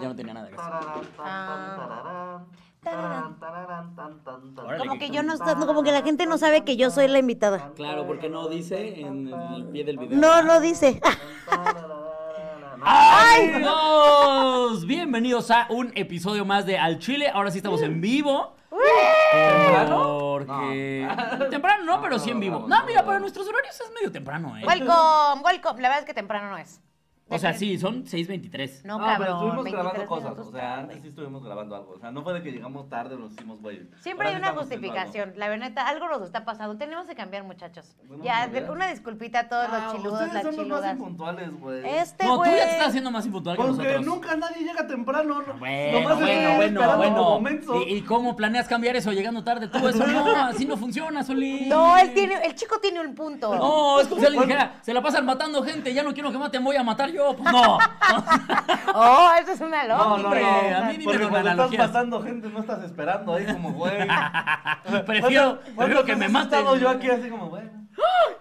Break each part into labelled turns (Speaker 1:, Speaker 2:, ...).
Speaker 1: Yo no tenía nada que hacer.
Speaker 2: Ah. Como que yo no, sa- no, como que la gente no sabe que yo soy la invitada.
Speaker 1: Claro, porque no dice en el pie del video.
Speaker 2: No lo dice.
Speaker 3: Amigos, bienvenidos a un episodio más de Al Chile. Ahora sí estamos en vivo. Porque temprano no, pero sí en vivo. No, mira, para nuestros horarios es medio temprano, eh.
Speaker 4: Welcome, welcome. La verdad es que temprano no es.
Speaker 3: O sea, sí, son 6:23.
Speaker 4: No,
Speaker 5: No, pero
Speaker 4: cabrón.
Speaker 5: estuvimos
Speaker 4: 23
Speaker 5: grabando cosas,
Speaker 4: minutos
Speaker 5: o sea,
Speaker 4: tarde.
Speaker 5: antes sí estuvimos grabando algo, o sea, no fue de que llegamos tarde, nos hicimos güeyes.
Speaker 4: Siempre hay
Speaker 5: Ahora
Speaker 4: una
Speaker 5: sí estamos
Speaker 4: justificación. La verdad, neta, algo nos está pasando. Tenemos que cambiar, muchachos.
Speaker 5: Bueno,
Speaker 4: Ya,
Speaker 5: muy bien.
Speaker 4: una disculpita a todos
Speaker 5: haciendo algo.
Speaker 4: los
Speaker 5: Ah,
Speaker 4: chiludos,
Speaker 5: ustedes
Speaker 4: las
Speaker 5: son los más
Speaker 4: chiludas.
Speaker 5: impuntuales, güey.
Speaker 2: Este
Speaker 3: No, tú
Speaker 2: güey.
Speaker 3: ya te estás haciendo más impuntual que
Speaker 5: Porque
Speaker 3: nosotros.
Speaker 5: nunca nadie llega temprano. no-
Speaker 3: Ah, Bueno,
Speaker 5: nomás
Speaker 3: bueno,
Speaker 5: están
Speaker 3: bueno,
Speaker 5: esperando como
Speaker 3: bueno.
Speaker 5: mensos.
Speaker 3: ¿Y, y cómo planeas cambiar eso llegando tarde? Tú, eso no, así no funciona, Solís.
Speaker 4: No, él tiene, el chico tiene un punto.
Speaker 3: No, es como si alguien dijera, se la pasan matando gente, ya no quiero que maten, voy a matar yo. Pues no.
Speaker 4: Oh, eso es una
Speaker 5: No, no,
Speaker 4: lógica.
Speaker 5: no.
Speaker 3: Hombre, a mí dime
Speaker 5: Porque
Speaker 3: con
Speaker 5: cuando
Speaker 3: analogías.
Speaker 5: estás matando gente no estás esperando ahí como güey.
Speaker 3: Ah, Prefiero,
Speaker 5: ¿Cuántas-
Speaker 3: prefiero que me
Speaker 5: cuántas veces he
Speaker 3: maten.
Speaker 5: estado yo aquí así como güey.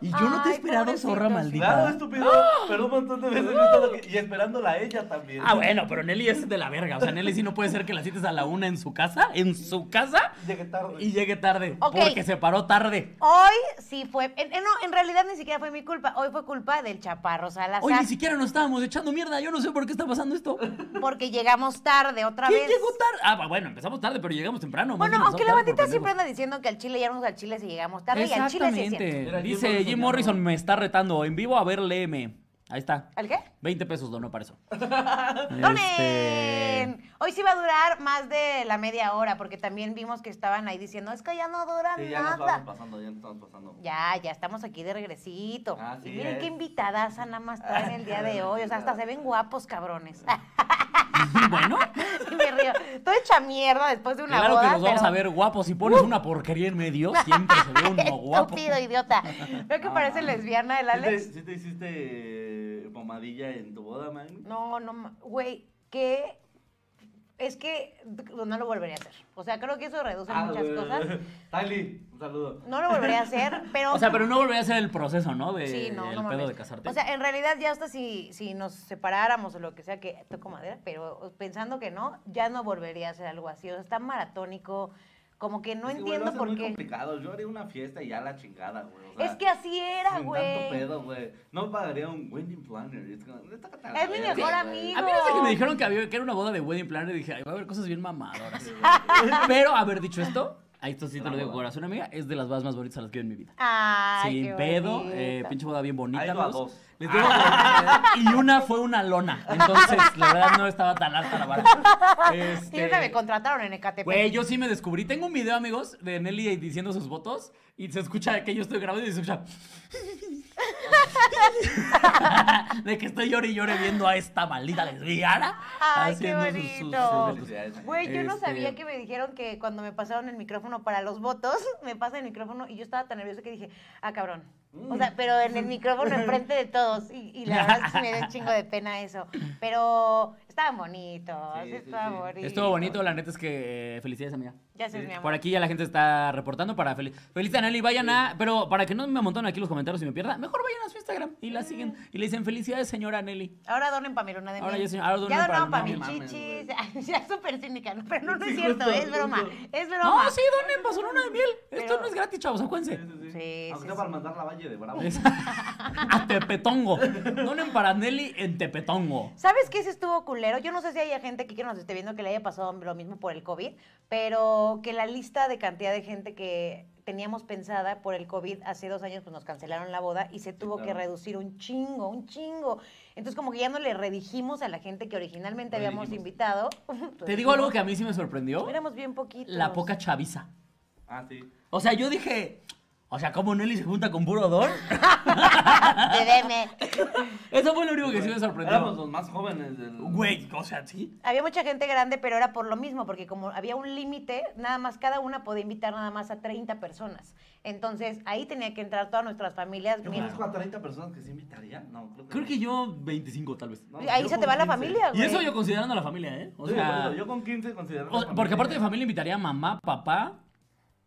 Speaker 3: Y yo no te he
Speaker 4: Ay,
Speaker 3: esperado, zorra
Speaker 4: pobrecito.
Speaker 5: Claro,
Speaker 3: maldita.
Speaker 5: estúpido. Pero un montón de veces he estado aquí y esperándola a ella también.
Speaker 3: Ah, bueno, pero Nelly es de la verga. O sea, Nelly sí no puede ser que la cites a la una en su casa, en su casa,
Speaker 5: Llegué tarde.
Speaker 3: y llegue tarde.
Speaker 4: Ok.
Speaker 3: Porque se paró tarde.
Speaker 4: Hoy sí fue. en- en- no, en realidad ni siquiera fue mi culpa. Hoy fue culpa del chaparro Salazar.
Speaker 3: Oye, ni siquiera nos estábamos echando mierda. Yo no sé por qué está pasando esto. ¿Quién
Speaker 4: Porque llegamos tarde otra vez.
Speaker 3: llegó tarde? Ah, bueno, empezamos tarde, pero llegamos temprano. más
Speaker 4: Bueno,
Speaker 3: bien
Speaker 4: aunque la
Speaker 3: empezamos tarde
Speaker 4: bandita
Speaker 3: por
Speaker 4: siempre
Speaker 3: pendejos.
Speaker 4: anda diciendo que al chile ya vamos al chile si llegamos tarde y al chile sí es cierto.
Speaker 3: Exactamente.
Speaker 5: Mira, Jim
Speaker 3: Dice
Speaker 5: Morrison
Speaker 3: Jim
Speaker 5: ya
Speaker 3: Morrison,
Speaker 5: no.
Speaker 3: me está retando. En vivo, a ver, léeme. Ahí está.
Speaker 4: ¿Al qué?
Speaker 3: 20 pesos donó para eso.
Speaker 5: Este,
Speaker 3: Este,
Speaker 4: ¡Donen! Hoy sí va a durar más de la media hora, porque también vimos que estaban ahí diciendo, es que ya no dura
Speaker 5: Sí, ya nos
Speaker 4: nada.
Speaker 5: vamos pasando, ya nos estamos pasando.
Speaker 4: Ya, ya estamos aquí de regresito.
Speaker 5: Ah, sí
Speaker 4: y miren qué
Speaker 5: es.
Speaker 4: invitadas nada más traen el día de hoy. O sea, hasta se ven guapos, cabrones.
Speaker 3: Este, bueno,
Speaker 4: Y me río. Todo hecha mierda después de una
Speaker 3: claro
Speaker 4: boda.
Speaker 3: que los vamos
Speaker 4: pero- Uh.
Speaker 3: a ver guapos. Si pones una porquería en medio, siempre se ve uno guapo.
Speaker 4: Estúpido, idiota. Creo que
Speaker 5: Ah,
Speaker 4: parece
Speaker 5: man.
Speaker 4: lesbiana el
Speaker 5: ¿Sí te,
Speaker 4: Alex.
Speaker 5: sí te hiciste eh, pomadilla en tu boda, man?
Speaker 4: No, no, ma- güey, que es que no lo volvería a hacer. O sea, creo que eso reduce muchas
Speaker 5: Ah, güey.
Speaker 4: cosas.
Speaker 5: Tali, un saludo.
Speaker 4: No lo volvería a hacer, pero
Speaker 3: O sea, pero no volvería a ser el proceso, ¿no? De,
Speaker 4: sí, no,
Speaker 3: el
Speaker 4: no
Speaker 3: pedo
Speaker 4: mames.
Speaker 3: de casarte.
Speaker 4: O sea, en realidad ya hasta si, si nos separáramos o lo que sea, que toco madera, pero pensando que no, ya no volvería a hacer algo así. O sea, está maratónico, como que no
Speaker 5: Es que, güey, lo
Speaker 4: entiendo
Speaker 5: hacen
Speaker 4: por
Speaker 5: muy
Speaker 4: qué.
Speaker 5: complicado. Yo haría una fiesta y ya la chingada, güey. o sea,
Speaker 4: Es que así era,
Speaker 5: sin tanto
Speaker 4: güey.
Speaker 5: pedo, güey. No pagaría un wedding planner. Es, como, "Neta, cátate a la
Speaker 4: Es mi
Speaker 5: verga,
Speaker 4: mejor
Speaker 5: güey".
Speaker 4: amigo.
Speaker 3: a mí desde que me dijeron que, había, que era una boda de wedding planner, dije, ay, va a haber cosas bien mamadoras. pero haber dicho esto, ahí esto sí te lo digo de corazón, amiga, es de las bodas más bonitas a las que he vivido en mi vida.
Speaker 4: Ay,
Speaker 3: Sin
Speaker 4: qué
Speaker 3: pedo,
Speaker 4: bonito.
Speaker 3: eh, pinche boda bien bonita.
Speaker 5: Ahí va
Speaker 3: amigos.
Speaker 5: dos.
Speaker 3: Les digo que- y una fue una lona. Entonces, la verdad no estaba tan alta la vara.
Speaker 4: Sí, ahorita me contrataron en Ecatepec.
Speaker 3: este Güey, yo sí me descubrí. Tengo un video, amigos, de Nelly diciendo sus votos y se escucha que yo estoy grabando y se escucha. de que estoy llore y llore viendo a esta maldita lesbiana.
Speaker 4: Ay, qué bonito.
Speaker 3: votos.
Speaker 5: Felicidades.
Speaker 4: Güey, yo no
Speaker 3: Este-
Speaker 4: sabía que me dijeron que cuando me pasaron el micrófono para los votos, me pasan el micrófono y yo estaba tan nerviosa que dije, ah, cabrón. O sea, pero en el micrófono enfrente de todos. Y, y la verdad es que me dio un chingo de pena eso. Pero estaban bonitos,
Speaker 5: Sí, sí,
Speaker 4: estaba
Speaker 5: sí.
Speaker 4: bonito.
Speaker 3: Estuvo bonito, la neta es que eh, felicidades, amiga.
Speaker 4: Gracias, mi amor.
Speaker 3: Por aquí ya la gente está reportando para fel feliz a Nelly. Vayan a, pero para que no me amontonen aquí los comentarios y me pierda, mejor vayan a su Instagram y la siguen y le dicen felicidades, señora Nelly.
Speaker 4: Ahora donen para mi luna de miel.
Speaker 3: Ahora ya, señor, ahora donen
Speaker 4: ya
Speaker 3: para la
Speaker 4: donaron para, mis
Speaker 5: luna de miel.
Speaker 4: chichis.
Speaker 5: No
Speaker 4: ya es súper cínica, ¿no? pero no, no es
Speaker 5: Sí,
Speaker 4: cierto,
Speaker 5: justo,
Speaker 4: es broma.
Speaker 5: justo.
Speaker 4: Es broma.
Speaker 3: No, sí, donen para su luna de miel. Esto
Speaker 4: Pero-
Speaker 3: no es gratis, chavos, acuérdense.
Speaker 5: Sí, sí, sí.
Speaker 4: Sí,
Speaker 5: Aunque
Speaker 4: sí,
Speaker 5: sea
Speaker 4: sí.
Speaker 5: para mandar la valle de Bravo.
Speaker 3: Es- a Tepetongo. Donen para Nelly en Tepetongo.
Speaker 4: ¿Sabes qué se estuvo culero? Yo no sé si haya gente aquí que nos esté viendo que le haya pasado lo mismo por el COVID, pero que la lista de cantidad de gente que teníamos pensada por el COVID hace dos años, pues nos cancelaron la boda y se tuvo que
Speaker 5: claro.
Speaker 4: reducir un chingo, un chingo. Entonces como que ya no le redijimos a la gente que originalmente habíamos
Speaker 5: Redijimos.
Speaker 4: invitado.
Speaker 3: Te digo algo que a mí sí me sorprendió.
Speaker 4: Éramos bien poquitos.
Speaker 3: La poca chaviza.
Speaker 5: Ah, sí.
Speaker 3: O sea, yo dije, o sea, ¿cómo Nelly se junta con puro don?
Speaker 4: Bebeme.
Speaker 3: Eso fue lo único que sí me sorprendió.
Speaker 5: Éramos los más jóvenes del.
Speaker 3: Güey, o sea, sí.
Speaker 4: Había mucha gente grande, pero era por lo mismo, porque como había un límite, nada más cada una podía invitar nada más a 30 personas. Entonces, ahí tenía que entrar todas nuestras familias.
Speaker 5: Yo
Speaker 4: mil-
Speaker 5: conozco a 30 personas que se invitarían. No, creo que.
Speaker 3: Creo
Speaker 5: no.
Speaker 3: que yo 25 tal vez.
Speaker 5: No,
Speaker 4: Ahí
Speaker 5: yo
Speaker 4: se te
Speaker 5: con
Speaker 4: va la
Speaker 5: 15.
Speaker 4: familia,
Speaker 3: Y
Speaker 4: güey.
Speaker 3: eso yo considerando a la familia, ¿eh? O
Speaker 5: Sí, por
Speaker 3: sea,
Speaker 5: eso, yo con 15 considero.
Speaker 3: o- porque aparte de familia invitaría a mamá, papá,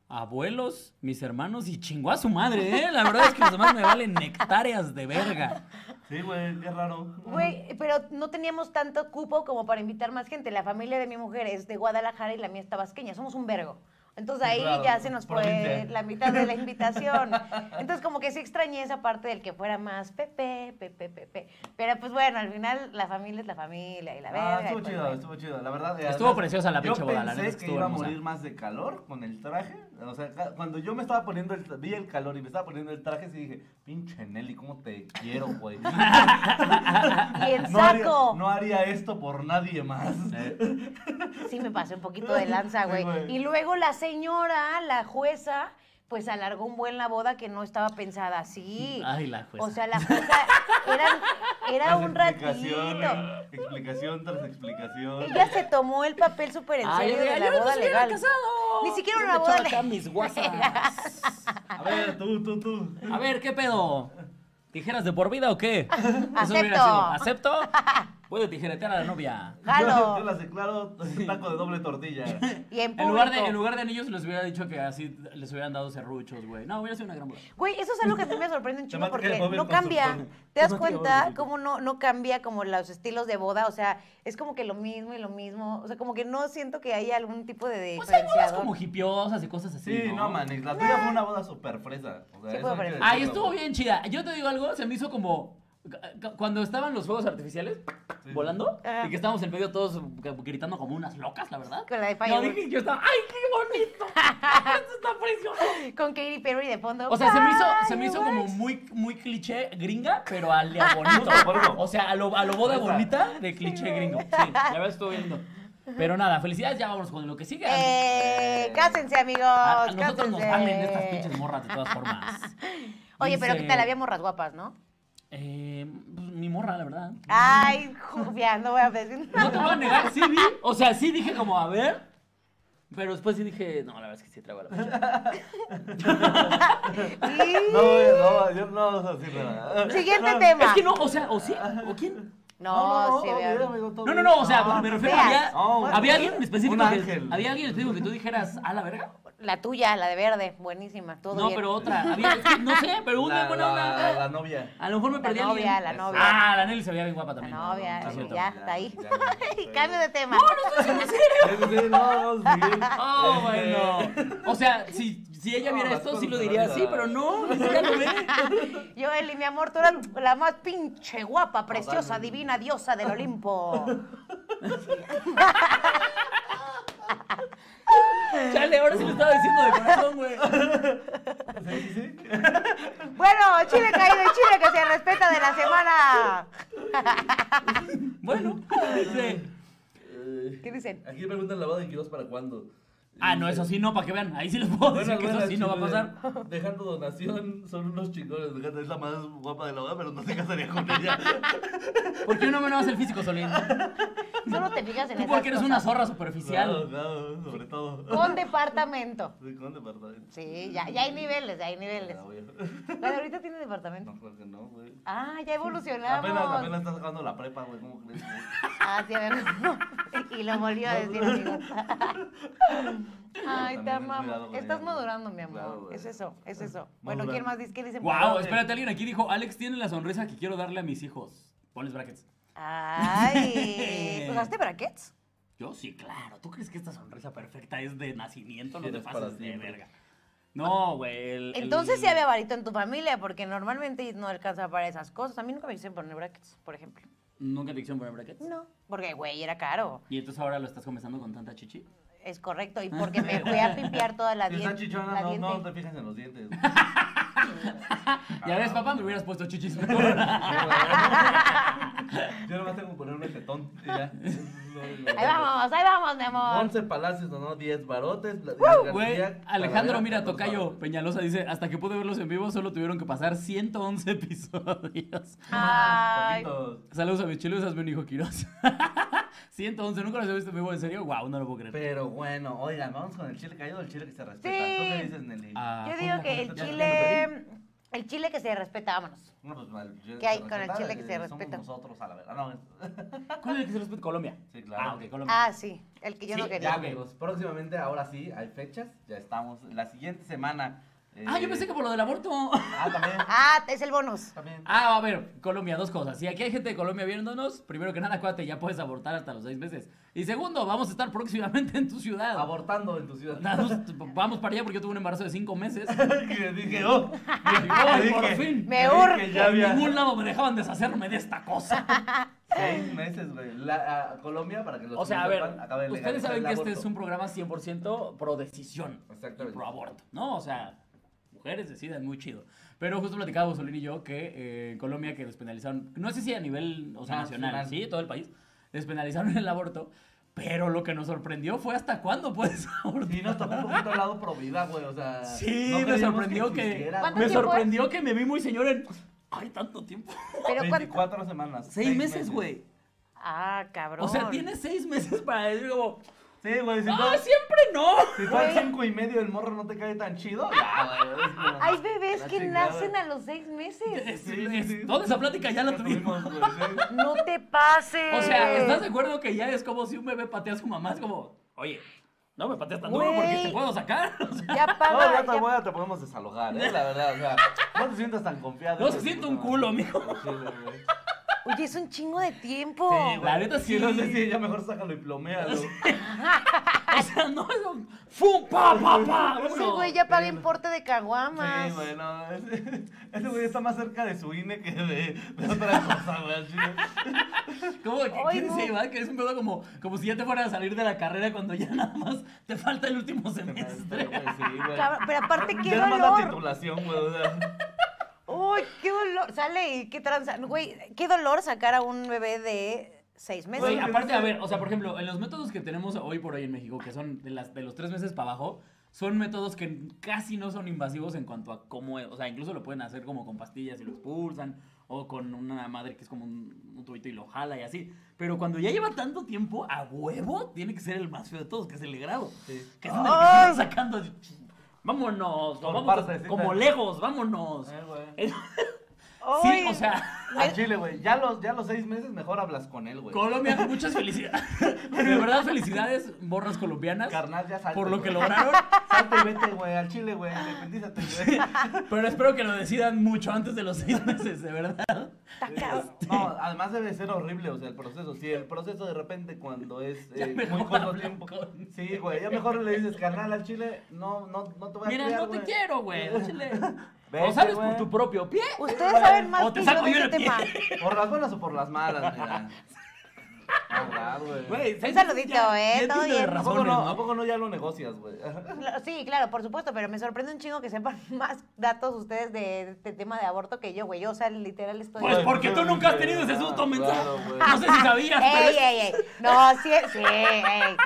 Speaker 3: abuelos, mis hermanos y chingó a su madre, ¿eh? La verdad es que los demás me valen hectáreas de verga.
Speaker 5: Sí, güey, qué raro.
Speaker 4: Güey, pero no teníamos tanto cupo como para invitar más gente. La familia de mi mujer es de Guadalajara y la mía es tabasqueña. Somos un vergo. Entonces ahí
Speaker 5: Claro,
Speaker 4: ya se nos fue
Speaker 5: provincia.
Speaker 4: la mitad de la invitación. Entonces como que sí extrañé esa parte del que fuera más Pepe, Pepe, Pepe. Pero pues bueno, al final la familia es la familia y la verga.
Speaker 5: Ah, estuvo
Speaker 4: y pues,
Speaker 5: chido,
Speaker 4: bueno.
Speaker 5: estuvo chido. La verdad. eh,
Speaker 3: Estuvo
Speaker 5: además,
Speaker 3: preciosa la pinche
Speaker 5: Yo
Speaker 3: boda, la neta
Speaker 5: pensé
Speaker 3: es que
Speaker 5: que
Speaker 3: estuvo
Speaker 5: iba a
Speaker 3: hermosa.
Speaker 5: morir más de calor con el traje. O sea, ca- cuando yo me estaba poniendo el. tra- Vi el calor y me estaba poniendo el traje, sí dije, pinche Nelly, ¿cómo te quiero, güey?
Speaker 4: Y el
Speaker 5: No haría,
Speaker 4: saco.
Speaker 5: no haría esto por nadie más.
Speaker 4: Sí, me pasé un poquito de lanza,
Speaker 5: Sí,
Speaker 4: güey.
Speaker 5: güey.
Speaker 4: Y luego la señora, la jueza, pues alargó un buen la boda que no estaba pensada así.
Speaker 3: Ay, la jueza.
Speaker 4: O sea, la jueza eran- era
Speaker 5: Tras
Speaker 4: un
Speaker 5: explicación,
Speaker 4: ratito.
Speaker 5: Explicación tras explicación.
Speaker 4: Ella se tomó el papel súper en
Speaker 3: Ay,
Speaker 4: serio de
Speaker 3: ay,
Speaker 4: la
Speaker 3: yo no
Speaker 4: boda
Speaker 3: soy el
Speaker 4: legal.
Speaker 3: casado.
Speaker 4: Ni siquiera
Speaker 1: Yo
Speaker 4: una
Speaker 1: me
Speaker 4: boda
Speaker 1: echaba acá
Speaker 4: legal.
Speaker 1: mis guasas.
Speaker 5: A ver, tú, tú, tú.
Speaker 3: A ver, ¿qué pedo? ¿Tijeras de por vida o qué? Eso
Speaker 4: Acepto.
Speaker 3: hubiera sido, ¿Acepto? Puedo tijeretear a la novia.
Speaker 5: Yo, yo
Speaker 4: Jalo.
Speaker 5: las declaro taco de doble tortilla.
Speaker 4: Y en
Speaker 3: En lugar, de, en
Speaker 4: público.
Speaker 3: lugar de anillos les hubiera dicho que así les hubieran dado serruchos, güey. No, hubiera sido una gran boda.
Speaker 4: Güey, eso es algo que a mí me sorprende un
Speaker 5: Te
Speaker 4: chingo
Speaker 5: mata que el
Speaker 4: porque
Speaker 5: móvil
Speaker 4: no
Speaker 5: con su-
Speaker 4: cambia.
Speaker 5: con-
Speaker 4: ¿Te
Speaker 1: te mata
Speaker 4: das
Speaker 1: que el
Speaker 4: cuenta
Speaker 1: móvil.
Speaker 4: cómo no, no cambia como los estilos de boda? O sea, es como que lo mismo y lo mismo. O sea, como que no siento que haya algún tipo de
Speaker 3: Pues hay bodas
Speaker 4: diferenciador.
Speaker 3: como hipiosas y cosas así,
Speaker 5: Sí, no, manes, la tuya fue una boda súper fresa. O sea,
Speaker 4: Sí,
Speaker 5: eso
Speaker 4: fue
Speaker 5: hay que
Speaker 4: fresa.
Speaker 3: Ay,
Speaker 5: decirlo,
Speaker 3: estuvo
Speaker 5: güey.
Speaker 3: bien chida. Yo te digo algo, se me hizo como... cu- Cuando estaban los fuegos artificiales
Speaker 5: Sí.
Speaker 3: volando
Speaker 4: Ajá.
Speaker 3: y que estábamos en medio todos gritando como unas locas, la verdad.
Speaker 4: Ah. Con la
Speaker 3: yo
Speaker 4: de Fireworks.
Speaker 3: dije, yo estaba, ¡ay, qué bonito! ¡Esto está precioso!
Speaker 4: Con Katy Perry de fondo.
Speaker 3: O sea, se me hizo, se me
Speaker 4: Ay,
Speaker 3: hizo
Speaker 4: güey.
Speaker 3: como muy, muy cliché gringa, pero a la bonito.
Speaker 5: Justo, por eso.
Speaker 3: O sea, a lo, a lo boda
Speaker 5: Esa.
Speaker 3: bonita de cliché gringo. Sí, la verdad estuvo viendo. Pero nada, felicidades, ya vámonos con lo que sigue.
Speaker 4: Eh, cásense, amigos.
Speaker 3: a, Ah, a nosotros nos
Speaker 4: cásense.
Speaker 3: valen estas pinches morras de todas formas.
Speaker 4: Oye, pero
Speaker 3: Dice,
Speaker 4: ¿qué tal? Había morras guapas, ¿no?
Speaker 3: Eh, pues, mi morra, la verdad.
Speaker 4: Ay, Julia, no voy a decir
Speaker 3: No te
Speaker 4: nada.
Speaker 3: voy a negar, sí vi. O sea, sí dije como, a ver. Pero después sí dije, no, la verdad es que sí traigo la pinche.
Speaker 4: Y-
Speaker 5: No, güey, no, yo no vamos a decir nada.
Speaker 4: Siguiente tema.
Speaker 3: Es que no, o sea, o sí, o quién.
Speaker 4: No, sí, vean.
Speaker 5: bien, amigo, todo
Speaker 3: No, no,
Speaker 5: bien.
Speaker 3: no, o sea,
Speaker 5: Ah,
Speaker 3: me refiero,
Speaker 4: veas.
Speaker 3: había,
Speaker 5: No,
Speaker 3: había
Speaker 5: un-
Speaker 3: alguien en específico.
Speaker 5: un
Speaker 3: que-
Speaker 5: ángel.
Speaker 3: había alguien en específico que tú dijeras, a la verga.
Speaker 4: La tuya, la de verde, buenísima, todo
Speaker 3: no,
Speaker 4: bien.
Speaker 3: pero otra. Había, es que no sé, pero una
Speaker 5: La,
Speaker 3: buena
Speaker 5: la,
Speaker 3: onda.
Speaker 5: la novia.
Speaker 3: A lo mejor me
Speaker 4: La
Speaker 3: perdí a
Speaker 4: novia,
Speaker 3: alguien.
Speaker 4: la novia.
Speaker 3: Ah, la Nelly se veía bien guapa
Speaker 4: La
Speaker 3: también.
Speaker 4: novia,
Speaker 3: Sí, es cierto.
Speaker 4: ya,
Speaker 5: ya,
Speaker 4: está ahí.
Speaker 5: ya,
Speaker 4: Y
Speaker 5: ya.
Speaker 4: cambio de tema.
Speaker 5: Sí, sí, sí, no, no, sí.
Speaker 3: Oh,
Speaker 5: Este,
Speaker 3: bueno. O sea, si, si ella
Speaker 5: No,
Speaker 3: viera
Speaker 5: las
Speaker 3: esto,
Speaker 5: cosas
Speaker 3: sí lo
Speaker 5: de la
Speaker 3: diría
Speaker 5: vida.
Speaker 3: así, pero no, ni siquiera lo ve.
Speaker 4: Yo, Eli, mi amor, tú eras la más pinche guapa, preciosa, divina diosa del Olimpo.
Speaker 3: Chale, ahora sí lo estaba diciendo de corazón, güey.
Speaker 5: Sí, sí, sí.
Speaker 4: Bueno, Chile caído y Chile que se respeta de la semana.
Speaker 3: Bueno, dice.
Speaker 5: Eh,
Speaker 4: ¿Qué dicen?
Speaker 5: Aquí preguntan la boda de Quirós para cuándo.
Speaker 3: Ah, no, eso sí no, para que vean. Ahí sí les puedo decir
Speaker 5: Buenas,
Speaker 3: que eso
Speaker 5: buenas,
Speaker 3: sí no va a
Speaker 5: chicos. eh.
Speaker 3: pasar.
Speaker 5: Dejando donación, son unos chingones. Dejando- Es la más guapa de la boda, pero no se casaría con ella.
Speaker 3: Porque uno me vas el físico, Solín.
Speaker 4: Solo te fijas en
Speaker 3: Tú
Speaker 4: esas
Speaker 3: porque eres
Speaker 4: cosas.
Speaker 3: una zorra superficial.
Speaker 5: Claro, claro, sobre todo.
Speaker 4: Con departamento.
Speaker 5: Sí, Con departamento.
Speaker 4: Sí, ya, ya hay niveles, ya hay niveles.
Speaker 5: Ah, obvio.
Speaker 4: La de ahorita tiene departamento.
Speaker 5: No, creo que no, güey.
Speaker 4: Ah, ya evolucionamos.
Speaker 5: Apenas, apenas estás sacando la prepa, güey. ¿Cómo crees? güey?
Speaker 4: Ah, sí, apenas. Y lo volvió a decir, amigos. Ay,
Speaker 5: También
Speaker 4: te
Speaker 5: ten cuidado
Speaker 4: amamos.
Speaker 5: con
Speaker 4: Estás
Speaker 5: ella.
Speaker 4: madurando, mi amor.
Speaker 5: Cuidado, güey.
Speaker 4: es eso, es eso.
Speaker 5: Madurando.
Speaker 4: Bueno, ¿quién más dice? ¿Qué dicen? por
Speaker 3: Wow,
Speaker 4: ahí?
Speaker 3: espérate, alguien aquí dijo, Alex tiene la sonrisa que quiero darle a mis hijos. Pones brackets.
Speaker 4: Ay. ¿Usaste brackets?
Speaker 3: Yo sí, claro. ¿Tú crees que esta sonrisa perfecta es de nacimiento? No te
Speaker 5: Eres para
Speaker 3: pasas de
Speaker 5: siempre.
Speaker 3: verga. No, güey. el- el-
Speaker 4: Entonces sí había varito en tu familia, porque normalmente no alcanza para esas cosas. A mí nunca me hicieron poner brackets, por ejemplo.
Speaker 3: ¿Nunca te hicieron poner brackets?
Speaker 4: No, porque, güey, era caro.
Speaker 3: ¿Y entonces ahora lo estás comenzando con tanta chichi?
Speaker 4: Es correcto, y porque me fui a pipiar toda la
Speaker 5: Si
Speaker 4: diente.
Speaker 5: está chichona,
Speaker 4: la
Speaker 5: no, no
Speaker 4: diente.
Speaker 5: te fijas en los dientes. güey. Ah.
Speaker 3: Ya ves, papá, me hubieras puesto chichis.
Speaker 5: Yo nomás tengo que ponerme tetón. y ya.
Speaker 4: Ahí vamos, ahí vamos, mi amor.
Speaker 5: 11 palacios, no, 10 barotes. Vladimir
Speaker 3: Güey,
Speaker 5: García,
Speaker 3: Alejandro,
Speaker 5: Talavera,
Speaker 3: mira,
Speaker 5: 14
Speaker 3: Tocayo
Speaker 5: barotes.
Speaker 3: Peñalosa dice, hasta que pude verlos en vivo, solo tuvieron que pasar 111 episodios.
Speaker 4: Ay.
Speaker 5: Poquitos.
Speaker 3: Saludos a mis chilos, hazme un hijo Quiroz. 111, ¿nunca los he visto en vivo? ¿En serio? Wow, no lo puedo creer.
Speaker 5: Pero bueno, oigan, vamos con el chile caído, el chile que se respeta.
Speaker 4: Sí.
Speaker 5: ¿Tú qué dices, Nelly?
Speaker 3: Ah,
Speaker 4: Yo digo
Speaker 3: ponla,
Speaker 4: que el
Speaker 5: cuenta,
Speaker 4: chile, el chile que se respeta, vámonos.
Speaker 5: No, pues, mal, el chile
Speaker 4: ¿Qué
Speaker 5: que
Speaker 4: hay
Speaker 5: se
Speaker 4: con el
Speaker 5: respeta,
Speaker 4: chile que se
Speaker 5: eh,
Speaker 4: respeta?
Speaker 5: Somos nosotros, a la verdad. No, es-
Speaker 3: ponla. ¿Cuál es el que se respeta? Colombia.
Speaker 5: Sí, claro.
Speaker 3: Ah, ok, Colombia.
Speaker 4: Ah, sí, el que yo
Speaker 5: Sí,
Speaker 4: no
Speaker 5: Ya,
Speaker 4: quería.
Speaker 5: amigos, próximamente, ahora sí, hay fechas. Ya estamos la siguiente semana. eh,
Speaker 3: Ah, yo pensé que por lo del aborto.
Speaker 5: Ah, también.
Speaker 4: Ah, es el bonus.
Speaker 5: también.
Speaker 3: Ah, a ver, Colombia, dos cosas. Si aquí hay gente de Colombia viéndonos, primero que nada, acuérdate, ya puedes abortar hasta los seis meses. Y segundo, vamos a estar próximamente en tu ciudad.
Speaker 5: Abortando en tu ciudad.
Speaker 3: Vamos, pues, vamos para allá porque yo tuve un embarazo de cinco meses.
Speaker 5: que dije, oh,
Speaker 3: Y yo, ¡ay, por fin!
Speaker 4: Me
Speaker 5: creí
Speaker 4: urge.
Speaker 5: que ya
Speaker 3: Por
Speaker 5: había
Speaker 3: ningún lado me dejaban deshacerme de esta cosa.
Speaker 5: seis meses, güey. La- a Colombia, para que los
Speaker 3: O sea,
Speaker 5: que
Speaker 3: a
Speaker 5: no
Speaker 3: ver,
Speaker 5: sepan, acaba de
Speaker 3: ustedes
Speaker 5: legalizar
Speaker 3: saben
Speaker 5: el
Speaker 3: que este
Speaker 5: aborto.
Speaker 3: es un programa 100% pro decisión.
Speaker 5: Exactamente.
Speaker 3: y Pro aborto, ¿no? O sea, mujeres decidan, muy chido. Pero justo platicaba Mussolini y yo que eh, en Colombia que despenalizaron, no sé si a nivel o sea, nacional,
Speaker 5: Nacional.
Speaker 3: sí, todo el país, despenalizaron el aborto, pero lo que nos sorprendió fue hasta cuándo puedes abortar.
Speaker 5: Sí, nos tocó un poquito el lado pro vida, güey. O sea.
Speaker 3: Sí,
Speaker 5: no
Speaker 3: me
Speaker 5: creíamos
Speaker 3: sorprendió que,
Speaker 5: existiera, güey.
Speaker 4: ¿Cuánto
Speaker 3: me
Speaker 4: tiempo es?
Speaker 3: sorprendió que me vi muy señor en ay, tanto tiempo.
Speaker 4: Pero cuánto.
Speaker 5: 24 semanas.
Speaker 3: Seis meses, güey.
Speaker 4: Ah, cabrón.
Speaker 3: O sea, tienes seis meses para decir como,
Speaker 5: Sí, güey. Si tú,
Speaker 3: ¡ah, siempre no!
Speaker 5: si tú al cinco y medio el morro no te cae tan chido, ya, güey, es como-
Speaker 4: Ah, Hay bebés
Speaker 5: la
Speaker 4: que
Speaker 5: chingada.
Speaker 4: nacen a los seis meses.
Speaker 3: Es- es- Toda esa plática ya la tuvimos.
Speaker 5: güey, sí.
Speaker 4: No te pases.
Speaker 3: O sea, ¿estás de acuerdo que ya es como si un bebé patea a su mamá? Es como, oye, no me pateas tan duro porque
Speaker 4: Güey.
Speaker 3: te puedo sacar. O sea,
Speaker 4: Ya
Speaker 5: No,
Speaker 4: paga.
Speaker 5: ya te,
Speaker 4: ya-
Speaker 5: voy a- te podemos desalojar, ¿eh? La verdad, o sea, no te sientas tan confiado.
Speaker 3: No
Speaker 5: hijo
Speaker 3: se
Speaker 5: de
Speaker 3: siente
Speaker 5: puta
Speaker 3: un
Speaker 5: madre.
Speaker 3: culo, mijo.
Speaker 5: Sí, güey.
Speaker 4: Oye, es un chingo de tiempo.
Speaker 3: Sí, güey. La neta sí.
Speaker 5: no sé si ella mejor sácalo y plomealo.
Speaker 3: o sea, no es un... ¡Fu! ¡Pa, pa, pa!
Speaker 4: Ese güey ya paga importe de caguamas.
Speaker 5: Sí, güey, no. Ese, ese güey está más cerca de su INE que de, de otra cosa, güey. así.
Speaker 3: ¿Cómo que
Speaker 4: Ay,
Speaker 3: quién
Speaker 4: no.
Speaker 3: se iba? Que es un pedo como, como si ya te fueras a salir de la carrera cuando ya nada más te falta el último
Speaker 5: Este,
Speaker 3: semestre.
Speaker 5: güey, sí, güey.
Speaker 4: Cabrón, pero aparte, qué
Speaker 5: Ya nada más la
Speaker 4: dolor.
Speaker 5: titulación, güey. o sea.
Speaker 4: Uy, qué dolor. Sale y qué tranza. Güey, qué dolor sacar a un bebé de seis meses.
Speaker 3: Güey,
Speaker 5: Bueno,
Speaker 3: aparte,
Speaker 5: no sé.
Speaker 3: a ver, o sea, por ejemplo, en los métodos que tenemos hoy por hoy en México, que son de, las, de los tres meses para abajo, son métodos que casi no son invasivos en cuanto a cómo, es. o sea, incluso lo pueden hacer como con pastillas y lo expulsan, o con una madre que es como un, un tubito y lo jala y así. Pero cuando ya lleva tanto tiempo, a huevo, tiene que ser el más feo de todos, que es el de grado. Que es el que
Speaker 4: ¡Ay!
Speaker 3: están sacando. así, Vámonos,
Speaker 5: Por
Speaker 3: vamos,
Speaker 5: partecita.
Speaker 3: como lejos, vámonos.
Speaker 5: Eh, güey.
Speaker 3: Es-
Speaker 4: Ay.
Speaker 3: sí, o sea,
Speaker 5: Al chile, güey. Ya los, ya los seis meses mejor hablas con él, güey.
Speaker 3: Colombia, muchas felicidades. De verdad, felicidades, morras colombianas.
Speaker 5: Carnal, ya salte,
Speaker 3: por lo que
Speaker 5: güey.
Speaker 3: lograron.
Speaker 5: Salte y vete, güey, al chile, güey. Independízate, güey.
Speaker 3: Pero espero que lo decidan mucho antes de los seis meses, de verdad.
Speaker 4: Tacados.
Speaker 5: Este, No, además debe ser horrible, o sea, el proceso. Si el proceso de repente cuando es
Speaker 3: Ya
Speaker 5: eh,
Speaker 3: mejor
Speaker 5: muy corto
Speaker 3: habla
Speaker 5: tiempo.
Speaker 3: con-
Speaker 5: Sí, güey, ya mejor le dices, carnal, al chile, no, no, no te voy a
Speaker 3: Mira,
Speaker 5: criar,
Speaker 3: no te
Speaker 5: güey".
Speaker 3: quiero, güey. échale.
Speaker 5: Vete,
Speaker 3: O sabes
Speaker 5: güey.
Speaker 3: por tu propio pie.
Speaker 4: Ustedes saben más
Speaker 3: O te
Speaker 4: que yo
Speaker 3: saco
Speaker 4: de
Speaker 3: yo
Speaker 4: ese
Speaker 3: la
Speaker 4: tema.
Speaker 5: Por las buenas o por las malas, mira. Ah, güey.
Speaker 3: Güey, seis meses
Speaker 4: saludito,
Speaker 3: ya-
Speaker 4: eh,
Speaker 3: ya
Speaker 4: todo
Speaker 3: entiendo de
Speaker 4: bien.
Speaker 5: ¿A poco,
Speaker 3: razones,
Speaker 5: no,
Speaker 3: ¿no?
Speaker 5: ¿A poco no ya lo negocias, güey?
Speaker 4: Claro, Sí, claro, por supuesto, pero me sorprende un chingo que sepan más datos ustedes de este tema de aborto que yo, güey. Yo, o sea, literal estoy...
Speaker 3: Pues
Speaker 5: Güey,
Speaker 3: porque tú
Speaker 5: pues,
Speaker 3: nunca has
Speaker 5: güey,
Speaker 3: tenido ese
Speaker 5: claro,
Speaker 3: susto
Speaker 5: claro,
Speaker 3: mental.
Speaker 5: güey.
Speaker 3: No sé si sabías, pero
Speaker 4: ¡Ey,
Speaker 3: es-
Speaker 4: ey, ey! No, sí, sí, ey.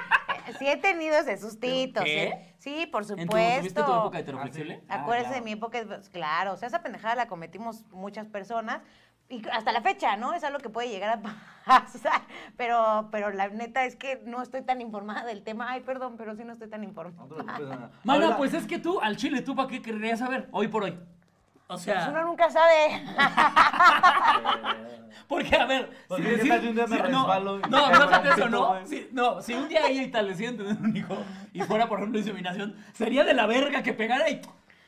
Speaker 4: Sí he tenido ese sustito. sí.
Speaker 3: ¿Qué?
Speaker 4: Sí, por
Speaker 3: ¿En
Speaker 4: supuesto.
Speaker 3: tu, ¿Tuviste tu época heteroflexible?
Speaker 5: Ah,
Speaker 4: Acuérdense
Speaker 5: claro.
Speaker 4: de mi época, pues, claro, o sea, esa pendejada la cometimos muchas personas y hasta la fecha, ¿no? Es algo que puede llegar a pasar, pero, pero la neta es que no estoy tan informada del tema. Ay, perdón, pero sí no estoy tan
Speaker 5: No
Speaker 4: informada.
Speaker 5: te preocupes, nada.
Speaker 3: Mana,
Speaker 5: Habla-
Speaker 3: pues es que tú, al chile, ¿tú para qué querrías saber hoy por hoy? O
Speaker 4: Pues uno
Speaker 5: Ah.
Speaker 3: sea,
Speaker 4: nunca sabe.
Speaker 5: eh,
Speaker 3: porque a ver,
Speaker 5: Porque ¿qué tal si un día me resbalo
Speaker 3: no,
Speaker 5: y me
Speaker 3: no, no,
Speaker 5: caigo en un
Speaker 3: fíjate eso,
Speaker 5: pito,
Speaker 3: no,
Speaker 5: güey?
Speaker 3: si, no, si un día ella establecida tener un hijo y fuera, por ejemplo, inseminación, sería de la verga que pegara y,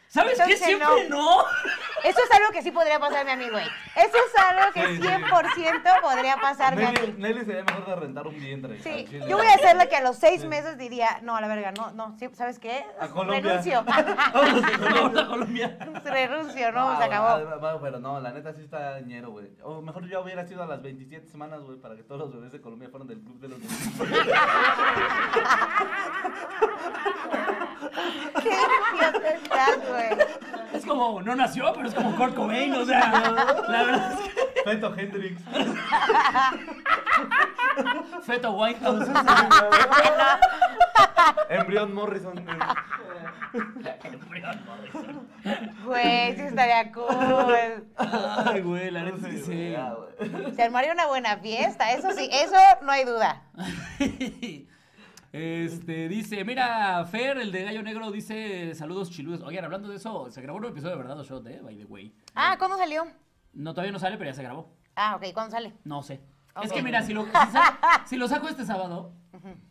Speaker 3: ¿sabes qué?
Speaker 4: Entonces,
Speaker 3: Siempre no.
Speaker 4: Eso es algo que sí podría pasarme a mí, güey. Eso es algo que
Speaker 5: Sí, sí.
Speaker 4: 100% podría pasarme a
Speaker 5: Nelly,
Speaker 4: mí.
Speaker 5: Nelly sería mejor de rentar un vientre. al
Speaker 4: Sí,
Speaker 5: chile.
Speaker 4: yo voy a hacer lo que a los seis meses diría, no, a la verga, no, no, sí, ¿sabes qué?
Speaker 5: A Colombia.
Speaker 4: Renuncio.
Speaker 3: Vamos a Colombia.
Speaker 4: Renuncio, no,
Speaker 5: Ah,
Speaker 4: se acabó.
Speaker 5: ah, ah, pero no, la neta sí está ñero, güey. O mejor yo hubiera sido a las 27 semanas, güey, para que todos los bebés de Colombia fueran del club de los 27.
Speaker 4: Qué idiota estás, güey.
Speaker 3: Es como, no nació, pero es como Kurt Cobain, o sea, la verdad es que
Speaker 5: Feto Hendrix.
Speaker 3: Feto Whitehouse.
Speaker 5: Embrión Morrison. güey.
Speaker 4: Güey, sí estaría cool.
Speaker 3: Ay, güey, la neta es
Speaker 5: Sí,
Speaker 3: que
Speaker 5: güey,
Speaker 3: sí.
Speaker 5: ya, güey.
Speaker 4: Se armaría una buena fiesta, eso sí, eso no hay duda.
Speaker 3: Este, dice, mira, Fer, el de Gallo Negro, dice, saludos chiludes. Oigan, hablando de eso, se grabó un episodio de Verdad o Shot, eh, by the way.
Speaker 4: Ah, ¿cuándo salió?
Speaker 3: No, todavía no sale, pero ya se grabó.
Speaker 4: Ah, ok, ¿cuándo sale?
Speaker 3: No sé. Es
Speaker 4: Ok.
Speaker 3: que mira, si lo, si sa- si lo saco este sábado,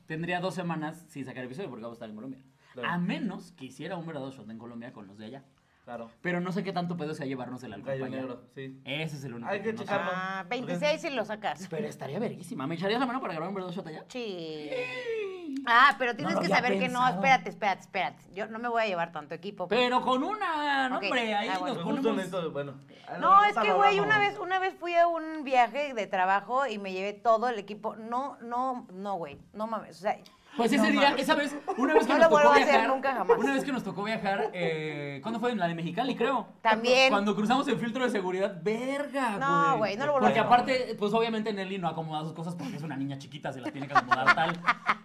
Speaker 3: tendría dos semanas sin sacar episodio porque vamos a estar en Colombia.
Speaker 5: Claro.
Speaker 3: A menos que hiciera un Verdad o Shot en Colombia con los de allá.
Speaker 5: Claro.
Speaker 3: Pero no sé qué tanto pedo sea llevarnos el
Speaker 5: El
Speaker 3: alcohol
Speaker 5: gallo
Speaker 3: para allá.
Speaker 5: negro, sí.
Speaker 3: Ese es el único.
Speaker 5: Hay que
Speaker 3: no sé.
Speaker 5: checarlo.
Speaker 4: Ah, 26 y lo sacas.
Speaker 3: Pero estaría verguísima. ¿Me echarías la mano para grabar un verdadero shot allá?
Speaker 4: Sí. Ah, pero tienes
Speaker 3: lo
Speaker 4: que
Speaker 3: había
Speaker 4: saber que no,
Speaker 3: pensado.
Speaker 4: espérate, espérate, espérate. Yo no me voy a llevar tanto equipo.
Speaker 3: Pero con una, no,
Speaker 4: Ok.
Speaker 3: hombre, ahí
Speaker 4: Ah,
Speaker 3: nos
Speaker 4: bueno.
Speaker 5: Pues Justo en
Speaker 3: ponemos...
Speaker 5: esto, bueno. Ah,
Speaker 4: No, es que, güey, una vez, una vez fui a un viaje de trabajo y me llevé todo el equipo. No, no, no, güey, no mames. O sea,
Speaker 3: Pues ese
Speaker 4: no
Speaker 3: día,
Speaker 4: mames.
Speaker 3: esa vez, una vez que
Speaker 4: No
Speaker 3: nos
Speaker 4: lo
Speaker 3: tocó
Speaker 4: vuelvo a hacer
Speaker 3: viajar,
Speaker 4: nunca jamás.
Speaker 3: una vez que nos tocó viajar, eh, ¿cuándo fue? En la de Mexicali, creo.
Speaker 4: También.
Speaker 3: Cuando cruzamos el filtro de seguridad, verga, güey.
Speaker 4: No, güey, no lo vuelvo a
Speaker 3: Porque
Speaker 4: hacer.
Speaker 3: aparte, pues obviamente Nelly no acomoda sus cosas porque es una niña chiquita, se las tiene que acomodar tal.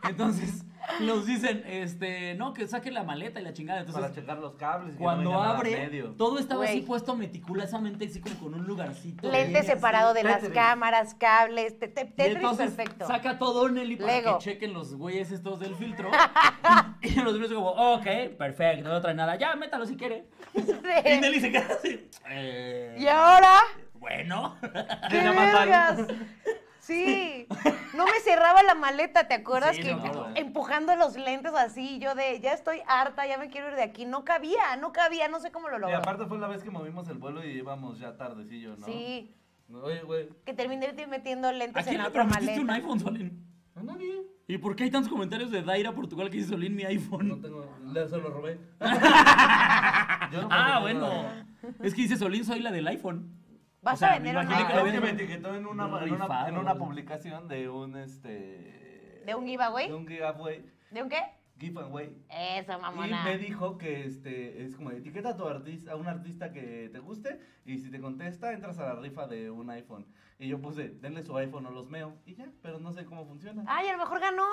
Speaker 3: Entonces, nos dicen, este, no, que saque la maleta y la chingada. Entonces,
Speaker 5: Para checar los cables. y que no
Speaker 3: cuando
Speaker 5: venga nada
Speaker 3: abre,
Speaker 5: en medio.
Speaker 3: todo estaba así
Speaker 4: Güey.
Speaker 3: puesto meticulosamente, así como con un lugarcito.
Speaker 4: lente
Speaker 3: güey,
Speaker 4: separado
Speaker 3: así.
Speaker 4: de las
Speaker 5: Tetris.
Speaker 4: cámaras, cables, te- te-
Speaker 3: Y
Speaker 4: Tetris
Speaker 3: entonces
Speaker 4: perfecto.
Speaker 3: saca todo Nelly para
Speaker 4: Lego.
Speaker 3: que chequen los güeyes estos del filtro. y los güeyes como, ok, perfecto, no trae nada. Ya, métalo si quiere. Y Nelly se queda así. "Eh,
Speaker 4: y ahora,
Speaker 3: Bueno.
Speaker 4: ¡qué
Speaker 5: Ya mataron.
Speaker 4: vergas! Sí, no me cerraba la maleta, ¿te acuerdas?
Speaker 3: Sí,
Speaker 4: que
Speaker 3: no, no, no.
Speaker 4: empujando los lentes así, yo de, ya estoy harta, ya me quiero ir de aquí. No cabía, no cabía, no sé cómo lo
Speaker 5: Y
Speaker 4: logró.
Speaker 5: aparte fue la vez que movimos el vuelo y íbamos ya tardecillo, ¿no?
Speaker 4: Sí,
Speaker 5: Oye, güey.
Speaker 4: que terminé metiendo
Speaker 3: ¿A
Speaker 4: lentes en
Speaker 3: quién
Speaker 4: la
Speaker 3: le
Speaker 4: otra
Speaker 3: prometiste un
Speaker 4: maleta.
Speaker 3: iPhone, Solín?
Speaker 5: No, nadie.
Speaker 3: ¿Y por qué hay tantos comentarios de Daira Portugal que dice Solín mi
Speaker 5: No
Speaker 3: iPhone?
Speaker 5: tengo. Le, se lo robé. Yo no
Speaker 3: ah,
Speaker 5: prometí
Speaker 3: bueno.
Speaker 5: nada.
Speaker 3: Es que dice Solín, soy la del iPhone.
Speaker 4: Vas
Speaker 3: O sea,
Speaker 4: a vender
Speaker 3: me
Speaker 4: un
Speaker 3: imaginé
Speaker 5: Ah,
Speaker 3: que
Speaker 4: iPhone
Speaker 5: es que
Speaker 3: habían-
Speaker 5: me etiquetó en una, en una, en una
Speaker 3: Rifado.
Speaker 5: publicación de un este.
Speaker 4: ¿De un giveaway?
Speaker 5: De un giveaway.
Speaker 4: ¿De un qué?
Speaker 5: Giveaway.
Speaker 4: Eso,
Speaker 5: Y
Speaker 4: mamona.
Speaker 5: me dijo que este es como etiqueta a tu artista, a un artista que te guste y si te contesta entras a la rifa de un iPhone. Y yo puse, denle su iPhone o los meo y ya, pero no sé cómo funciona.
Speaker 4: Ay, a lo mejor ganó.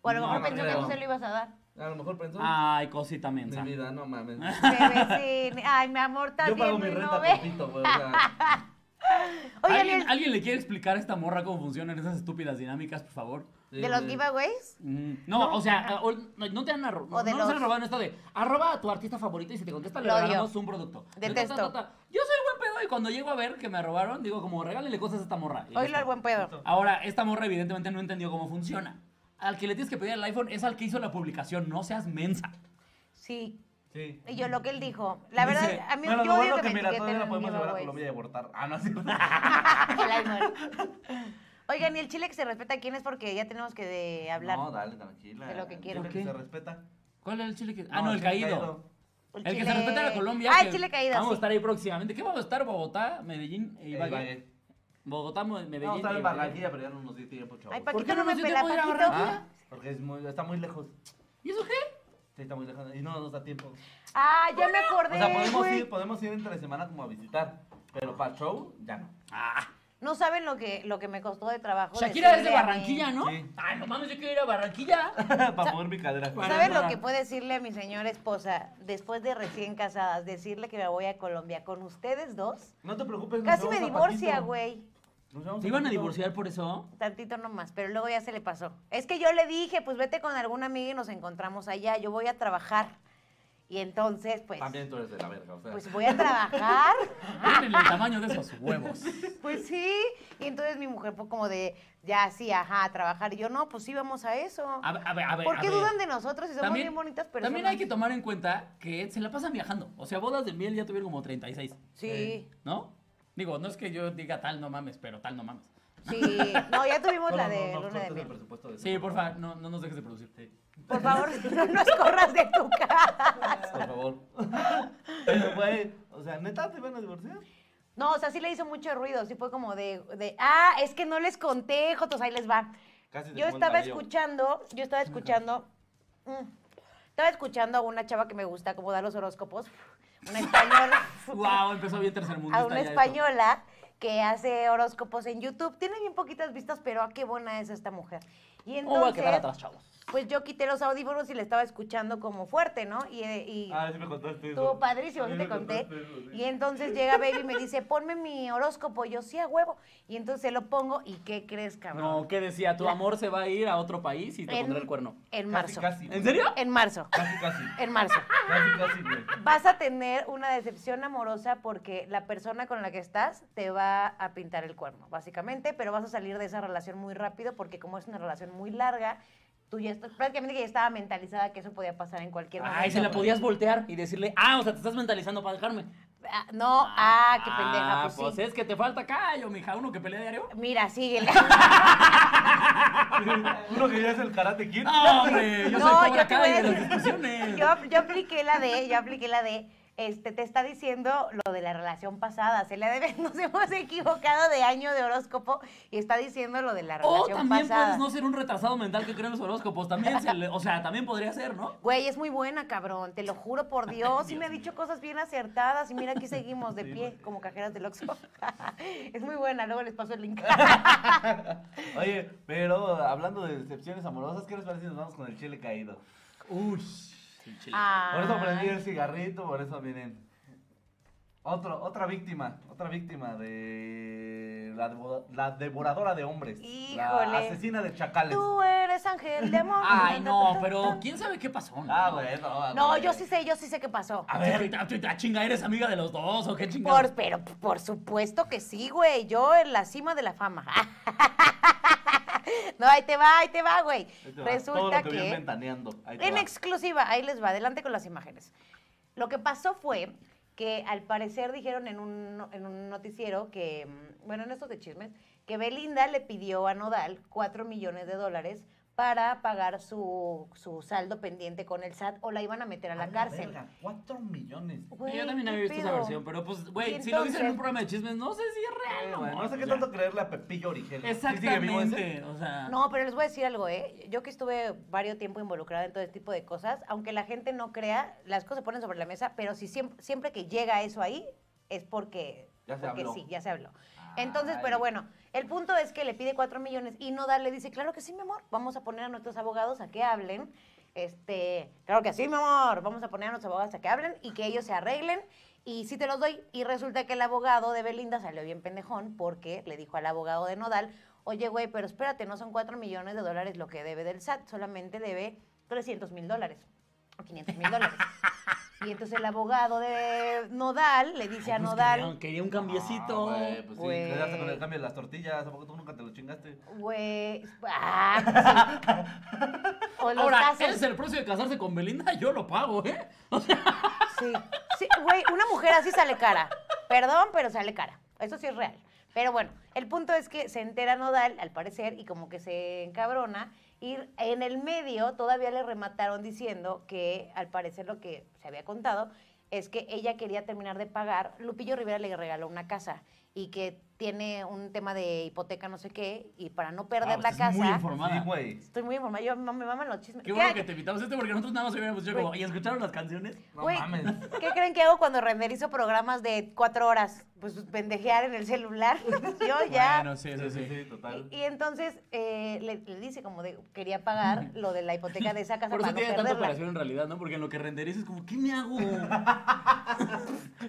Speaker 4: O a lo
Speaker 5: No,
Speaker 4: mejor
Speaker 5: no
Speaker 4: pensó que
Speaker 5: creo.
Speaker 4: tú se lo ibas a dar.
Speaker 5: A lo mejor pensó
Speaker 3: Ay, cosita
Speaker 5: mi
Speaker 3: mensa.
Speaker 5: vida, no mames.
Speaker 4: Bebecín. Ay, mi amor, estás
Speaker 5: Yo pago
Speaker 4: bien
Speaker 5: mi
Speaker 4: muy
Speaker 5: renta
Speaker 4: noble.
Speaker 5: papito, güey. o sea,
Speaker 4: Oye,
Speaker 3: ¿Alguien,
Speaker 4: Ariel,
Speaker 3: ¿Alguien le quiere explicar a esta morra cómo funcionan esas estúpidas dinámicas, por favor?
Speaker 5: sí,
Speaker 4: ¿de los
Speaker 5: güey.
Speaker 4: giveaways?
Speaker 3: Mm, No, o sea, a- o- no, no te han arro- no,
Speaker 4: de
Speaker 3: no nos
Speaker 4: los-
Speaker 3: han robado en esto de arroba a tu artista favorito y si te contesta le
Speaker 4: Lo odio.
Speaker 3: regalamos un producto. De ta,
Speaker 4: Detesto.
Speaker 3: ta, ta, ta. Yo soy buen pedo y cuando llego a ver que me robaron, digo como regálele cosas a esta morra. Y ya
Speaker 4: Oílo
Speaker 3: está.
Speaker 4: al buen pedo.
Speaker 3: Ahora, esta morra evidentemente no entendió cómo funciona. Al que le tienes que pedir el iPhone es al que hizo la publicación, no seas mensa.
Speaker 4: Sí.
Speaker 5: Sí.
Speaker 4: Y yo lo que él dijo. La
Speaker 5: Dice,
Speaker 4: verdad, a mí
Speaker 5: bueno,
Speaker 4: yo
Speaker 5: lo
Speaker 4: odio
Speaker 5: bueno
Speaker 4: que me
Speaker 5: mira, todavía
Speaker 4: etiqueten
Speaker 5: la
Speaker 4: en
Speaker 5: podemos llevar a
Speaker 4: giveaways.
Speaker 5: Colombia y abortar. Ah, no, sí.
Speaker 4: El alma. Ah, Oigan, y el chile que se respeta, ¿quién es? Porque ya tenemos que de hablar.
Speaker 5: No, dale, tranquila.
Speaker 4: De lo que
Speaker 5: el
Speaker 4: quiero.
Speaker 5: chile
Speaker 3: ¿Qué?
Speaker 5: se respeta.
Speaker 3: ¿Cuál era el chile que.? Ah, no, el
Speaker 5: chile
Speaker 3: caído. El, que se respeta a la Colombia.
Speaker 4: Ah, el
Speaker 3: que
Speaker 4: chile caído,
Speaker 3: Vamos a
Speaker 4: sí.
Speaker 3: estar ahí próximamente. ¿Qué vamos a estar? Bogotá, Medellín e
Speaker 5: Eh,
Speaker 3: Ibagué.
Speaker 5: Ibagué.
Speaker 3: Bogotá, Mo- Medellín.
Speaker 5: Vamos a estar
Speaker 3: e
Speaker 5: en
Speaker 3: Ibagué.
Speaker 5: Barranquilla, pero ya no nos dio tiempo,
Speaker 4: Ay,
Speaker 5: chaval.
Speaker 4: Paquito,
Speaker 3: qué no
Speaker 4: no me
Speaker 3: nos dio
Speaker 4: pela,
Speaker 3: tiempo de ir a
Speaker 4: Paquito.
Speaker 3: Barranquilla?
Speaker 5: Ah, porque es muy, está muy lejos.
Speaker 3: ¿Y eso qué?
Speaker 5: Sí, está muy lejos. Y no nos da tiempo.
Speaker 4: Ah, ya me
Speaker 5: O sea,
Speaker 4: acordé,
Speaker 5: podemos
Speaker 4: güey.
Speaker 5: ir, podemos ir entre semana como a visitar. Pero para show, ya no.
Speaker 3: Ah.
Speaker 4: No saben lo que, lo que me costó de trabajo.
Speaker 3: Shakira es de
Speaker 4: decirle a mi-
Speaker 3: Barranquilla, ¿no?
Speaker 5: Sí.
Speaker 3: Ay, no mames, yo quiero ir a Barranquilla.
Speaker 5: para mover mi cadera.
Speaker 3: Bueno.
Speaker 4: ¿Sabes lo
Speaker 3: Bárbara.
Speaker 4: que puedo decirle a mi señora esposa después de recién casadas? Decirle que me voy a Colombia con ustedes dos.
Speaker 5: No te preocupes. nos
Speaker 4: Casi me
Speaker 5: llevamos a
Speaker 4: divorcia,
Speaker 5: Paquito.
Speaker 4: güey.
Speaker 5: Nos llevamos
Speaker 3: ¿Se iban a
Speaker 5: Paquito.
Speaker 3: divorciar por eso?
Speaker 4: Tantito nomás, pero luego ya se le pasó. Es que yo le dije, pues vete con alguna amiga y nos encontramos allá. Yo voy a trabajar. Y entonces, pues,
Speaker 5: También tú eres de la verga, o sea.
Speaker 4: pues voy a trabajar.
Speaker 3: Miren el tamaño de esos huevos.
Speaker 4: pues sí. Y entonces mi mujer fue como de, ya sí, ajá, a trabajar. Y yo, no, pues sí, vamos a eso.
Speaker 3: A ver, a ver, a ver.
Speaker 4: ¿Por
Speaker 3: a
Speaker 4: qué
Speaker 3: ver.
Speaker 4: dudan de nosotros si somos
Speaker 3: También-
Speaker 4: bien bonitas personas?
Speaker 3: También hay que tomar en cuenta que se la pasan viajando. O sea, bodas de miel ya tuvieron como 36,
Speaker 4: Sí,
Speaker 3: ¿no? Digo, no es que yo diga tal no mames, pero tal no mames.
Speaker 4: sí. No, ya tuvimos
Speaker 5: No,
Speaker 4: la
Speaker 5: no,
Speaker 4: de
Speaker 5: no,
Speaker 4: Luna de
Speaker 5: cortes el
Speaker 4: Miel.
Speaker 5: presupuesto de-
Speaker 3: Sí, porfa, no, no nos dejes de producir.
Speaker 4: Por favor, no nos corras de tu casa.
Speaker 5: Por favor. Pero, güey, o sea, ¿neta te iban a divorciar?
Speaker 4: No, o sea, sí le hizo mucho ruido. Sí fue como de, de ah, es que no les conté, Jotos, ahí les va.
Speaker 5: Casi te
Speaker 4: Yo
Speaker 5: como el
Speaker 4: estaba
Speaker 5: cabello.
Speaker 4: escuchando, yo estaba escuchando, mm, estaba escuchando a una chava que me gusta como da los horóscopos, una española,
Speaker 3: Wow, empezó bien tercer mundo.
Speaker 4: a una española que hace horóscopos en YouTube. Tiene bien poquitas vistas, pero ah, qué buena es esta mujer. Y
Speaker 5: Oh,
Speaker 4: entonces,
Speaker 3: voy a quedar atrás, chavos.
Speaker 4: pues yo quité los audífonos y le estaba escuchando como fuerte, ¿no? Y, eh, y
Speaker 5: Ah, sí me contaste eso.
Speaker 4: Estuvo padrísimo,
Speaker 5: Sí
Speaker 4: sí
Speaker 5: me
Speaker 4: te conté.
Speaker 5: contaste eso, sí.
Speaker 4: Y entonces llega Baby y me dice, ponme mi horóscopo. Yo, sí, a huevo. Y entonces lo pongo. ¿Y qué crees, cabrón?
Speaker 3: No, ¿qué decía? Tu amor se va a ir a otro país y te pondrá el cuerno.
Speaker 4: En
Speaker 5: Casi,
Speaker 4: marzo.
Speaker 5: casi. güey.
Speaker 3: ¿En serio?
Speaker 4: En marzo.
Speaker 5: Casi, casi.
Speaker 4: En marzo.
Speaker 5: Casi, casi, güey.
Speaker 4: Vas a tener una decepción amorosa porque la persona con la que estás te va a pintar el cuerno, básicamente, pero vas a salir de esa relación muy rápido porque como es una relación muy larga, tú ya estás, prácticamente que ya estaba mentalizada que eso podía pasar en cualquier momento.
Speaker 3: Ay, se la podías voltear y decirle, ah, o sea, te estás mentalizando para dejarme.
Speaker 4: Ah, no, ah, qué pendeja,
Speaker 3: Ah,
Speaker 4: pues, sí.
Speaker 3: es que te falta callo, mija, uno que pelea diario.
Speaker 4: Mira, síguele.
Speaker 5: Uno que ya es el karate kid.
Speaker 4: Ah.
Speaker 3: No, hombre, yo soy Cobra
Speaker 4: te voy
Speaker 3: Kai
Speaker 4: a
Speaker 3: de las
Speaker 4: decir-
Speaker 3: discusiones.
Speaker 4: Yo, yo apliqué la de, yo apliqué la de, este, te está diciendo lo de la relación pasada. Se la debe, nos hemos equivocado de año de horóscopo y está diciendo lo de la
Speaker 3: O
Speaker 4: relación
Speaker 3: Oh, también
Speaker 4: pasada.
Speaker 3: puedes no ser un retrasado mental que cree en los horóscopos. También se le- o sea, también podría ser, ¿no?
Speaker 4: Güey, es muy buena, cabrón, te lo juro por Dios. Sí me ha dicho cosas bien acertadas y mira aquí seguimos de pie como cajeras del Oxxo. es muy buena, luego les paso el link.
Speaker 5: Oye, pero hablando de decepciones amorosas, ¿qué les parece si nos vamos con el chile caído?
Speaker 3: Uy.
Speaker 4: Ah,
Speaker 5: Por eso prendí
Speaker 4: Ay.
Speaker 5: el cigarrito, por eso miren. Otro, otra víctima, otra víctima de la, devo- la devoradora de hombres. La
Speaker 4: Híjole.
Speaker 5: asesina de chacales.
Speaker 4: Tú eres ángel de amor.
Speaker 3: Ay, no, pero quién sabe qué pasó. ¿no?
Speaker 5: Ah, bueno.
Speaker 4: No,
Speaker 5: güey.
Speaker 4: yo sí sé, yo sí sé qué pasó.
Speaker 3: A ver, a- a- a chinga, eres amiga de los dos o qué chingada.
Speaker 4: Por, pero por supuesto que sí, güey. Yo en la cima de la fama. no, ahí te va, ahí te va, güey.
Speaker 5: Ahí te va, todo
Speaker 4: Resulta
Speaker 5: lo
Speaker 4: que.
Speaker 5: que vienen ventaneando. Ahí te
Speaker 4: En
Speaker 5: va.
Speaker 4: exclusiva, ahí les va, adelante con las imágenes. Lo que pasó fue que al parecer dijeron en un, en un noticiero que, mm, bueno, en estos de chismes, que Belinda le pidió a Nodal 4 millones de dólares para pagar su, su saldo pendiente con el SAT o la iban a meter
Speaker 3: Ah,
Speaker 4: a la, cárcel.
Speaker 5: verga, Cuatro millones.
Speaker 4: Güey,
Speaker 3: Yo también
Speaker 4: ¿qué
Speaker 3: había visto esa
Speaker 4: pedo?
Speaker 3: versión, pero pues,
Speaker 4: Y
Speaker 3: güey, si lo dicen en
Speaker 4: entonces-
Speaker 3: un programa de chismes, no sé si es real.
Speaker 5: Eh, güey,
Speaker 3: amor,
Speaker 5: no sé qué
Speaker 3: o sea.
Speaker 5: tanto creerle a Pepillo Origel. ¿Sí sigue vivo ese?
Speaker 3: Exactamente, o sea.
Speaker 4: No, pero les voy a decir algo, ¿eh? Yo que estuve varios tiempo involucrada en todo este tipo de cosas, aunque la gente no crea, las cosas se ponen sobre la mesa, pero si siempre, siempre que llega eso ahí, es porque,
Speaker 5: Ya se
Speaker 4: porque
Speaker 5: habló.
Speaker 4: sí, ya se habló. Entonces,
Speaker 5: Ah, Ay.
Speaker 4: pero bueno, el punto es que le pide cuatro millones y Nodal le dice, claro que sí, mi amor, vamos a poner a nuestros abogados a que hablen. Este, claro que sí, mi amor, vamos a poner a nuestros abogados a que hablen y que ellos se arreglen. Y sí te los doy. Y resulta que el abogado de Belinda salió bien pendejón porque le dijo al abogado de Nodal, oye, güey, pero espérate, no son cuatro millones de dólares lo que debe del SAT, solamente debe 300 mil dólares o 500 mil dólares. Y entonces el abogado de Nodal le dice a
Speaker 3: Ay, pues,
Speaker 4: Nodal,
Speaker 3: quería- Quería un cambiecito.
Speaker 5: Ah, güey, pues sí,
Speaker 4: Güey.
Speaker 5: quedaste con el cambio de las tortillas. ¿A poco tú nunca te lo chingaste?
Speaker 4: Güey. Ah, sí. O los
Speaker 3: Ahora,
Speaker 4: casos.
Speaker 3: ¿eres el precio de casarse con Belinda? Yo lo pago, ¿eh? O sea,
Speaker 4: Sí. Sí, güey, una mujer así sale cara. Perdón, pero sale cara. Eso sí es real. Pero bueno, el punto es que se entera Nodal, al parecer, y como que se encabrona. Y en el medio todavía le remataron diciendo que, al parecer, lo que se había contado es que ella quería terminar de pagar. Lupillo Rivera le regaló una casa y que tiene un tema de hipoteca, no sé qué, y para no perder
Speaker 3: wow,
Speaker 4: la
Speaker 3: estás
Speaker 4: casa.
Speaker 3: Ah, pues Muy informada.
Speaker 5: Sí, güey.
Speaker 4: Estoy muy informada, yo no me maman los chismes.
Speaker 3: Qué bueno
Speaker 4: ¿Qué-
Speaker 3: que te invitamos a este porque nosotros nada más hubiéramos dicho como, ¿y escucharon las canciones?
Speaker 5: No
Speaker 4: Güey,
Speaker 5: mames.
Speaker 4: ¿Qué creen que hago cuando renderizo programas de cuatro horas? Pues pendejear en el celular. Yo ya.
Speaker 3: Bueno, sí, sí, sí.
Speaker 5: total.
Speaker 4: y, y entonces eh, le, le dice como de quería pagar lo de la hipoteca de esa casa
Speaker 3: Por
Speaker 4: para
Speaker 3: eso
Speaker 4: no
Speaker 3: tiene tanta
Speaker 4: perderla.
Speaker 3: operación en realidad, ¿no? Porque en lo que renderices es como, ¿qué me hago?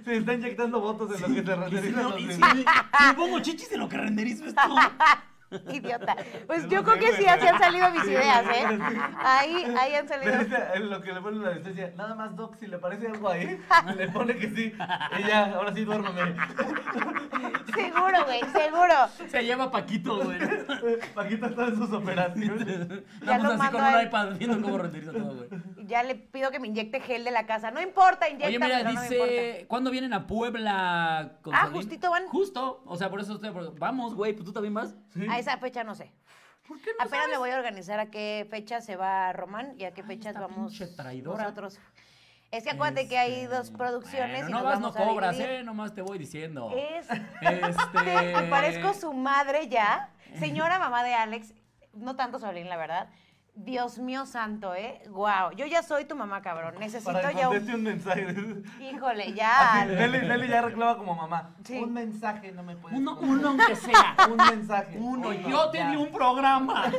Speaker 5: Se está inyectando votos en los que te
Speaker 3: Y si
Speaker 5: renderizan
Speaker 3: no-
Speaker 5: los
Speaker 3: y si
Speaker 5: bebés.
Speaker 3: me- si me pongo chichis en lo que renderizo esto.
Speaker 4: Idiota. Pues
Speaker 5: No
Speaker 4: yo
Speaker 5: sé,
Speaker 4: creo que
Speaker 5: güey.
Speaker 4: sí, así han salido mis
Speaker 5: Sí,
Speaker 4: ideas,
Speaker 5: güey.
Speaker 4: ¿eh? Ahí, ahí han salido.
Speaker 5: Le dice en lo que le pone la anestesia, nada más Doc, si le parece algo ahí, le pone que sí. Y ya, ahora sí duérmeme.
Speaker 4: Seguro, güey, seguro.
Speaker 3: Se lleva Paquito, güey.
Speaker 5: Paquito está en sus operaciones.
Speaker 3: Nada
Speaker 4: lo
Speaker 3: más así
Speaker 4: mando
Speaker 3: con
Speaker 4: a
Speaker 3: un
Speaker 4: él.
Speaker 3: iPad viendo cómo renderizo todo, güey.
Speaker 4: Ya le pido que me inyecte gel de la casa. No importa, inyecta,
Speaker 3: Oye, mira,
Speaker 4: pero no me importa.
Speaker 3: dice, ¿cuándo vienen a Puebla? con
Speaker 4: Ah,
Speaker 3: Solín?
Speaker 4: justito van.
Speaker 3: Justo, o sea, por eso estoy, por- vamos, güey, pues tú también vas.
Speaker 4: A esa fecha no sé.
Speaker 3: ¿Por qué
Speaker 4: Apenas le voy a organizar a qué fecha se va Román y a qué fechas
Speaker 3: esta
Speaker 4: vamos
Speaker 3: pinche traidora.
Speaker 4: nosotros. Es que acuérdate que hay dos
Speaker 3: Este,
Speaker 4: producciones
Speaker 3: bueno,
Speaker 4: y
Speaker 3: no
Speaker 4: nos
Speaker 3: vas, no
Speaker 4: vamos a
Speaker 3: cobras,
Speaker 4: dividir.
Speaker 3: eh, nomás te voy diciendo.
Speaker 4: Es...
Speaker 3: Este...
Speaker 4: Me parezco su madre ya. Señora mamá de Alex, no tanto Solín, la verdad. Dios mío santo, ¿eh? Wow, yo ya soy tu mamá, cabrón. Necesito
Speaker 5: Para que
Speaker 4: ya un...
Speaker 5: conteste un mensaje.
Speaker 4: Híjole, ya.
Speaker 5: Así, Nelly, Nelly ya reclama como mamá.
Speaker 4: Sí.
Speaker 5: Un mensaje no me puedes
Speaker 3: Uno,
Speaker 5: poner.
Speaker 3: uno aunque sea.
Speaker 5: Un mensaje.
Speaker 3: Uno, yo te
Speaker 5: ya.
Speaker 3: di un programa.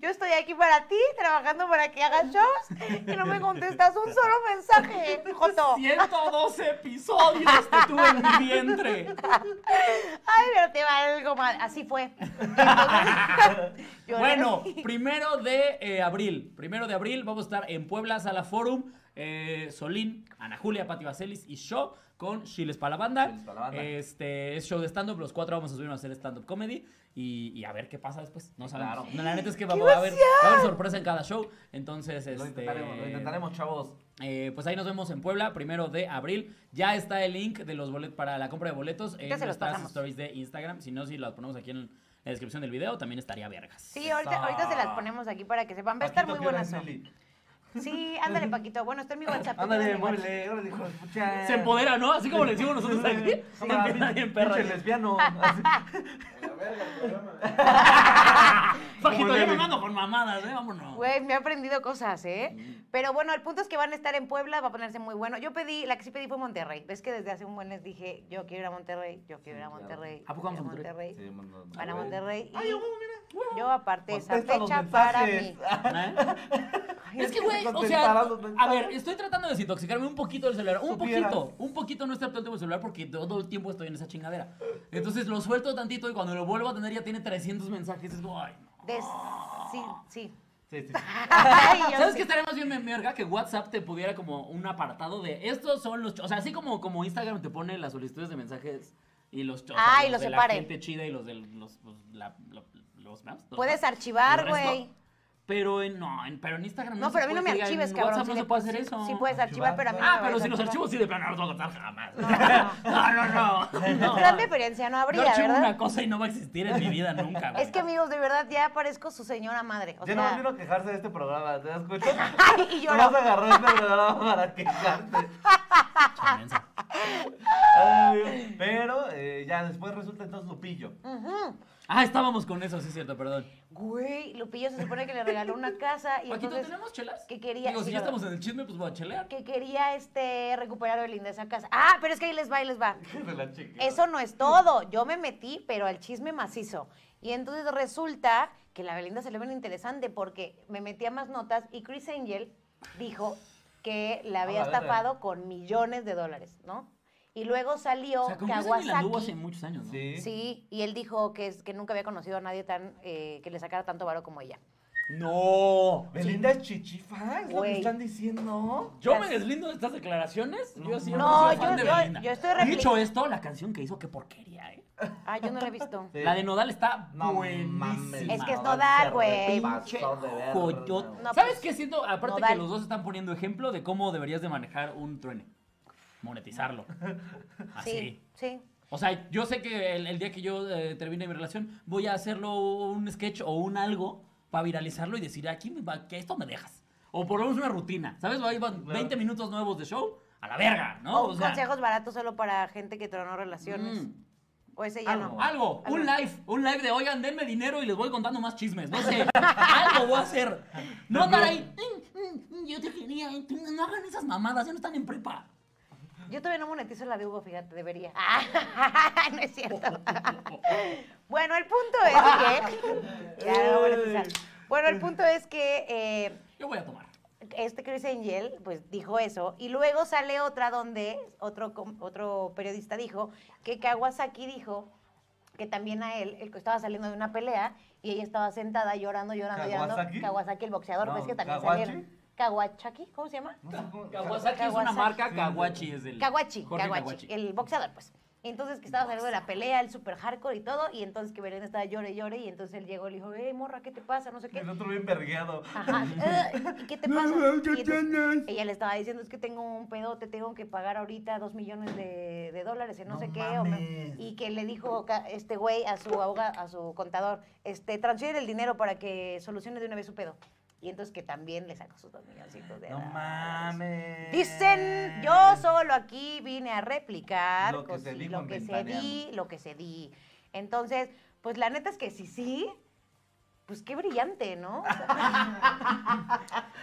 Speaker 4: Yo estoy aquí para ti, trabajando para que hagas shows y no me contestas un solo mensaje, Joto.
Speaker 3: 112 episodios te tuve en mi vientre.
Speaker 4: Ay, pero te va algo mal. Así fue. Entonces, yo-
Speaker 3: Bueno, primero de eh, abril. Primero de abril vamos a estar en Puebla, Sala Forum. eh, Solín, Ana Julia, Pati Vaselis y yo con Chiles para la banda.
Speaker 5: Chiles pa' la banda.
Speaker 3: Este es show de stand-up, los cuatro vamos a subirnos a hacer stand-up comedy y, y a ver qué pasa después. No sabemos.
Speaker 5: Claro.
Speaker 3: No, La neta es que va, va a haber, va a haber sorpresa en cada show. Entonces,
Speaker 5: Lo
Speaker 3: este,
Speaker 5: intentaremos, lo intentaremos, chavos.
Speaker 3: eh, pues ahí nos vemos en Puebla, primero de abril. Ya está el link de los boletos para la compra de boletos en
Speaker 4: Ya se los
Speaker 3: nuestras
Speaker 4: pasamos.
Speaker 3: stories de Instagram. Si no, si las ponemos aquí en la descripción del video, también estaría vergas.
Speaker 4: Sí, ahorita, ahorita se las ponemos aquí para que sepan. Va a estar muy
Speaker 5: Paquito, ¿qué hora
Speaker 4: buena.
Speaker 5: es, Nelly?
Speaker 4: Sí, ándale, Paquito. Bueno, está en mi WhatsApp.
Speaker 5: Ándale,
Speaker 4: Ándale,
Speaker 5: muévele, órale, hijo de pucha.
Speaker 3: Se empodera, ¿no? Así como le decimos nosotros aquí. Se
Speaker 5: Cámara,
Speaker 3: empieza
Speaker 5: pinche-
Speaker 3: bien perro.
Speaker 5: pinche lesbiano. Así.
Speaker 3: Fajito, yo
Speaker 5: Muévele.
Speaker 3: no mando con mamadas, ¿eh? Vámonos.
Speaker 4: Güey, me he aprendido cosas, ¿eh? Pero bueno, el punto es que van a estar en Puebla, va a ponerse muy bueno. Yo pedí, la que sí pedí fue Monterrey. Ves que desde hace un buen les dije, yo quiero ir a Monterrey, yo quiero ir a
Speaker 5: claro.
Speaker 4: Monterrey.
Speaker 3: ¿A poco
Speaker 4: yo
Speaker 3: vamos a
Speaker 4: quiero
Speaker 3: Monterrey?
Speaker 5: Sí, man, no, no,
Speaker 4: Van a
Speaker 5: güey.
Speaker 4: Monterrey.
Speaker 5: Ay,
Speaker 4: y
Speaker 5: huevo, mira.
Speaker 4: yo aparté esa
Speaker 5: Contesta los
Speaker 4: fecha para mí.
Speaker 5: mensajes.
Speaker 3: ¿Eh? Es que, güey, o sea,
Speaker 5: contestarás los
Speaker 3: a
Speaker 5: mensajes.
Speaker 3: ver, estoy tratando de desintoxicarme un poquito del celular. Un
Speaker 5: Supieras.
Speaker 3: poquito, un poquito no estar todo el tiempo en el celular porque todo el tiempo estoy en esa chingadera. Entonces lo suelto tantito y cuando lo vuelvo a tener ya tiene 300 mensajes. Es como, ay, no.
Speaker 4: Des- Sí, sí.
Speaker 5: Sí, sí, sí.
Speaker 4: Ay, yo
Speaker 3: ¿Sabes
Speaker 4: sí.
Speaker 3: qué estaría más bien, me- merga? Que WhatsApp te pudiera como un apartado de estos son los. cho-". O sea, así como, como Instagram te pone las solicitudes de mensajes y los chos.
Speaker 4: Ah, y los
Speaker 3: de
Speaker 4: separe.
Speaker 3: La gente chida y los de los. los, la- lo- los ¿no?
Speaker 4: Puedes
Speaker 3: Los-
Speaker 4: archivar,
Speaker 3: el resto.
Speaker 4: güey.
Speaker 3: Pero en, Ah, no, en- pero en Instagram
Speaker 4: No,
Speaker 3: se
Speaker 4: pero a mí no
Speaker 3: puede,
Speaker 4: me
Speaker 3: que diga,
Speaker 4: archives,
Speaker 3: en
Speaker 4: cabrón.
Speaker 3: WhatsApp
Speaker 4: sí
Speaker 3: no
Speaker 4: le-
Speaker 3: se puede hacer eso.
Speaker 4: Sí puedes archivar, pero a mí no
Speaker 3: Ah,
Speaker 4: me
Speaker 3: pero
Speaker 4: vas a
Speaker 3: si los
Speaker 4: archivar.
Speaker 3: archivos sí de plano no los voy a contar jamás.
Speaker 4: No,
Speaker 3: No, no, no. no.
Speaker 4: Gran preferencia, no
Speaker 3: Yo
Speaker 4: habría,
Speaker 3: archivo
Speaker 4: ¿verdad?
Speaker 3: una cosa y no va a existir en mi vida nunca. güey.
Speaker 4: Es que, amigos, de verdad, ya parezco su señora madre. O
Speaker 5: Ya no
Speaker 4: sea,
Speaker 5: me quiero quejarse de este programa, ¿te das cuenta?
Speaker 4: ay, y
Speaker 5: No
Speaker 4: lloro.
Speaker 5: vas a agarrar este programa para quejarte.
Speaker 3: Chamenza.
Speaker 5: Ay, pero eh, ya después resulta entonces Lupillo.
Speaker 4: Ujú.
Speaker 3: Ah, estábamos con eso, sí es cierto, perdón.
Speaker 4: Güey, Lupillo se supone que le regaló una casa y
Speaker 3: Paquito,
Speaker 4: entonces
Speaker 3: ¿tenemos chelas?
Speaker 4: que quería-
Speaker 3: Digo,
Speaker 4: sí,
Speaker 3: si ya
Speaker 4: claro.
Speaker 3: estamos en el chisme, pues voy a chelear.
Speaker 4: que quería este recuperar a Belinda esa casa. Ah, pero es que ahí les va, ahí les va.
Speaker 5: De la chica.
Speaker 4: Mm. Eso no es todo. Yo me metí, pero al chisme macizo. Y entonces resulta que la Belinda se le ven interesante porque me metí a más notas y Chris Angel dijo que la había
Speaker 3: Ah,
Speaker 5: A la verga.
Speaker 4: estafado con millones de dólares, ¿no? Y luego salió
Speaker 3: O sea, con Chris Angel anduvo hace ¿eh?
Speaker 4: Kawasaki.
Speaker 3: muchos años, ¿no?
Speaker 5: Sí.
Speaker 4: Sí, y él dijo que, es- que nunca había conocido a nadie tan eh, que le sacara tanto varo como ella.
Speaker 3: No.
Speaker 5: Belinda es chichifa, es lo
Speaker 4: Güey.
Speaker 5: que están diciendo.
Speaker 3: Yo me deslindo de estas declaraciones. Yo siempre
Speaker 4: No,
Speaker 3: soy fan
Speaker 4: yo-
Speaker 3: de
Speaker 4: yo-
Speaker 3: Belinda.
Speaker 4: yo estoy repli-
Speaker 3: Dicho esto, la canción que hizo, qué porquería, ¿eh?
Speaker 4: Ah, yo no la he visto.
Speaker 5: Sí.
Speaker 3: La de Nodal está
Speaker 5: No
Speaker 3: buenísima.
Speaker 5: mames,
Speaker 4: Es que es
Speaker 5: Nodal
Speaker 4: Nodal,
Speaker 5: se
Speaker 4: güey.
Speaker 5: repasó de verga,
Speaker 3: Coyot-
Speaker 5: güey.
Speaker 4: No,
Speaker 3: ¿Sabes
Speaker 4: pues,
Speaker 3: qué siento? Aparte
Speaker 4: Nodal.
Speaker 3: que los dos están poniendo ejemplo de cómo deberías de manejar un truene. Monetizarlo. Así.
Speaker 4: Sí, sí.
Speaker 3: O sea, yo sé que el, el día que yo eh, termine mi relación, voy a hacerlo un sketch o un algo para viralizarlo y decir, aquí me va- que esto me dejas. O por lo menos una rutina. ¿Sabes? Ahí van 20 minutos nuevos de show a la verga, ¿no?
Speaker 4: O
Speaker 3: O sea,
Speaker 4: consejos baratos solo para gente que tronó relaciones.
Speaker 3: Mm.
Speaker 4: O ese ya
Speaker 5: Algo.
Speaker 4: no.
Speaker 3: Algo,
Speaker 4: Algo.
Speaker 3: un live, un live de oigan, denme dinero y les voy contando más chismes. No sé, algo voy a hacer. No andar ahí. "Mm, mm, mm, Yo te quería, eh, tú no hagan esas mamadas, ya no están en prepa.
Speaker 4: Yo todavía no monetizo la de Hugo, fíjate, debería. no es cierto. bueno, el punto es que. ya la voy a monetizar. Bueno, el punto es que eh,
Speaker 3: Yo voy a tomar.
Speaker 4: este Chris Angel, pues dijo eso. Y luego sale otra donde otro, com- otro periodista dijo que Kawasaki dijo que también a él, el que estaba saliendo de una pelea y ella estaba sentada llorando, llorando,
Speaker 5: ¿Kawasaki?
Speaker 4: llorando. Kawasaki, el boxeador,
Speaker 5: No,
Speaker 4: pues que también
Speaker 5: ¿Kawachi?
Speaker 4: salieron. Kawasaki, ¿cómo se llama?
Speaker 5: No sé cómo-
Speaker 3: Kawasaki es una
Speaker 4: Kawasaki.
Speaker 3: marca, Kawachi es del.
Speaker 4: Kawachi,
Speaker 3: Jorge
Speaker 4: Kawachi, el boxeador, pues. Entonces que estaba saliendo de la pelea, el super hardcore y todo, y entonces que Belén estaba llore y llore, y entonces él llegó y le dijo, hey, morra, ¿qué te pasa? No sé qué.
Speaker 5: El otro bien vergueado.
Speaker 4: Ajá, "Ah, ¿y ¿qué te pasa? Y entonces ella le estaba diciendo, es que tengo un pedote, tengo que pagar ahorita dos millones de, de dólares en no,
Speaker 5: No
Speaker 4: sé qué. o me-".
Speaker 5: mames.
Speaker 4: y que le dijo ca- este güey a su aboga- a su contador, este, transfiere el dinero para que solucione de una vez su pedo. Y entonces que también le sacó sus dos milloncitos de
Speaker 5: No
Speaker 4: dólares.
Speaker 5: mames.
Speaker 4: Dicen, yo solo aquí vine a replicar
Speaker 5: Lo que
Speaker 4: cosi-
Speaker 5: se dijo
Speaker 4: lo
Speaker 5: en
Speaker 4: que se
Speaker 5: Ventaneando.
Speaker 4: di, lo que se di. Entonces, pues la neta es que si sí, pues qué brillante, ¿no? O sea,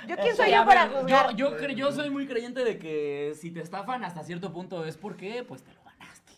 Speaker 4: yo quién soy
Speaker 3: Oye, Este, a
Speaker 4: yo para
Speaker 3: ver,
Speaker 4: juzgar.
Speaker 3: Yo, yo cre- yo soy muy creyente de que si te estafan hasta cierto punto es porque pues te lo ganaste.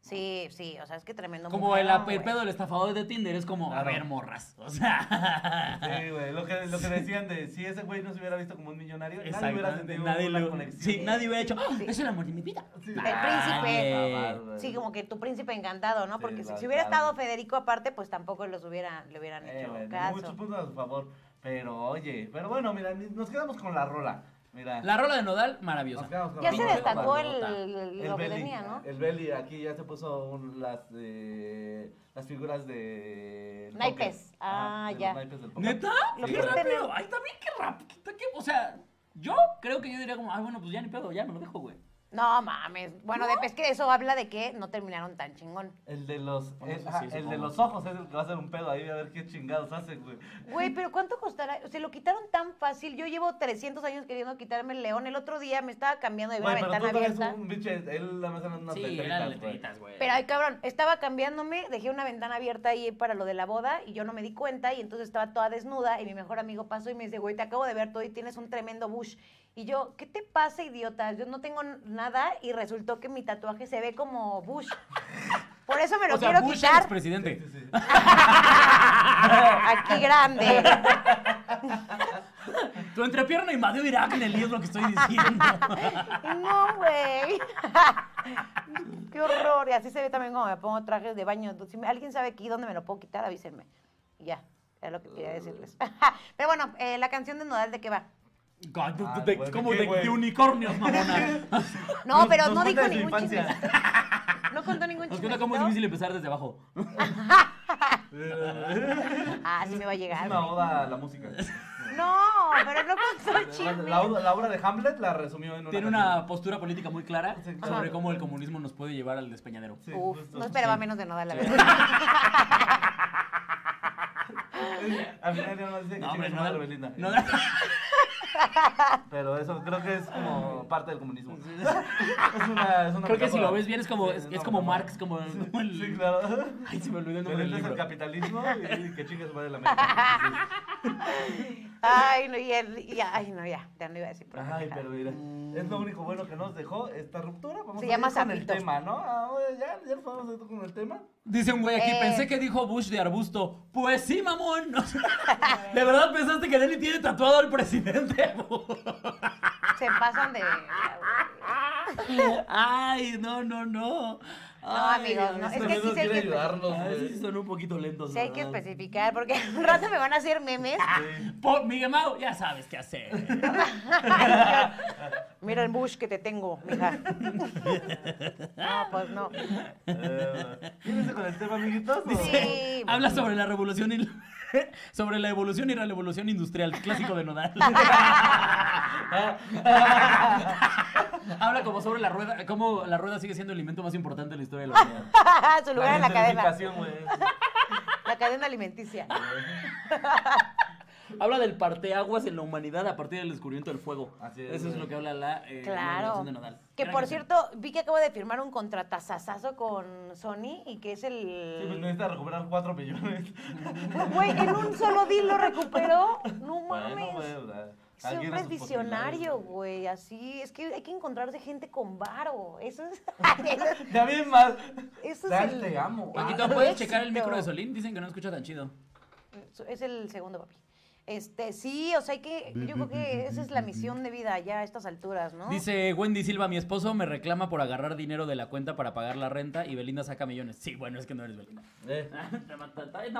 Speaker 4: Sí, sí, o sea, es que tremendo.
Speaker 3: Como
Speaker 4: mujer,
Speaker 3: el,
Speaker 4: güey.
Speaker 3: el pedo del estafador de Tinder es como, a
Speaker 5: Claro.
Speaker 3: ver, morras. O sea.
Speaker 5: Sí, güey, lo que, lo que decían de si ese güey no se hubiera visto como un millonario, nadie hubiera
Speaker 3: Exactamente,
Speaker 5: sentido
Speaker 3: nadie,
Speaker 5: una
Speaker 3: lo-
Speaker 5: conexión.
Speaker 3: sí, nadie hubiera hecho, ¡Ah,
Speaker 4: Sí.
Speaker 3: es el amor de mi vida. Ah,
Speaker 5: Sí. El Ah,
Speaker 4: príncipe.
Speaker 3: Nadie.
Speaker 4: Sí, como que tu príncipe encantado, ¿no?
Speaker 5: Sí,
Speaker 4: Porque si,
Speaker 5: la-
Speaker 4: si hubiera
Speaker 5: claro.
Speaker 4: estado Federico aparte, pues tampoco los hubiera, le hubieran
Speaker 5: Eh,
Speaker 4: hecho
Speaker 5: bueno,
Speaker 4: caso.
Speaker 5: muchos puntos a su favor. Pero oye, pero bueno, mira, ni- nos quedamos con la rola. Mira.
Speaker 3: La rola de Nodal, maravillosa.
Speaker 5: Nos quedamos con
Speaker 4: Ya
Speaker 5: la
Speaker 4: se
Speaker 5: rola.
Speaker 4: destacó el,
Speaker 3: Bandota.
Speaker 4: lo que
Speaker 5: Belly,
Speaker 4: tenía, ¿no?
Speaker 5: El Belly aquí ya se puso un- las de las figuras de el póker.
Speaker 4: Naipes. Ah,
Speaker 5: de los
Speaker 4: ya.
Speaker 5: naipes del póker.
Speaker 3: ¿Neta?
Speaker 4: Lo
Speaker 3: ¡Qué
Speaker 4: que
Speaker 3: rápido!
Speaker 4: tenemos-
Speaker 3: Ay, también qué rápido. qué- O sea, yo creo que yo diría como, ay, bueno, pues ya ni pedo, ya me lo dejo, güey.
Speaker 4: No mames. Bueno, de- es que eso habla de que no terminaron tan chingón.
Speaker 5: El de los
Speaker 3: Bueno,
Speaker 5: el,
Speaker 3: eso
Speaker 5: ah,
Speaker 3: sí,
Speaker 5: el de
Speaker 3: supongo.
Speaker 5: los ojos es el que va a hacer un pedo ahí a ver qué chingados hace, güey.
Speaker 4: Güey, pero ¿cuánto costará? Se lo quitaron tan fácil. Yo llevo 300 años queriendo quitarme el león. El otro día me estaba cambiando de ver
Speaker 5: Güey,
Speaker 4: la
Speaker 5: pero tú
Speaker 4: ventana
Speaker 5: también
Speaker 4: abierta.
Speaker 5: un pinche él la más unas
Speaker 3: Sí,
Speaker 5: letritas,
Speaker 3: eran
Speaker 5: güey.
Speaker 3: letritas, güey.
Speaker 4: Pero ay, cabrón, estaba cambiándome, dejé una ventana abierta ahí para lo de la boda y yo no me di cuenta y entonces estaba toda desnuda y mi mejor amigo pasó y me dice, güey, te acabo de ver todo y tienes un tremendo bush. Y yo, ¿qué te pasa, idiota? Yo no tengo n- nada y resultó que mi tatuaje se ve como bush. Por eso me lo
Speaker 3: o sea,
Speaker 4: quiero
Speaker 3: Bush
Speaker 4: quitar.
Speaker 3: eres presidente.
Speaker 5: Sí, sí.
Speaker 4: Aquí grande.
Speaker 3: Tu entrepierna invadió Irak en el es lo que estoy diciendo.
Speaker 4: No, güey. Qué horror. Y así se ve también como me pongo trajes de baño. Si me- alguien sabe aquí dónde me lo puedo quitar, avísenme. Y ya, era lo que quería decirles. Pero bueno, eh, la canción de Nodal, ¿de qué va?
Speaker 3: God,
Speaker 5: Ah,
Speaker 3: de-
Speaker 5: güey,
Speaker 3: como
Speaker 5: ¿qué,
Speaker 3: de,
Speaker 5: güey?
Speaker 3: de unicornios, mamona.
Speaker 4: No,
Speaker 5: Nos-
Speaker 4: pero
Speaker 5: nos
Speaker 4: no dijo
Speaker 5: cuenta de su
Speaker 4: ningún chisme.
Speaker 5: infancia.
Speaker 4: No contó ningún
Speaker 3: Nos
Speaker 4: chisme.
Speaker 3: cuenta cómo es difícil empezar desde abajo.
Speaker 4: Ah, sí me va a llegar.
Speaker 5: Es una
Speaker 4: güey.
Speaker 5: oda a la música.
Speaker 4: No, pero no contó
Speaker 5: La,
Speaker 4: chisme.
Speaker 5: la oda- la obra de Hamlet la resumió en una
Speaker 3: Tiene
Speaker 5: canción.
Speaker 3: una postura política muy clara
Speaker 5: Sí, claro.
Speaker 3: sobre cómo el comunismo nos puede llevar al despeñadero.
Speaker 5: Sí,
Speaker 4: Uf,
Speaker 5: justo.
Speaker 4: no esperaba
Speaker 3: Sí.
Speaker 4: menos de Nodal, la
Speaker 3: Sí.
Speaker 4: verdad.
Speaker 5: Al final ya no dice que
Speaker 3: No, hombre,
Speaker 5: chingue su
Speaker 3: no.
Speaker 5: madre, Belinda.
Speaker 3: no-
Speaker 5: Pero eso creo que es como parte del comunismo. Es una, es una
Speaker 3: creo que si
Speaker 5: metáfora.
Speaker 3: lo ves bien es como,
Speaker 5: Sí,
Speaker 3: es,
Speaker 5: una
Speaker 3: es como
Speaker 5: metáfora.
Speaker 3: Marx, como,
Speaker 5: Sí,
Speaker 3: como el-
Speaker 5: Sí, claro.
Speaker 3: Ay, se me olvidó el nombre del
Speaker 5: Belinda es el
Speaker 3: libro.
Speaker 5: capitalismo y que chingue su madre la América.
Speaker 4: Ay, no, y él, y ya, ay, no, ya, ya no iba a decir. por
Speaker 5: Ay,
Speaker 4: pendejada.
Speaker 5: pero mira, es lo único bueno que nos dejó esta ruptura. Vamos
Speaker 4: Se
Speaker 5: a
Speaker 4: llama
Speaker 5: seguir con el
Speaker 4: sapito.
Speaker 5: tema, ¿no? Ah, oye, ya, ya nos vamos a ir con el tema.
Speaker 3: Dice un güey aquí,
Speaker 4: Eh.
Speaker 3: pensé que dijo Bush de arbusto. Pues sí, mamón. O sea, ¿De verdad pensaste que Nelly tiene tatuado al presidente?
Speaker 4: Se pasan de...
Speaker 3: Ay, no, no, no. Ay,
Speaker 4: amigos, no. Es
Speaker 3: esto-
Speaker 4: que sí
Speaker 5: Eso
Speaker 4: sé
Speaker 5: quiere
Speaker 4: que-
Speaker 5: ayudarlos,
Speaker 3: a
Speaker 5: güey.
Speaker 3: veces sí son un poquito lentos.
Speaker 4: Sí, hay que
Speaker 3: ¿verdad?
Speaker 4: especificar porque un rato me van a hacer memes.
Speaker 5: Sí.
Speaker 3: Po- Miguel Mau, ya sabes qué hacer.
Speaker 4: Mira el bush que te tengo, mija. No, pues no.
Speaker 5: Eh, ¿Quieres con el tema, amiguitos? o-
Speaker 4: Sí.
Speaker 3: Habla sobre la revolución y sobre la evolución y la revolución industrial, clásico de Nodal. Habla como sobre la rueda, cómo la rueda sigue siendo el alimento más importante de la historia de la humanidad.
Speaker 4: Su lugar en la cadena.
Speaker 5: gentrificación, güey.
Speaker 4: La cadena alimenticia.
Speaker 3: Habla del parteaguas en la humanidad a partir del descubrimiento del fuego.
Speaker 5: Así es,
Speaker 3: Eso es
Speaker 5: güey.
Speaker 3: lo que habla la eh,
Speaker 4: Claro.
Speaker 3: revolución de Nodal.
Speaker 4: Que
Speaker 3: Gran
Speaker 4: por
Speaker 3: canción.
Speaker 4: cierto, vi que acabo de firmar un contratazazazo con Sony y que es
Speaker 5: Sí, pues
Speaker 4: el.
Speaker 5: necesita recuperar 4 millones.
Speaker 3: pues,
Speaker 4: Güey, en un solo deal lo recuperó. No
Speaker 5: Bueno, güey,
Speaker 4: mames.
Speaker 5: o sea, cada quien
Speaker 4: Siempre
Speaker 5: a sus
Speaker 4: es visionario,
Speaker 5: posibilidades,
Speaker 4: güey. Así es que hay que encontrarse gente con varo. Eso es.
Speaker 5: Ya bien mal.
Speaker 4: Eso es
Speaker 5: Dal,
Speaker 4: el-
Speaker 5: te amo.
Speaker 4: Ah,
Speaker 3: Paquito, ¿puedes
Speaker 4: éxito.
Speaker 3: checar el micro de Solín? Dicen que no escucha tan chido.
Speaker 4: Su- Es el segundo papi. Este, sí, o sea, hay que, yo creo que esa es la misión de vida ya a estas alturas, ¿no?
Speaker 3: Dice Wendy Silva, mi esposo me reclama por agarrar dinero de la cuenta para pagar la renta y Belinda saca millones. Sí, bueno, es que no eres Belinda.
Speaker 5: Eh,
Speaker 3: Nada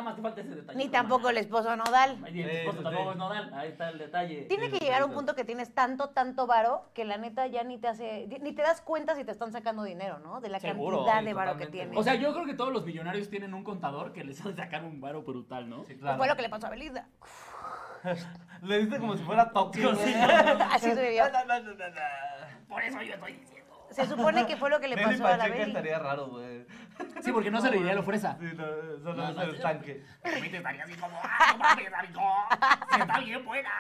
Speaker 3: más te falta ese detalle.
Speaker 4: Ni tampoco el esposo Nodal.
Speaker 3: Ahí el
Speaker 5: Eh,
Speaker 3: esposo
Speaker 5: sí.
Speaker 3: tampoco es nodal. Ahí está el detalle.
Speaker 4: Tiene que llegar a un punto que tienes tanto, tanto varo que la neta ya ni te hace, ni te das cuenta si te están sacando dinero, ¿no? De la
Speaker 3: Seguro,
Speaker 4: cantidad
Speaker 3: sí,
Speaker 4: de varo que
Speaker 5: totalmente.
Speaker 4: tienes.
Speaker 3: O sea, yo creo que todos los millonarios tienen un contador que les hace sacar un varo brutal, ¿no?
Speaker 5: sí,
Speaker 4: Fue lo
Speaker 5: claro.
Speaker 4: que le pasó a Belinda.
Speaker 5: Le diste como si fuera tóxico.
Speaker 3: Sí.
Speaker 4: Así se vivió.
Speaker 3: Por eso yo estoy diciendo.
Speaker 4: Se supone que fue lo que le
Speaker 5: Nelly
Speaker 4: pasó a la
Speaker 5: Pacheca
Speaker 4: Beli.
Speaker 5: estaría raro, güey.
Speaker 3: Sí, porque no se le diría a la fresa.
Speaker 5: Sí, no, solo
Speaker 3: No,
Speaker 5: es
Speaker 3: no,
Speaker 5: el estanque.
Speaker 3: Ahorita estaría así como, ¡ah, no mames, amigo! Sí, ¡Está bien buena!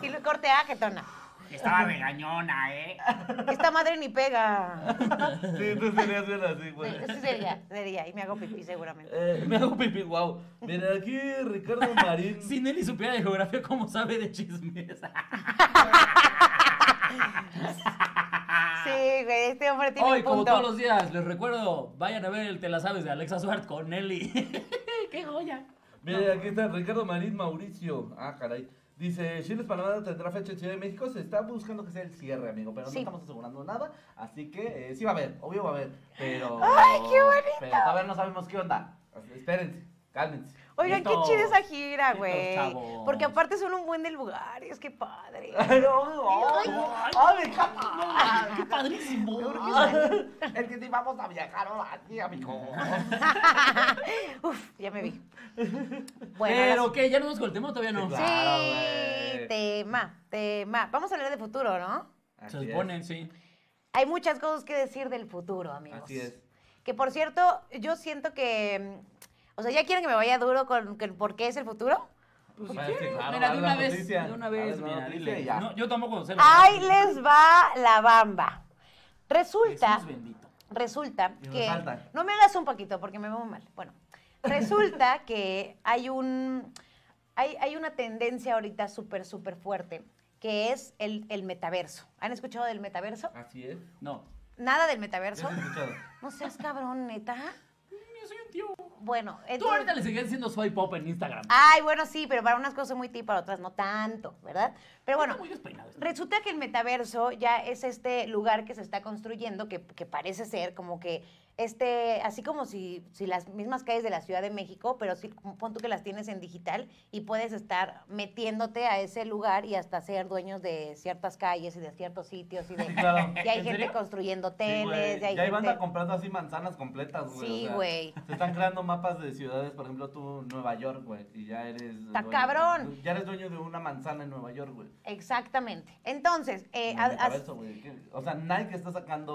Speaker 4: Y le corte ah, a Getona.
Speaker 3: Estaba regañona, ¿eh?
Speaker 4: Esta madre ni pega.
Speaker 5: Sí, tú serías bien así,
Speaker 3: Pues.
Speaker 5: güey.
Speaker 4: Sí, sería, sería. Y me hago pipí seguramente.
Speaker 5: Eh, me hago pipí, wow. Mira, aquí Ricardo Marín.
Speaker 3: Si Nelly supiera de geografía, ¿cómo sabe de chismes?
Speaker 4: Sí, güey, este hombre tiene
Speaker 3: Hoy,
Speaker 4: un
Speaker 3: Ah. como
Speaker 4: punto.
Speaker 3: todos los días, les recuerdo, vayan a ver el Te la sabes de Alexa Suart con Nelly. ¡Qué joya!
Speaker 5: Mira, aquí está Ricardo Marín Mauricio. Ah, caray. Dice, Chiles Panamá tendrá fecha en Ciudad de México. Se está buscando que sea el cierre, amigo, pero
Speaker 4: Sí.
Speaker 5: no estamos asegurando nada. Así que eh, sí va a haber, obvio va a haber. Pero.
Speaker 4: ¡Ay, qué bonito!
Speaker 5: Pero todavía no sabemos qué onda. Así- Espérense. Cálmense.
Speaker 4: Oigan, qué
Speaker 3: Vientos,
Speaker 4: chida esa gira,
Speaker 3: vientos,
Speaker 4: güey.
Speaker 3: chavos.
Speaker 4: Porque aparte son un buen de lugares, qué padre.
Speaker 5: Ay, no, ay, ay, ay,
Speaker 3: ¡Qué padrísimo!
Speaker 5: Es que sí vamos a viajar ahora aquí, amigo.
Speaker 4: Uf, ya me vi. Bueno, ahora
Speaker 3: Pero que ya nos vamos con el tema o todavía no.
Speaker 5: Sí,
Speaker 4: sí,
Speaker 5: claro. güey.
Speaker 4: tema, tema. Vamos a hablar de futuro, ¿no?
Speaker 5: Así
Speaker 3: Se supone, sí.
Speaker 4: Hay muchas cosas que decir del futuro, amigos.
Speaker 5: Así es.
Speaker 4: Que por cierto, yo siento que. mm, O sea, ¿ya quieren que me vaya duro con, con por qué es el futuro?
Speaker 5: Pues,
Speaker 3: mira, de una vez, de una vez, mira, dile. No, yo tampoco sé. la
Speaker 4: Ahí
Speaker 3: verdad.
Speaker 4: les va la bamba. Resulta.
Speaker 3: Jesús bendito.
Speaker 4: Resulta
Speaker 5: Y
Speaker 4: que.
Speaker 5: resalta.
Speaker 4: No me hagas un poquito porque me veo mal. Bueno, resulta que hay un. Hay, hay una tendencia ahorita súper, súper fuerte, que es el, el metaverso. ¿Han escuchado del metaverso?
Speaker 5: Así es.
Speaker 3: No.
Speaker 4: Nada del
Speaker 5: Ya
Speaker 4: metaverso.
Speaker 5: te he escuchado.
Speaker 4: No seas cabrón, neta.
Speaker 3: Mm, Yo soy un tío.
Speaker 4: Bueno,
Speaker 3: Tú
Speaker 4: entonces-
Speaker 3: ahorita le seguías haciendo swipe up en Instagram.
Speaker 4: Ay, bueno, sí, pero para unas cosas soy muy ti, para otras no tanto, ¿verdad? Pero bueno,
Speaker 3: Está muy despeinado. este.
Speaker 4: Resulta que el metaverso ya es este lugar que se está construyendo, que, que parece ser como que este, así como si, si las mismas calles de la Ciudad de México, pero sí, pon tú que las tienes en digital y puedes estar metiéndote a ese lugar y hasta ser dueños de ciertas calles y de ciertos sitios y de...
Speaker 5: Sí, claro.
Speaker 4: Y hay
Speaker 3: ¿En
Speaker 4: gente
Speaker 3: serio?
Speaker 4: construyendo
Speaker 5: Sí,
Speaker 4: teles,
Speaker 5: güey.
Speaker 4: y hay
Speaker 5: ya hay banda
Speaker 4: gente...
Speaker 5: comprando así manzanas completas, güey.
Speaker 4: Sí,
Speaker 5: o sea,
Speaker 4: güey.
Speaker 5: Se están creando mapas de ciudades, por ejemplo, tú Nueva York, güey, y ya eres
Speaker 4: Está
Speaker 5: dueño-
Speaker 4: cabrón.
Speaker 5: Ya eres dueño de una manzana en Nueva York, güey.
Speaker 4: Exactamente. Entonces, eh,
Speaker 5: En
Speaker 4: a-
Speaker 5: el
Speaker 4: a-
Speaker 5: metaverso, güey. ¿Qué- O sea, Nike está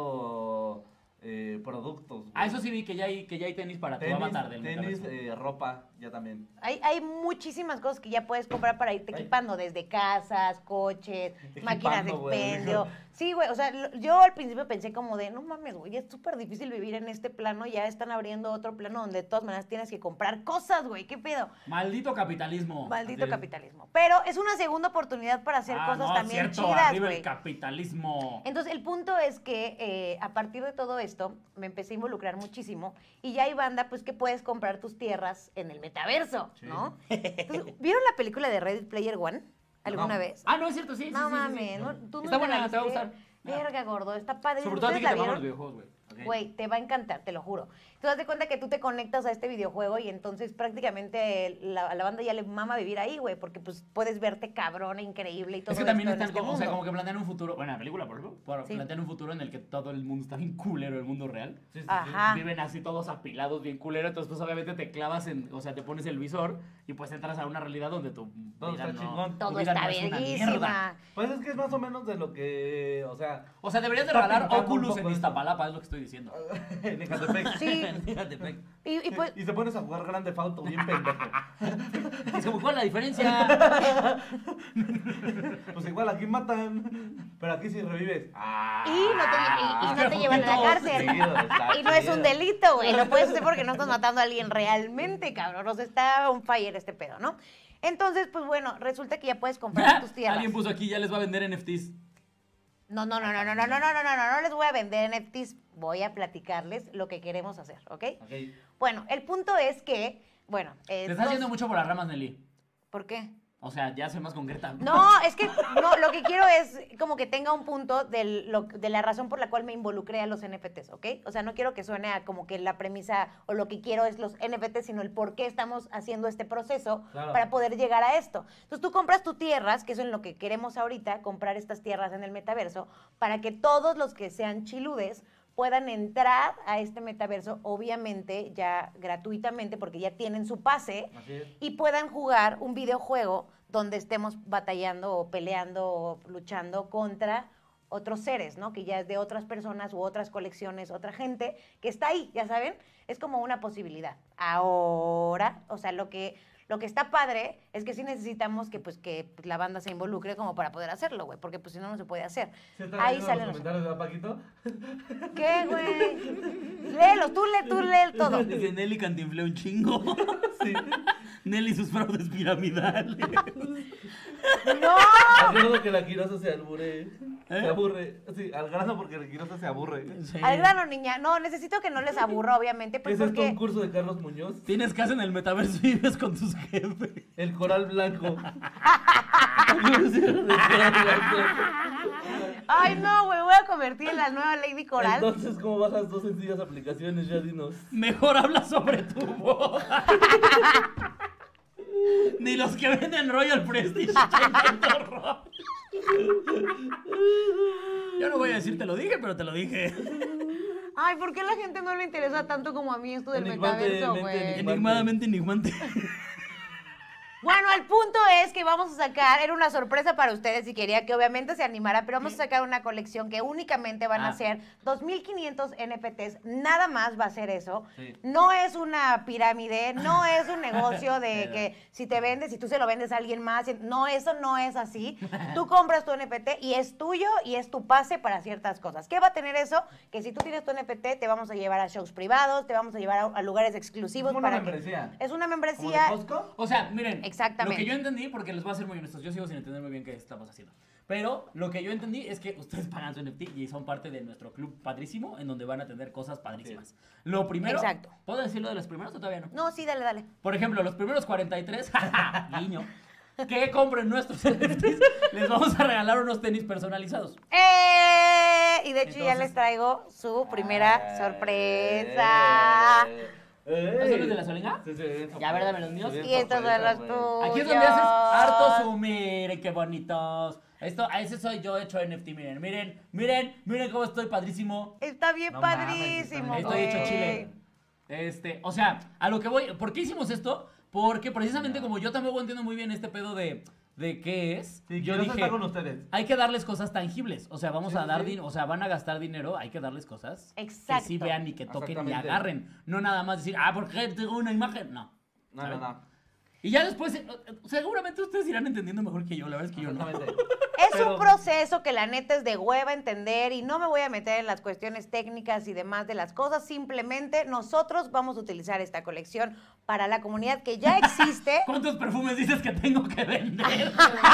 Speaker 5: sacando eh, productos. güey.
Speaker 3: Ah, eso sí vi que ya hay, que ya hay tenis para tu
Speaker 5: Tenis,
Speaker 3: avatar del
Speaker 5: tenis
Speaker 3: metaverso.
Speaker 5: eh, ropa, ya también.
Speaker 4: hay, hay muchísimas cosas que ya puedes comprar para irte
Speaker 5: Ay.
Speaker 4: equipando, desde casas, coches, máquinas de
Speaker 5: Equipando, güey.
Speaker 4: expendio. Sí, güey, o sea, lo- yo al principio pensé como de, no mames, güey, es súper difícil vivir en este plano, ya están abriendo otro plano donde de todas maneras tienes que comprar cosas, güey, qué pedo.
Speaker 3: Maldito capitalismo.
Speaker 4: Maldito
Speaker 5: así es.
Speaker 4: capitalismo. Pero es una segunda oportunidad para hacer
Speaker 3: Ah,
Speaker 4: cosas
Speaker 3: no,
Speaker 4: también
Speaker 3: cierto,
Speaker 4: chidas,
Speaker 3: arriba el
Speaker 4: güey.
Speaker 3: capitalismo.
Speaker 4: Entonces, el punto es que eh, a partir de todo esto me empecé a involucrar muchísimo y ya hay banda, pues, que puedes comprar tus tierras en el metaverso,
Speaker 5: Sí.
Speaker 4: ¿no? Entonces, ¿vieron la película de Ready Player One alguna
Speaker 5: No.
Speaker 4: vez?
Speaker 3: Ah, no, es cierto, sí. sí, sí,
Speaker 4: no
Speaker 3: sí,
Speaker 4: mames,
Speaker 3: sí.
Speaker 4: no, tú
Speaker 3: Está
Speaker 4: no te la
Speaker 3: buena, te va a
Speaker 4: viste.
Speaker 3: gustar. Ah,
Speaker 4: Verga, gordo, está padre.
Speaker 3: Sobre todo a ti
Speaker 4: ¿Ustedes
Speaker 3: que te
Speaker 4: la
Speaker 3: maman los
Speaker 4: vieron?
Speaker 3: videojuegos, güey. Ok.
Speaker 4: Güey, te va a encantar, te lo juro. Tú das de cuenta que tú te conectas a este videojuego y entonces prácticamente eh, la, a la banda ya le mama vivir ahí, güey, porque pues puedes verte cabrón, e increíble y todo
Speaker 3: Es que
Speaker 4: esto
Speaker 3: también
Speaker 4: en
Speaker 3: están
Speaker 4: este
Speaker 3: como, o sea,
Speaker 4: mundo.
Speaker 3: como que plantean un futuro, bueno, la película, por ejemplo, por-
Speaker 4: Sí.
Speaker 3: plantean un futuro en el que todo el mundo está bien culero, el mundo real.
Speaker 5: Sí, sí, sí.
Speaker 4: Ajá.
Speaker 3: Viven así todos apilados, bien culero, entonces pues obviamente te clavas en, o sea, te pones el visor y pues entras a una realidad donde tu
Speaker 5: Todo
Speaker 3: vida
Speaker 5: está
Speaker 3: no-
Speaker 5: chingón.
Speaker 3: tu
Speaker 4: Todo
Speaker 3: vida
Speaker 4: está
Speaker 3: no es una mierda.
Speaker 4: verguísima.
Speaker 5: Pues es que es más o menos de lo que, o sea,
Speaker 3: O sea, deberías de
Speaker 5: Está
Speaker 3: regalar
Speaker 5: pintando un
Speaker 3: Oculus
Speaker 5: poco
Speaker 3: en
Speaker 5: eso.
Speaker 3: Iztapalapa, es lo que estoy diciendo.
Speaker 5: en Ecatepec.
Speaker 4: Sí,
Speaker 3: Fíjate,
Speaker 4: y, y pues
Speaker 5: Y se pones a jugar grande Auto bien pendejo.
Speaker 3: es como, ¿cuál es la diferencia?
Speaker 5: Pues igual aquí matan, pero aquí sí revives. Ah,
Speaker 4: Y no te- y- y no te llevan a la
Speaker 5: todo
Speaker 4: cárcel.
Speaker 5: seguido, está
Speaker 4: ah, Y no es
Speaker 5: chido.
Speaker 4: un delito, güey. Lo puedes hacer porque no estás matando a alguien realmente, cabrón. O sea, está un fire este pedo, ¿no? Entonces, pues bueno, resulta que ya puedes comprar tus tierras.
Speaker 3: ¿Ah? Alguien puso aquí, ya les va a vender NFTs.
Speaker 4: No, no, no, no, no, no, no, no, no, no, no, no les voy a vender NFTs. Voy a platicarles lo que queremos hacer, ¿ok?
Speaker 5: Ok.
Speaker 4: Bueno, el punto es que, bueno, eh,
Speaker 3: Te estás
Speaker 4: nos-
Speaker 3: yendo mucho por las ramas, Nelly.
Speaker 4: ¿por qué?
Speaker 3: O sea, ya soy más concreta.
Speaker 4: No, es que no, lo que quiero es como que tenga un punto del- lo- de la razón por la cual me involucré a los NFTs, ¿ok? O sea, no quiero que suene a como que la premisa o lo que quiero es los NFTs, sino el por qué estamos haciendo este proceso
Speaker 5: Claro.
Speaker 4: para poder llegar a esto. Entonces tú compras tus tierras, que eso es lo que queremos ahorita, comprar estas tierras en el metaverso, para que todos los que sean chiludes puedan entrar a este metaverso, obviamente ya gratuitamente, porque ya tienen su pase
Speaker 5: Así es.
Speaker 4: y puedan jugar un videojuego donde estemos batallando o peleando o luchando contra otros seres, ¿no? Que ya es de otras personas u otras colecciones, otra gente que está ahí, ya saben, es como una posibilidad. Ahora, o sea, lo que lo que está padre es que sí necesitamos que pues que pues, la banda se involucre como para poder hacerlo, güey, porque pues si no no se puede hacer.
Speaker 5: ¿Se están
Speaker 4: Ahí
Speaker 5: leyendo
Speaker 4: salen
Speaker 5: los
Speaker 4: los
Speaker 5: comentarios, ¿verdad, Paquito?
Speaker 4: ¿Qué, güey? Léelos, tú lee, tú lee todo.
Speaker 3: Dice Nelly cantinflé un chingo.
Speaker 5: Sí.
Speaker 3: Nelly y sus fraudes piramidales.
Speaker 4: No,
Speaker 5: Recuerdo que la Quirosa se albure. Se aburre. Sí, al grano porque la Quirosa se aburre.
Speaker 3: Sí.
Speaker 4: al grano, niña. No, necesito que no les aburra, obviamente,
Speaker 5: ¿Qué
Speaker 4: pues
Speaker 5: es esto?
Speaker 4: porque
Speaker 5: ¿Un curso de Carlos Muñoz?
Speaker 3: Tienes casa en el metaverso y vives con tus jefes.
Speaker 5: El coral blanco. El coral blanco.
Speaker 4: Ay, no, güey, voy a convertir en la nueva Lady Coral.
Speaker 5: Entonces, ¿cómo bajas dos sencillas aplicaciones? Ya dinos.
Speaker 3: Mejor habla sobre tu boda. Ni los que venden Royal Prestige. echan tanto ron. Yo no voy a decir te lo dije, pero te lo dije.
Speaker 4: Ay, ¿por qué a la gente no le interesa tanto como a mí esto del
Speaker 5: Enigmante,
Speaker 4: metaverso,
Speaker 5: mente,
Speaker 4: güey?
Speaker 5: enigma.
Speaker 3: Enigmadamente enigmante.
Speaker 4: Bueno, el punto es que vamos a sacar, era una sorpresa para ustedes y quería que obviamente se animara, pero vamos a sacar una colección que únicamente van
Speaker 3: Ah.
Speaker 4: a ser 2.500 NFTs, nada más va a ser eso.
Speaker 5: Sí.
Speaker 4: No es una pirámide, no es un negocio de que si te vendes, si tú se lo vendes a alguien más, no, eso no es así. Tú compras tu NFT y es tuyo y es tu pase para ciertas cosas. ¿Qué va a tener eso? Que si tú tienes tu NFT, te vamos a llevar a shows privados, te vamos a llevar a, a lugares exclusivos
Speaker 5: Es una
Speaker 4: para que-
Speaker 5: membresía.
Speaker 4: Es una
Speaker 5: ¿Como de
Speaker 4: membresía.
Speaker 5: Costco?
Speaker 3: O sea, miren,
Speaker 4: Exactamente.
Speaker 3: lo que yo entendí, porque les voy a ser muy honestos, yo sigo sin entender muy bien qué estamos haciendo. Pero lo que yo entendí es que ustedes pagan su NFT y son parte de nuestro club padrísimo, en donde van a tener cosas padrísimas. Lo primero.
Speaker 4: Exacto.
Speaker 3: ¿Puedo decir lo de los primeros o todavía no?
Speaker 4: No, sí, dale, dale.
Speaker 3: Por ejemplo, los primeros 43, guiño, que compren nuestros NFTs, les vamos a regalar unos tenis personalizados.
Speaker 4: ¡Eh! Y de hecho ya
Speaker 3: Entonces-
Speaker 4: les traigo su primera
Speaker 5: Ah,
Speaker 4: sorpresa.
Speaker 3: eh.
Speaker 5: eh,
Speaker 3: ¿No son los de la Solenga? Ya, a ver, dame los míos.
Speaker 4: Y estos son los tuyos.
Speaker 3: Aquí es donde haces harto zoom, miren qué bonitos. Esto, a ese soy yo hecho NFT, miren, miren, miren, miren cómo estoy padrísimo.
Speaker 4: Está bien
Speaker 5: No mames,
Speaker 4: padrísimo,
Speaker 5: está
Speaker 3: Estoy
Speaker 4: güey.
Speaker 3: hecho chile. Este, o sea, a lo que voy, ¿por qué hicimos esto? Porque precisamente como yo tampoco entiendo muy bien este pedo de, de qué es,
Speaker 5: Sí,
Speaker 3: yo dije,
Speaker 5: con ustedes.
Speaker 3: hay que darles cosas tangibles, o sea, vamos
Speaker 5: Sí,
Speaker 3: a
Speaker 5: sí,
Speaker 3: dar
Speaker 5: sí.
Speaker 3: dinero, o sea, van a gastar dinero, hay que darles cosas que sí
Speaker 4: Exacto.
Speaker 3: vean y que toquen y
Speaker 5: Exactamente.
Speaker 3: agarren, no nada más decir, ah, porque tengo una imagen, no.
Speaker 5: No, no, no.
Speaker 3: Y ya después, eh, eh, seguramente ustedes irán entendiendo mejor que yo, la verdad es que yo no.
Speaker 5: Exactamente.
Speaker 4: Es
Speaker 5: Pero-
Speaker 4: un proceso que la neta es de hueva entender y no me voy a meter en las cuestiones técnicas y demás de las cosas. Simplemente nosotros vamos a utilizar esta colección para la comunidad que ya existe.
Speaker 3: ¿Cuántos perfumes dices que tengo que vender? ¡Ay,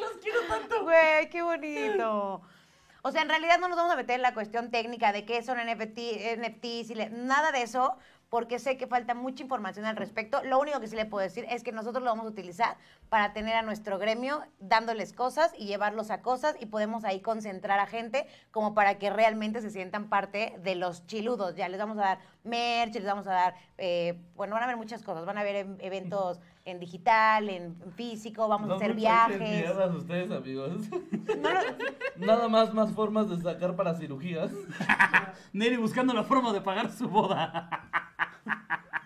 Speaker 3: los quiero tanto!
Speaker 4: Güey, qué bonito. O sea, en realidad no nos vamos a meter en la cuestión técnica de qué son NFT, NFTs, y le- nada de eso, porque sé que falta mucha información al respecto. Lo único que sí le puedo decir es que nosotros lo vamos a utilizar para tener a nuestro gremio dándoles cosas y llevarlos a cosas y podemos ahí concentrar a gente como para que realmente se sientan parte de los chiludos. Ya les vamos a dar merch, les vamos a dar, eh, bueno, van a haber muchas cosas, van a haber em- eventos en digital, en en físico, vamos a
Speaker 5: Son
Speaker 4: hacer
Speaker 5: muy felices
Speaker 4: viajes.
Speaker 5: mierdas ustedes, amigos. Nada más, más formas de sacar para cirugías.
Speaker 3: Neri buscando la forma de pagar su boda.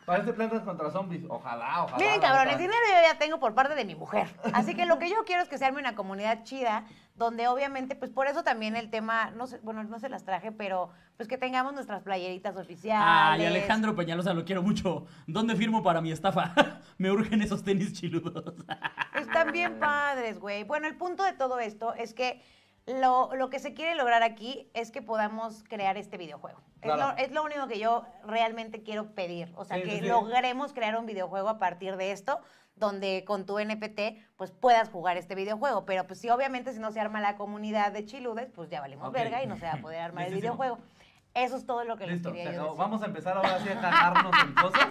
Speaker 5: Parece plantas este contra zombies. Ojalá, ojalá. la
Speaker 4: Miren, cabrones,
Speaker 5: neta.
Speaker 4: dinero yo ya tengo por parte de mi mujer. Así que lo que yo quiero es que se arme una comunidad chida, donde obviamente, pues por eso también el tema, no sé, bueno, no se las traje, pero pues que tengamos nuestras playeritas oficiales.
Speaker 3: Ay, Alejandro Peñalosa, lo quiero mucho. ¿Dónde firmo para mi estafa? Me urgen esos tenis chiludos.
Speaker 4: Están bien Pues, padres, güey. Bueno, el punto de todo esto es que lo, lo que se quiere lograr aquí es que podamos crear este videojuego.
Speaker 5: Claro.
Speaker 4: Es, lo, es lo único que yo realmente quiero pedir. O sea,
Speaker 5: Sí,
Speaker 4: que
Speaker 5: sí, sí.
Speaker 4: logremos crear un videojuego a partir de esto, donde con tu NFT, pues puedas jugar este videojuego. Pero pues sí, obviamente, si no se arma la comunidad de chiludes, pues ya valimos
Speaker 5: Ok.
Speaker 4: verga y no se va a poder armar el
Speaker 5: Listísimo.
Speaker 4: videojuego. Eso es todo lo que
Speaker 5: Listo,
Speaker 4: les
Speaker 5: se
Speaker 4: quería yo
Speaker 5: acabó.
Speaker 4: decir.
Speaker 5: Vamos a empezar ahora sí a cagarnos en cosas.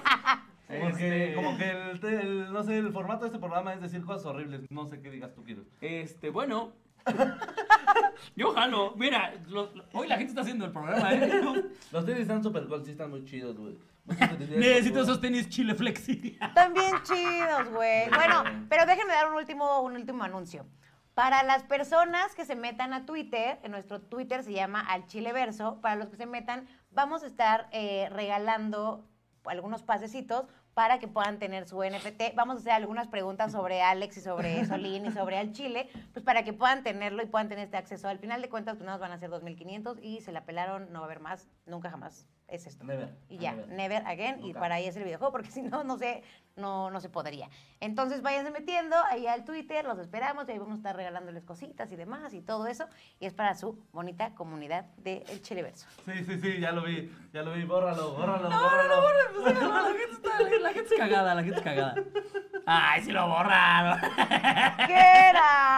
Speaker 5: Porque,
Speaker 1: Este-
Speaker 5: como que el, te- el- no sé, el formato de este programa es decir cosas horribles. No sé qué digas tú, Kiro.
Speaker 3: Este, bueno. Yo jalo. Mira, lo- lo- hoy la gente está haciendo el programa, ¿eh?
Speaker 5: Los tenis están súper cool, sí están muy chidos, güey. Muchas felicidades,
Speaker 3: Necesito
Speaker 5: por favor.
Speaker 3: esos tenis chile flexi.
Speaker 4: Están bien chidos, güey.
Speaker 5: Sí.
Speaker 4: Bueno, pero déjenme dar un último, un último anuncio. Para las personas que se metan a Twitter, en nuestro Twitter se llama Al Chile Verso, para los que se metan, vamos a estar eh, regalando algunos pasecitos para que puedan tener su NFT. Vamos a hacer algunas preguntas sobre Alex y sobre Solín y sobre Al Chile, pues para que puedan tenerlo y puedan tener este acceso. Al final de cuentas, pues nada más van a ser 2.500 y se la pelaron, no va a haber más, nunca jamás. Es esto.
Speaker 5: Never.
Speaker 4: Y ya,
Speaker 5: Never.
Speaker 4: Never Again, y
Speaker 5: Nunca.
Speaker 4: para ahí es el videojuego, porque si no, no sé, no, no se podría. Entonces váyanse metiendo ahí al Twitter, los esperamos, y ahí vamos a estar regalándoles cositas y demás y todo eso, y es para su bonita comunidad de El Chileverso.
Speaker 5: Sí, sí, sí, ya lo vi. Ya lo vi. Bórralo, bórralo,
Speaker 3: No,
Speaker 5: bórralo.
Speaker 3: no, borra, pues, sí, no, la gente está- la gente es cagada, la gente es cagada. Ay, si lo borraron.
Speaker 4: ¿Qué era?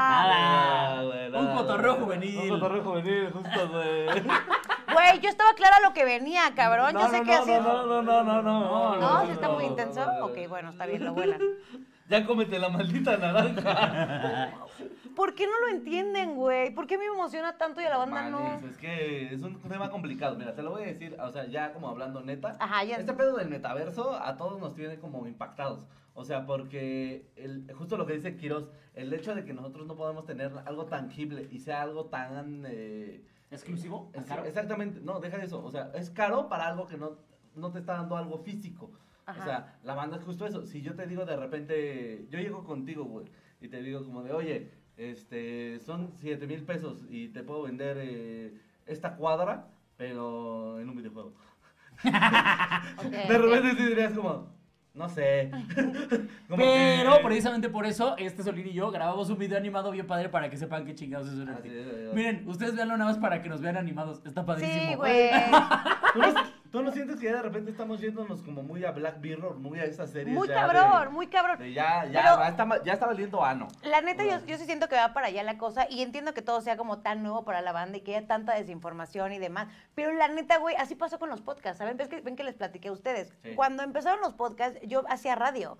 Speaker 3: Nada.
Speaker 5: Ah, güey,
Speaker 3: Un
Speaker 5: nada,
Speaker 3: cotorreo
Speaker 5: güey.
Speaker 3: juvenil.
Speaker 5: Un cotorreo juvenil, justo, güey.
Speaker 4: Güey, yo estaba clara lo que venía, cabrón, yo
Speaker 5: No,
Speaker 4: sé
Speaker 5: no,
Speaker 4: que
Speaker 5: no,
Speaker 4: así...
Speaker 5: No, no, no, no, no, no.
Speaker 4: ¿No?
Speaker 5: no,
Speaker 4: ¿Sí está
Speaker 5: no,
Speaker 4: muy
Speaker 5: no,
Speaker 4: intenso?
Speaker 5: no, no, no.
Speaker 4: ok, bueno, está bien, lo vuelan.
Speaker 5: Ya cómete la maldita naranja.
Speaker 4: ¿Por qué no lo entienden, güey? ¿Por qué a mí me emociona tanto y a la banda no?
Speaker 5: Manix, es que es un tema complicado. Mira, te lo voy a decir, o sea, ya como hablando neta.
Speaker 4: Ajá, ya.
Speaker 5: Este pedo del metaverso a todos nos tiene como impactados. O sea, porque el, justo lo que dice Quiroz, el hecho de que nosotros no podamos tener algo tangible y sea algo tan... eh,
Speaker 3: ¿Exclusivo? ¿Tan
Speaker 5: es-
Speaker 3: caro?
Speaker 5: Exactamente, no, deja de eso. O sea, es caro para algo que no, no te está dando algo físico.
Speaker 4: Ajá.
Speaker 5: O sea, la banda es justo eso. Si yo te digo de repente, yo llego contigo, güey, y te digo como de, oye, este, son 7 mil pesos y te puedo vender eh, esta cuadra, pero en un videojuego.
Speaker 4: Ok,
Speaker 5: De
Speaker 4: ok.
Speaker 5: repente sí dirías como, no sé. Como
Speaker 3: Pero
Speaker 5: que-
Speaker 3: precisamente por eso, este Solín y yo grabamos un video animado bien padre para que sepan qué chingados es un
Speaker 5: Así
Speaker 3: NFT.
Speaker 5: es.
Speaker 3: Miren, ustedes véanlo nada más para que nos vean animados. Está padrísimo.
Speaker 4: Sí, güey.
Speaker 5: ¿Tú no, tú no sientes que ya de repente estamos yéndonos como muy a Black Mirror, muy a esas series?
Speaker 4: Muy
Speaker 5: ya de-
Speaker 4: cabrón, muy cabrón.
Speaker 5: de ya, ya,
Speaker 4: Pero-
Speaker 5: va- está, ma- ya está valiendo ano.
Speaker 4: La neta, yo,
Speaker 5: Claro.
Speaker 4: yo sí siento que va para allá la cosa y entiendo que todo sea como tan nuevo para la banda y que haya tanta desinformación y demás. Pero la neta, güey, así pasó con los podcasts, ¿saben? ¿Ves que, ven que les platiqué a ustedes.
Speaker 5: Sí.
Speaker 4: Cuando empezaron los podcasts, yo hacía radio.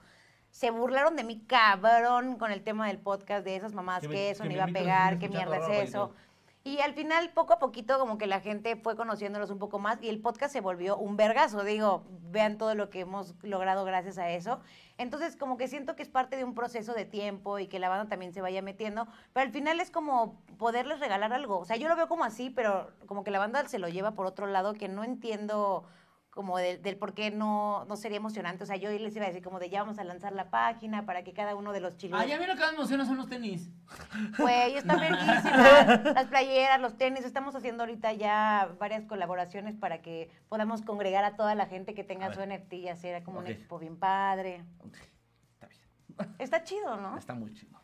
Speaker 4: Se burlaron de mí cabrón con el tema del podcast, de esas mamás
Speaker 5: Que
Speaker 4: que,
Speaker 5: me-
Speaker 4: eso
Speaker 5: que
Speaker 4: no
Speaker 5: me
Speaker 4: iba a
Speaker 5: invitan,
Speaker 4: pegar,
Speaker 5: estoy
Speaker 4: qué mierda
Speaker 5: escuchando
Speaker 4: es
Speaker 5: raro,
Speaker 4: eso. Y al final, poco a poquito, como que la gente fue conociéndolos un poco más y el podcast se volvió un vergazo. Digo, vean todo lo que hemos logrado gracias a eso. Entonces, como que siento que es parte de un proceso de tiempo y que la banda también se vaya metiendo. Pero al final es como poderles regalar algo. O sea, yo lo veo como así, pero como que la banda se lo lleva por otro lado que no entiendo como de- del por qué no, no sería emocionante. O sea, yo les iba a decir como de ya vamos a lanzar la página para que cada uno de los chilos...
Speaker 3: Ah, ya vieron que más me emociona son los tenis.
Speaker 4: Güey, están verguísimas. Las playeras, los tenis. Estamos haciendo ahorita ya varias colaboraciones para que podamos congregar a toda la gente que tenga
Speaker 5: A
Speaker 4: su NFT y hacer como
Speaker 5: Ok.
Speaker 4: un equipo bien padre.
Speaker 5: Está bien,
Speaker 4: Está chido, ¿no?
Speaker 5: está muy chido.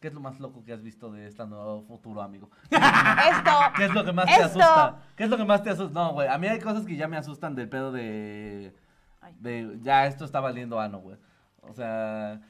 Speaker 5: ¿Qué es lo más loco que has visto de este nuevo futuro, amigo?
Speaker 4: Esto.
Speaker 5: ¿Qué es lo que más te
Speaker 4: Esto.
Speaker 5: asusta? ¿Qué es lo que más te asusta? No, güey, a mí hay cosas que ya me asustan del pedo de...
Speaker 4: Ay.
Speaker 5: de ya, esto está valiendo ano, güey. O sea,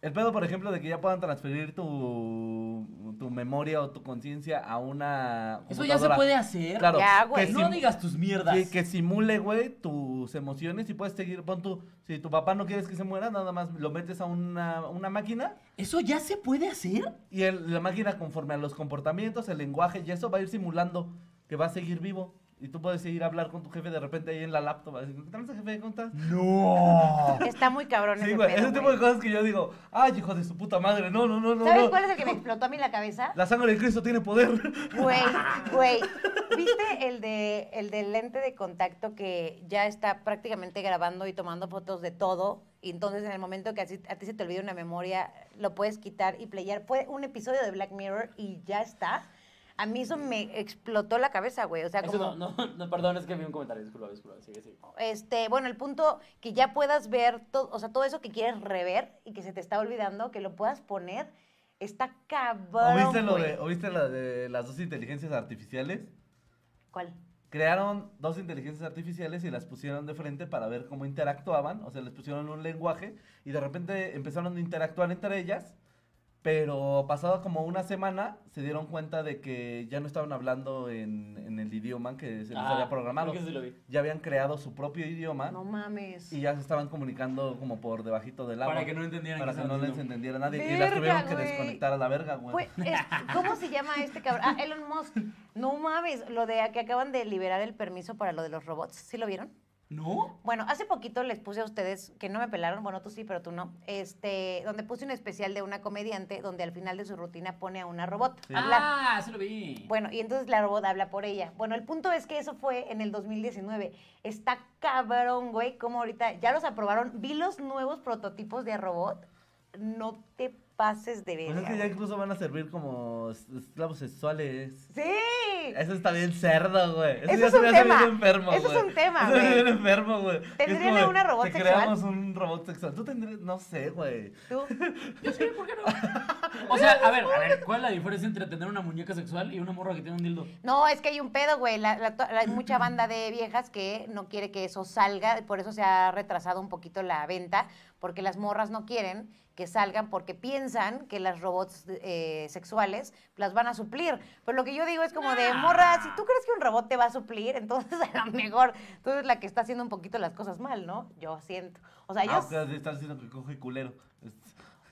Speaker 5: el pedo, por ejemplo, de que ya puedan transferir tu, tu memoria o tu conciencia a una
Speaker 3: Eso ya se
Speaker 5: computadora.
Speaker 3: puede hacer.
Speaker 5: Claro,
Speaker 4: Ya, güey.
Speaker 5: que
Speaker 3: No
Speaker 5: sim-
Speaker 3: digas tus mierdas.
Speaker 5: que, que simule, güey, tus emociones y puedes seguir, pon tu, si tu papá no quieres que se muera, nada más lo metes a una, una máquina
Speaker 3: ¿Eso ya se puede hacer?
Speaker 5: y el- la máquina conforme a los comportamientos, el lenguaje y eso va a ir simulando que va a seguir vivo. Y tú puedes seguir a hablar con tu jefe de repente ahí en la laptop. Así, ¿Qué tranza, jefe? ¿Cómo estás?
Speaker 3: No.
Speaker 4: Está muy cabrón
Speaker 5: Sí,
Speaker 4: ese
Speaker 5: güey.
Speaker 4: pedo,
Speaker 5: Ese tipo
Speaker 4: güey.
Speaker 5: de cosas que yo digo, ay, hijo de su puta madre. No, no, no, no.
Speaker 4: ¿Sabes
Speaker 5: no.
Speaker 4: cuál es el que me explotó a mí la cabeza?
Speaker 5: La sangre de Cristo tiene poder.
Speaker 4: Güey, güey. ¿Viste el de el del lente de contacto que ya está prácticamente grabando y tomando fotos de todo? Y entonces en el momento que a ti, a ti se te olvida una memoria, lo puedes quitar y playar. Fue un episodio de Black Mirror y ya está. A mí eso me explotó la cabeza, güey. O sea,
Speaker 3: no,
Speaker 4: como...
Speaker 3: no, no, perdón, es que vi un comentario. Disculpa, disculpa. Sigue, sigue.
Speaker 4: Este, bueno, el punto que ya puedas ver, todo, o sea, todo eso que quieres rever y que se te está olvidando, que lo puedas poner, está cabrón.
Speaker 5: ¿O viste, lo
Speaker 4: güey.
Speaker 5: de, ¿O viste la de las dos inteligencias artificiales?
Speaker 4: ¿Cuál?
Speaker 5: crearon dos inteligencias artificiales y las pusieron de frente para ver cómo interactuaban, o sea, les pusieron un lenguaje y de repente empezaron a interactuar entre ellas, pero pasado como una semana se dieron cuenta de que ya no estaban hablando en, en el idioma que se les había
Speaker 3: Ah,
Speaker 5: programado,
Speaker 3: creo que sí lo vi.
Speaker 5: ya habían creado su propio idioma
Speaker 4: No mames.
Speaker 5: y ya se estaban comunicando como por debajito del agua.
Speaker 3: Para que no entendieran
Speaker 5: para
Speaker 3: qué
Speaker 5: que
Speaker 3: estaba
Speaker 5: no les
Speaker 3: diciendo.
Speaker 5: entendiera nadie y las
Speaker 4: Verga,
Speaker 5: tuvieron que
Speaker 4: güey.
Speaker 5: desconectar a la verga, güey.
Speaker 4: Pues, es- ¿Cómo se llama este cabrón? Ah, Elon Musk. No mames, lo de que acaban de liberar el permiso para lo de los robots. ¿Sí lo vieron?
Speaker 3: ¿No?
Speaker 4: Bueno, hace poquito les puse a ustedes, que no me pelaron, bueno, tú sí, pero tú no, este, donde puse un especial de una comediante donde al final de su rutina pone a una robot. a hablar.
Speaker 3: Ah, se lo vi.
Speaker 4: Bueno, y entonces la robot habla por ella. Bueno, el punto es que eso fue en el 2019. Está cabrón, güey, como ahorita ya los aprobaron. Vi los nuevos prototipos de robot. No te pases de
Speaker 5: Pues es
Speaker 4: verga.
Speaker 5: que ya
Speaker 4: güey.
Speaker 5: incluso van a servir como es- esclavos sexuales.
Speaker 4: Sí.
Speaker 5: Eso está bien cerdo, güey.
Speaker 4: Eso
Speaker 5: ya
Speaker 4: es
Speaker 5: se
Speaker 4: un
Speaker 5: me hace
Speaker 4: tema.
Speaker 5: bien enfermo,
Speaker 4: Eso es
Speaker 5: güey.
Speaker 4: un tema,
Speaker 5: Eso es
Speaker 4: güey.
Speaker 5: bien enfermo, güey. Es
Speaker 4: ¿Tendrían
Speaker 5: como de,
Speaker 4: una robot
Speaker 5: te
Speaker 4: sexual?
Speaker 5: creamos un robot sexual. Tú tendrías... No sé, güey.
Speaker 4: Tú.
Speaker 3: Yo sí, ¿por qué no? O sea, a ver, a ver, ¿cuál es la diferencia entre tener una muñeca sexual y una morra que tiene un dildo?
Speaker 4: No, es que hay un pedo, güey. La- la- to- la- hay mucha banda de viejas que no quiere que eso salga, por eso se ha retrasado un poquito la venta, porque las morras no quieren que salgan porque piensan que las robots eh, sexuales las van a suplir. Pero lo que yo digo es como
Speaker 3: Ah.
Speaker 4: de, morra, si tú crees que un robot te va a suplir, entonces a lo mejor tú eres la que está
Speaker 3: Ah,
Speaker 4: haciendo un poquito las cosas mal, ¿no? Yo siento. O sea, yo...
Speaker 5: Ah, ok, sí, estás diciendo que coge culero. Es-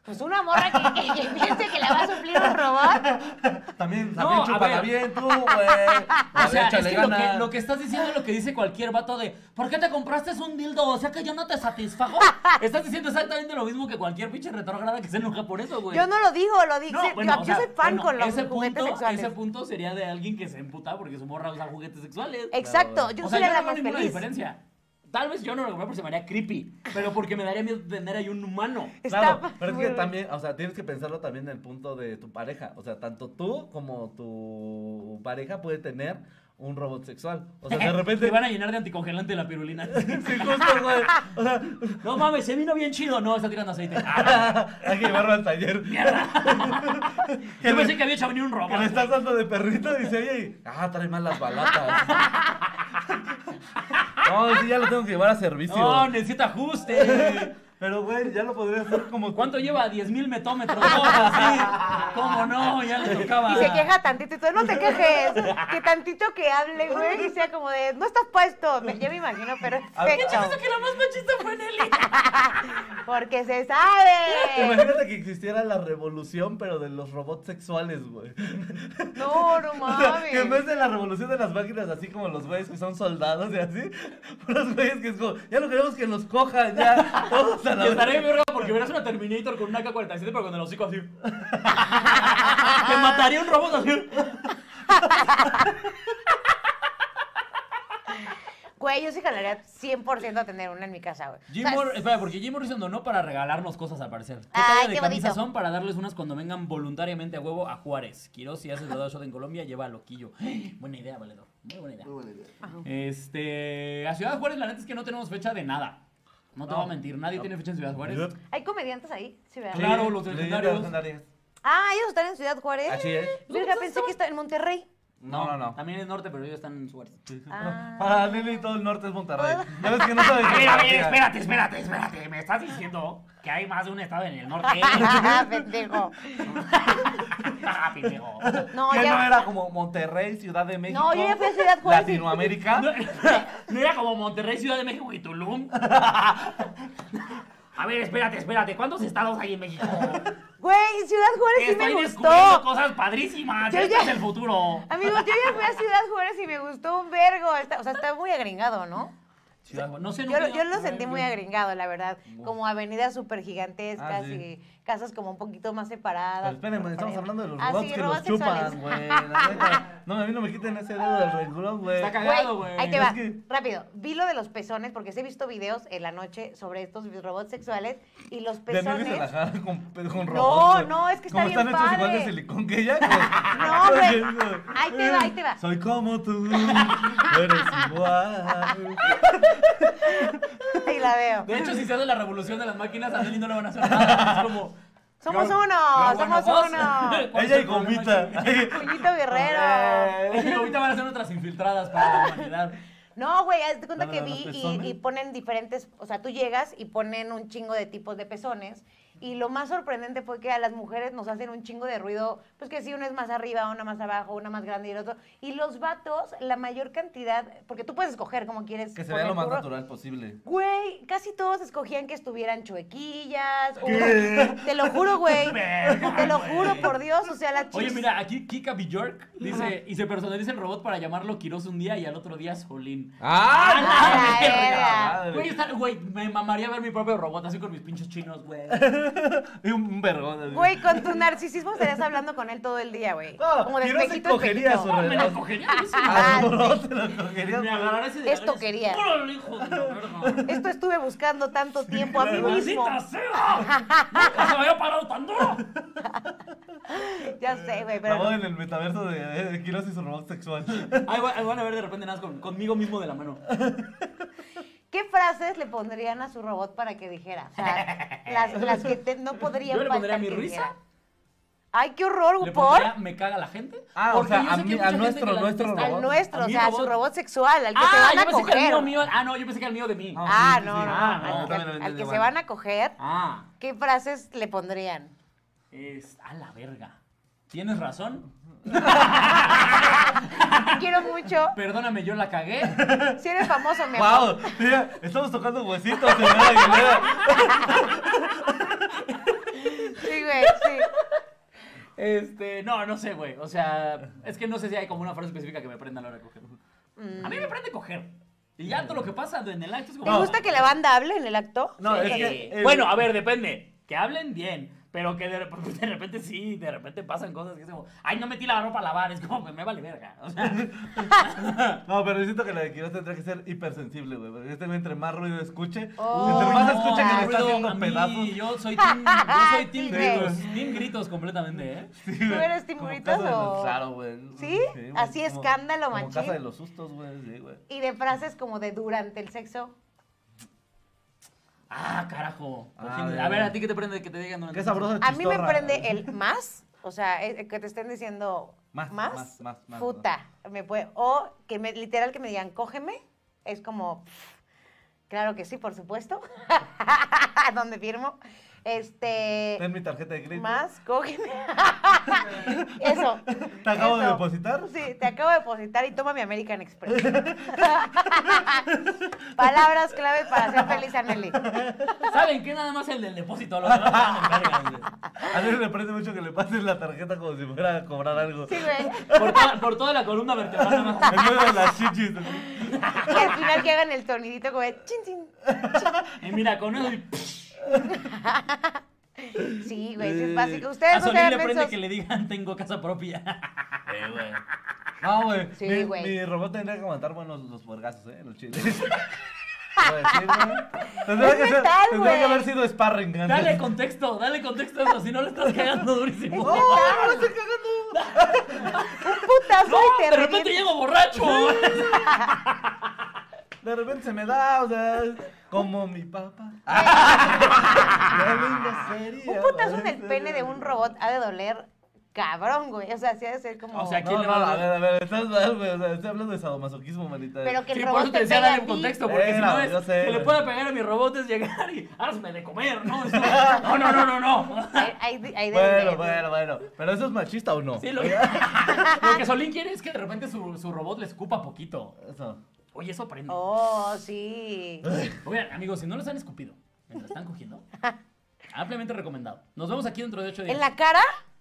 Speaker 4: Pues una morra que, que- que piense que la va a suplir un robot.
Speaker 5: También, también
Speaker 3: No, a
Speaker 5: chúpala
Speaker 3: ver.
Speaker 5: bien tú, güey.
Speaker 4: Ah,
Speaker 3: O sea, es
Speaker 5: échale
Speaker 3: que lo,
Speaker 5: ganas.
Speaker 3: que lo que estás diciendo es lo que dice cualquier vato de ¿Por qué te compraste un dildo? O sea que yo no te satisfago. estás diciendo exactamente lo mismo que cualquier pinche retrógrada que se enoja por eso, güey.
Speaker 4: Yo no lo digo, lo dije.
Speaker 3: No,
Speaker 4: yo-
Speaker 3: bueno, o
Speaker 4: yo
Speaker 3: sea,
Speaker 4: soy fan
Speaker 3: bueno,
Speaker 4: con los
Speaker 3: ese
Speaker 4: juguetes
Speaker 3: punto,
Speaker 4: sexuales.
Speaker 3: Ese punto sería de alguien que se emputa porque su morra usa juguetes sexuales.
Speaker 4: Exacto, Eh, yo
Speaker 3: o sea,
Speaker 4: soy
Speaker 3: yo
Speaker 4: la
Speaker 3: no veo
Speaker 4: más
Speaker 3: ninguna
Speaker 4: feliz.
Speaker 3: diferencia. Tal vez yo no lo compré porque se me haría creepy, pero porque me daría miedo tener ahí un humano.
Speaker 5: Claro,
Speaker 4: Está-
Speaker 5: pero es que también, o sea, tienes que pensarlo también en el punto de tu pareja. O sea, tanto tú como tu pareja puede tener un robot sexual. O sea, de repente.
Speaker 3: Te van a llenar de anticongelante la pirulina.
Speaker 5: Sí, justo, güey. O sea,
Speaker 3: no mames, se vino bien chido. No, está tirando aceite.
Speaker 5: hay Ah, que llevarlo al taller. Que
Speaker 3: Yo
Speaker 5: le-
Speaker 3: pensé que había hecho venir un
Speaker 5: que le
Speaker 3: robot.
Speaker 5: estás dando de perrito, dice, oye, ah, trae mal las balatas. No, sí, ya lo tengo que llevar a servicio.
Speaker 3: No, necesita ajuste.
Speaker 5: Pero, güey, ya lo podría hacer como.
Speaker 3: ¿Cuánto lleva? 10.000 metómetros. No, Pues sí. ¿Cómo no? Ya le tocaba.
Speaker 4: Y se queja tantito y tú, no te quejes. Que tantito que hable, güey, y sea como de, no estás puesto. Me- Ya me imagino, pero
Speaker 5: A ver, ¿qué
Speaker 4: perfecto.
Speaker 3: Pienso que la más machista fue Nelly.
Speaker 4: Porque se sabe.
Speaker 5: Imagínate que existiera la revolución, pero de los robots sexuales, güey.
Speaker 4: No, no
Speaker 5: O sea, que en vez
Speaker 4: mames.
Speaker 5: de la revolución de las máquinas, así como los güeyes que son soldados y así, los güeyes que es como, ya lo queremos que nos cojan, ya, todos a la
Speaker 3: Y estaré bien verga porque verás una Terminator con una K-47 pero con el hocico así. Te mataría un robot así.
Speaker 4: Güey, yo sí jalaría 100% a tener una en mi casa, güey.
Speaker 3: Jim
Speaker 4: O sea,
Speaker 3: Mor- espera, porque Jim Morrison donó para regalarnos cosas al parecer. ¿Qué
Speaker 4: Ay,
Speaker 3: talla de
Speaker 4: qué
Speaker 3: camisa
Speaker 4: bonito.
Speaker 3: son para darles unas cuando vengan voluntariamente a huevo a Juárez? Quiroz, si haces dado shot en Colombia, lleva a Loquillo. Buena idea, valedor. Muy buena idea. Este, a Ciudad Juárez la neta es que no tenemos fecha de nada. No te voy a mentir, nadie tiene fecha en Ciudad Juárez.
Speaker 5: Yo-
Speaker 4: Hay comediantes ahí, sí, ¿verdad?
Speaker 3: Claro. los
Speaker 5: Leyendas
Speaker 3: legendarios.
Speaker 5: legendarias.
Speaker 4: Ah, ellos están en Ciudad Juárez.
Speaker 3: Ah,
Speaker 5: Así es.
Speaker 4: Verga, pensé que está en Monterrey.
Speaker 5: No, no, no.
Speaker 3: También es norte, pero ellos están en Juárez.
Speaker 4: Ah.
Speaker 5: Para Lili todo el norte es Monterrey. Ya ves que no sabes.
Speaker 3: A ver, a ver,
Speaker 5: geografía.
Speaker 3: espérate, espérate, espérate. Me estás diciendo que hay más de un estado en el norte.
Speaker 4: Pendejo.
Speaker 3: Ah, pendejo.
Speaker 4: No,
Speaker 5: ¿Qué no
Speaker 4: ya.
Speaker 5: era como Monterrey, Ciudad de México?
Speaker 4: No, yo ya fui a Ciudad Juárez y-
Speaker 5: Latinoamérica.
Speaker 3: No, no era como Monterrey, Ciudad de México y Tulum. A ver, espérate, espérate. ¿Cuántos estados hay en México?
Speaker 4: Güey, Ciudad Juárez sí me
Speaker 3: Estoy descubriendo
Speaker 4: gustó.
Speaker 3: cosas padrísimas.
Speaker 4: Yo
Speaker 3: Este
Speaker 4: ya-
Speaker 3: es el futuro.
Speaker 4: Amigos, yo ya fui a Ciudad Juárez y me gustó un vergo. Está- o sea, está muy agringado, ¿no?
Speaker 3: Ciudad- no sé,
Speaker 4: Yo,
Speaker 3: nunca-
Speaker 4: lo- yo lo sentí
Speaker 3: no,
Speaker 4: muy
Speaker 3: no.
Speaker 4: agringado, la verdad. Como avenidas súper gigantescas
Speaker 5: Ah, sí.
Speaker 4: y casas como un poquito más separadas.
Speaker 5: Pero espérenme,
Speaker 4: por-
Speaker 5: estamos
Speaker 4: por-
Speaker 5: hablando de los
Speaker 4: Ah,
Speaker 5: robots
Speaker 4: sí,
Speaker 5: que los
Speaker 4: robots sexuales.
Speaker 5: chupan, güey. la neta. No, a mí no me quiten ese dedo del renglón, güey.
Speaker 3: Está
Speaker 4: Güey,
Speaker 3: cagado, güey.
Speaker 4: ahí te
Speaker 5: Es
Speaker 4: va,
Speaker 5: que-
Speaker 4: rápido. Vi lo de los pezones porque sí he visto videos en la noche sobre estos robots sexuales y los
Speaker 5: De no que se la
Speaker 4: pezones.
Speaker 5: jalan con, con
Speaker 4: No,
Speaker 5: robots, güey.
Speaker 4: no, es que está
Speaker 5: Como
Speaker 4: bien
Speaker 5: están hechos igual de
Speaker 4: padre.
Speaker 5: silicón que ella.
Speaker 4: No,
Speaker 5: güey.
Speaker 4: güey. Ahí te va, ahí te va.
Speaker 5: Soy como tú, tú eres igual.
Speaker 4: Ahí la veo.
Speaker 3: De hecho, si se hace la revolución de las máquinas, a Nelly no le van a hacer nada. Es como.
Speaker 4: Somos
Speaker 3: yo-
Speaker 4: uno,
Speaker 3: yo, bueno,
Speaker 4: somos
Speaker 3: vos.
Speaker 4: uno.
Speaker 3: ¿Cuál es
Speaker 5: Ella
Speaker 3: el
Speaker 5: y
Speaker 3: problema
Speaker 5: Gomita.
Speaker 3: aquí?
Speaker 4: Puñito
Speaker 5: Eh,
Speaker 4: Guerrero.
Speaker 3: eh, Es que ahorita van a ser otras infiltradas para la humanidad.
Speaker 4: No, güey, haz de cuenta
Speaker 5: Dame
Speaker 4: que
Speaker 5: los
Speaker 4: vi y,
Speaker 5: pezones.
Speaker 4: y ponen diferentes, o sea, tú llegas y ponen un chingo de tipos de pezones. Y lo más sorprendente fue que a las mujeres nos hacen un chingo de ruido, pues que sí, una es más arriba, una más abajo, una más grande y el otro. Y los vatos, la mayor cantidad, porque tú puedes escoger como quieres.
Speaker 5: Que se vea lo
Speaker 4: poner
Speaker 5: más
Speaker 4: tu ro-
Speaker 5: natural posible.
Speaker 4: Güey, casi todos escogían que estuvieran chuequillas. o- te lo juro, güey.
Speaker 3: Verga,
Speaker 4: te lo
Speaker 3: güey.
Speaker 4: juro, por Dios. O sea, la chica.
Speaker 3: Oye, mira, aquí Kika Bjork dice, y se personaliza el robot para llamarlo Quiroz un día y al otro día Solín.
Speaker 5: ¡Ah!
Speaker 4: la
Speaker 3: ¡A la
Speaker 4: verga!
Speaker 5: madre!
Speaker 3: Güey, está- güey, me mamaría ver mi propio robot así con mis pinches chinos, güey.
Speaker 5: Y un, un vergón. así.
Speaker 4: Güey, con tu narcisismo estarías hablando con él todo el día, güey.
Speaker 5: No,
Speaker 4: Como de
Speaker 5: y no se
Speaker 4: espejito a
Speaker 5: cogería
Speaker 4: espejito.
Speaker 5: su-
Speaker 3: Me lo cogería. yo sí.
Speaker 5: Ah, no, te lo cogerías.
Speaker 3: Me agarraré ese de
Speaker 4: Esto quería.
Speaker 3: ¡Órale, hijo de la verga!
Speaker 4: Esto estuve buscando tanto tiempo a mí mismo.
Speaker 3: ¡Maldita sea! ¡Nunca se me había parado tan duro!
Speaker 4: Ya sé, güey, pero.
Speaker 5: Estamos
Speaker 4: no.
Speaker 5: en el metaverso de, de Kiros y su robot sexual.
Speaker 3: Ahí va- ahí van a ver de repente nada más con- conmigo mismo de la mano.
Speaker 4: ¿Qué frases le pondrían a su robot para que dijera? O sea, las, las que te- no podrían
Speaker 3: Yo le pondría
Speaker 4: faltar
Speaker 3: mi
Speaker 4: que
Speaker 3: risa.
Speaker 4: dijera. Ay, qué horror,
Speaker 3: Le
Speaker 4: güey, ¿por?
Speaker 3: pondría, me caga la gente.
Speaker 5: Ah, o
Speaker 3: Porque
Speaker 5: sea,
Speaker 3: yo
Speaker 5: a
Speaker 3: sé que
Speaker 5: mí-
Speaker 3: hay mucha
Speaker 5: a
Speaker 3: gente
Speaker 5: nuestro-
Speaker 3: que la
Speaker 5: nuestro
Speaker 3: detesta.
Speaker 5: robot.
Speaker 4: Al nuestro,
Speaker 3: A
Speaker 4: o
Speaker 3: mi
Speaker 4: sea, a
Speaker 3: robot.
Speaker 4: su robot sexual, al que
Speaker 3: Ah,
Speaker 4: se van
Speaker 3: yo
Speaker 4: a
Speaker 3: pensé que el mío,
Speaker 4: coger.
Speaker 3: mío. Ah, no, yo pensé que el mío de mí.
Speaker 5: Ah.
Speaker 4: Ah,
Speaker 5: Sí, sí,
Speaker 4: no,
Speaker 5: sí.
Speaker 4: no,
Speaker 3: Ah,
Speaker 4: al
Speaker 3: no,
Speaker 4: que-
Speaker 5: también lo
Speaker 4: al,
Speaker 5: entendí,
Speaker 4: que se
Speaker 5: bueno.
Speaker 4: van a coger,
Speaker 3: Ah,
Speaker 4: ¿qué frases le pondrían?
Speaker 3: es a la verga. Tienes razón.
Speaker 4: Te quiero mucho,
Speaker 3: Perdóname, yo la cagué.
Speaker 4: si eres famoso, mi amor.
Speaker 5: ¡Wow! Mira, estamos tocando huesitos, señora Aguilera.
Speaker 4: Sí, güey, sí.
Speaker 3: Este, no, no sé, güey. O sea, es que no sé si hay como una frase específica que me prenda a la hora de coger.
Speaker 4: Mm.
Speaker 3: A mí me prende coger. Y ya todo lo que pasa en el acto es como.
Speaker 4: ¿Te gusta que la banda hable en el acto?
Speaker 5: No,
Speaker 3: Sí.
Speaker 5: es que, eh,
Speaker 3: Bueno, a ver, depende. Que hablen bien. Pero que de, rep- de repente sí, de repente pasan cosas que es como, ay, no metí la ropa a lavar, es como, me vale verga. O sea,
Speaker 5: No, pero yo siento que la de Quiroz tendría que ser hipersensible, güey. Porque este güey, entre más ruido escuche,
Speaker 4: Oh,
Speaker 5: entre más
Speaker 4: no,
Speaker 5: escuche que le está
Speaker 3: ruido a
Speaker 5: haciendo
Speaker 3: mí,
Speaker 5: pedazos.
Speaker 3: Yo soy team, yo soy team
Speaker 4: Sí,
Speaker 3: gritos,
Speaker 5: güey.
Speaker 3: team gritos completamente, ¿eh?
Speaker 5: Sí,
Speaker 4: ¿Tú
Speaker 5: güey.
Speaker 4: eres team
Speaker 5: Como
Speaker 4: gritos
Speaker 5: casa de los-
Speaker 4: o-
Speaker 5: Claro, güey.
Speaker 4: ¿Sí?
Speaker 5: güey,
Speaker 4: Así
Speaker 5: como-
Speaker 4: escándalo,
Speaker 5: como
Speaker 4: machín.
Speaker 5: casa de los sustos, güey. Sí, güey.
Speaker 4: Y de frases como de durante el sexo.
Speaker 3: Ah, carajo.
Speaker 5: Ah,
Speaker 3: Cogiendo-
Speaker 5: ya,
Speaker 3: a ver,
Speaker 5: ya.
Speaker 3: ¿a ti qué te prende que te digan durante
Speaker 5: Qué
Speaker 3: el sexo?
Speaker 5: sabroso
Speaker 4: A mí me
Speaker 5: chistorra.
Speaker 4: prende el más, o sea, eh, que te estén diciendo
Speaker 5: Más,
Speaker 4: más,
Speaker 5: más, más, más,
Speaker 4: puta, me puede, o que me, literal que me digan, cógeme, es como, pff, claro que sí, por supuesto, donde firmo, este,
Speaker 5: Ten mi tarjeta de crédito.
Speaker 4: más, cógeme, eso.
Speaker 5: Te acabo de
Speaker 4: eso.
Speaker 5: depositar.
Speaker 4: Sí, te acabo de depositar y toma mi American Express. Palabras clave para ser feliz a Nelly.
Speaker 3: ¿Saben qué? Nada más el del depósito. Lo demás, vale, verga, güey.
Speaker 5: A mí me prende mucho que le pases la tarjeta como si fuera a cobrar algo. Ah,
Speaker 4: Sí, güey.
Speaker 3: por, toda, por toda la columna vertebral. nada más.
Speaker 5: En medio de las chichis.
Speaker 4: Y al final que hagan el sonidito como de chin, chin.
Speaker 3: Y mira, con eso. y-
Speaker 4: Sí, güey, sí es básico. Ustedes
Speaker 3: a
Speaker 4: no se
Speaker 3: Solín
Speaker 4: hagan
Speaker 3: le prende
Speaker 4: mensos.
Speaker 3: que le digan tengo casa propia.
Speaker 5: No, güey.
Speaker 4: Sí,
Speaker 5: mi,
Speaker 4: güey.
Speaker 5: mi robot tendría que aguantar buenos los vergazos, eh. Los chiles. Te voy a decir, güey. Tendría,
Speaker 4: Es
Speaker 5: que, ser-
Speaker 4: metal,
Speaker 5: tendría que
Speaker 4: güey.
Speaker 5: haber sido sparring. antes.
Speaker 3: Dale contexto, dale contexto a eso, si no le estás cagando durísimo.
Speaker 5: ¡Oh, no estoy cagando!
Speaker 4: Un putazo
Speaker 3: No,
Speaker 4: y te
Speaker 3: de repente
Speaker 4: revientas.
Speaker 3: llego borracho.
Speaker 5: De repente se me da, o sea, como mi papá. Ya venga seria,
Speaker 4: Un putazo en
Speaker 5: güey.
Speaker 4: el pene de un robot ha de doler cabrón, güey. O sea, sí ha de ser como...
Speaker 3: O sea,
Speaker 5: No,
Speaker 3: ¿Quién le
Speaker 5: no,
Speaker 3: va a
Speaker 5: a
Speaker 3: hablar?
Speaker 5: ver, a ver, estás mal, güey. O sea, estoy hablando de sadomasoquismo, manita.
Speaker 4: Pero que el
Speaker 3: Sí, por
Speaker 4: robot
Speaker 3: eso te
Speaker 4: te
Speaker 3: decía
Speaker 4: pegue
Speaker 3: darle
Speaker 4: a
Speaker 3: un
Speaker 4: ti.
Speaker 3: contexto, porque
Speaker 5: Eh,
Speaker 3: si
Speaker 5: no,
Speaker 3: no
Speaker 5: yo
Speaker 3: es
Speaker 5: sé,
Speaker 3: que le
Speaker 5: güey.
Speaker 3: pueda pegar a mi robot es llegar y hazme de comer, ¿no? Eso- No, no, no, no, no.
Speaker 4: Ahí- ahí- ahí debe
Speaker 5: Bueno,
Speaker 4: de-
Speaker 5: bueno, bueno. ¿Pero eso es machista o no?
Speaker 3: Sí, lo, lo que Solín quiere es que de repente su, su robot le escupa poquito.
Speaker 5: Eso.
Speaker 3: Oye, eso prende.
Speaker 4: Oh, sí.
Speaker 3: Oigan, amigos, si no les han escupido mientras están cogiendo, ampliamente recomendado. Nos vemos aquí dentro de ocho días.
Speaker 4: ¿En la cara?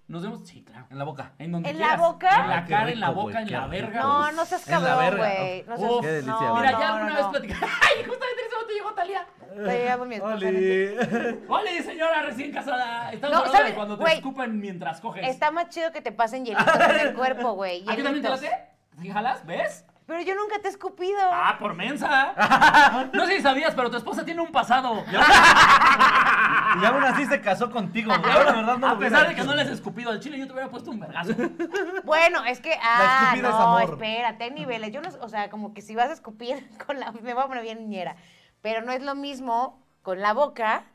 Speaker 3: Nos vemos, sí, claro.
Speaker 5: En la boca.
Speaker 3: En donde
Speaker 4: ¿En la
Speaker 3: quieras.
Speaker 4: boca?
Speaker 3: En la
Speaker 5: Ay, qué
Speaker 3: cara, en la
Speaker 5: rico,
Speaker 3: boca,
Speaker 5: güey,
Speaker 3: en
Speaker 5: qué
Speaker 3: la
Speaker 5: rico.
Speaker 3: verga.
Speaker 4: No, no seas
Speaker 5: En la
Speaker 4: cabrón,
Speaker 5: verga.
Speaker 4: güey. No
Speaker 3: Uf,
Speaker 4: seas...
Speaker 5: qué delicia,
Speaker 4: no,
Speaker 5: güey.
Speaker 3: Mira,
Speaker 4: no,
Speaker 3: ya
Speaker 4: no,
Speaker 3: una
Speaker 4: no.
Speaker 3: vez platicamos. Ay, justamente en ese momento llegó Talía.
Speaker 4: Estoy ya con mi esposa en el-
Speaker 5: ¡Oli!
Speaker 3: ¡Ole, señora recién casada! Estamos
Speaker 4: No,
Speaker 3: hablando de
Speaker 4: ¿sabes?
Speaker 3: cuando te
Speaker 4: Güey.
Speaker 3: escupen mientras coges.
Speaker 4: Está más chido que te pasen hielitos en el cuerpo, güey.
Speaker 3: ¿A ti también te
Speaker 4: hielitos.
Speaker 3: late? ¿Sí jalas? ¿Ves?
Speaker 4: Pero yo nunca te he escupido.
Speaker 3: ¡Ah, por mensa! No sé si sabías, pero tu esposa tiene un pasado.
Speaker 5: Y aún así se casó contigo, güey. Ahora, la verdad, no
Speaker 3: A pesar
Speaker 5: lo hubiera
Speaker 3: de que
Speaker 5: hecho.
Speaker 3: no le has escupido al chile, yo te hubiera puesto un vergazo.
Speaker 4: Bueno, es que, ah,
Speaker 5: escupida es
Speaker 4: no,
Speaker 5: amor.
Speaker 4: espérate, hay niveles. Yo no, o sea, como que si vas a escupir con la, me voy a poner bien niñera, pero no es lo mismo con la boca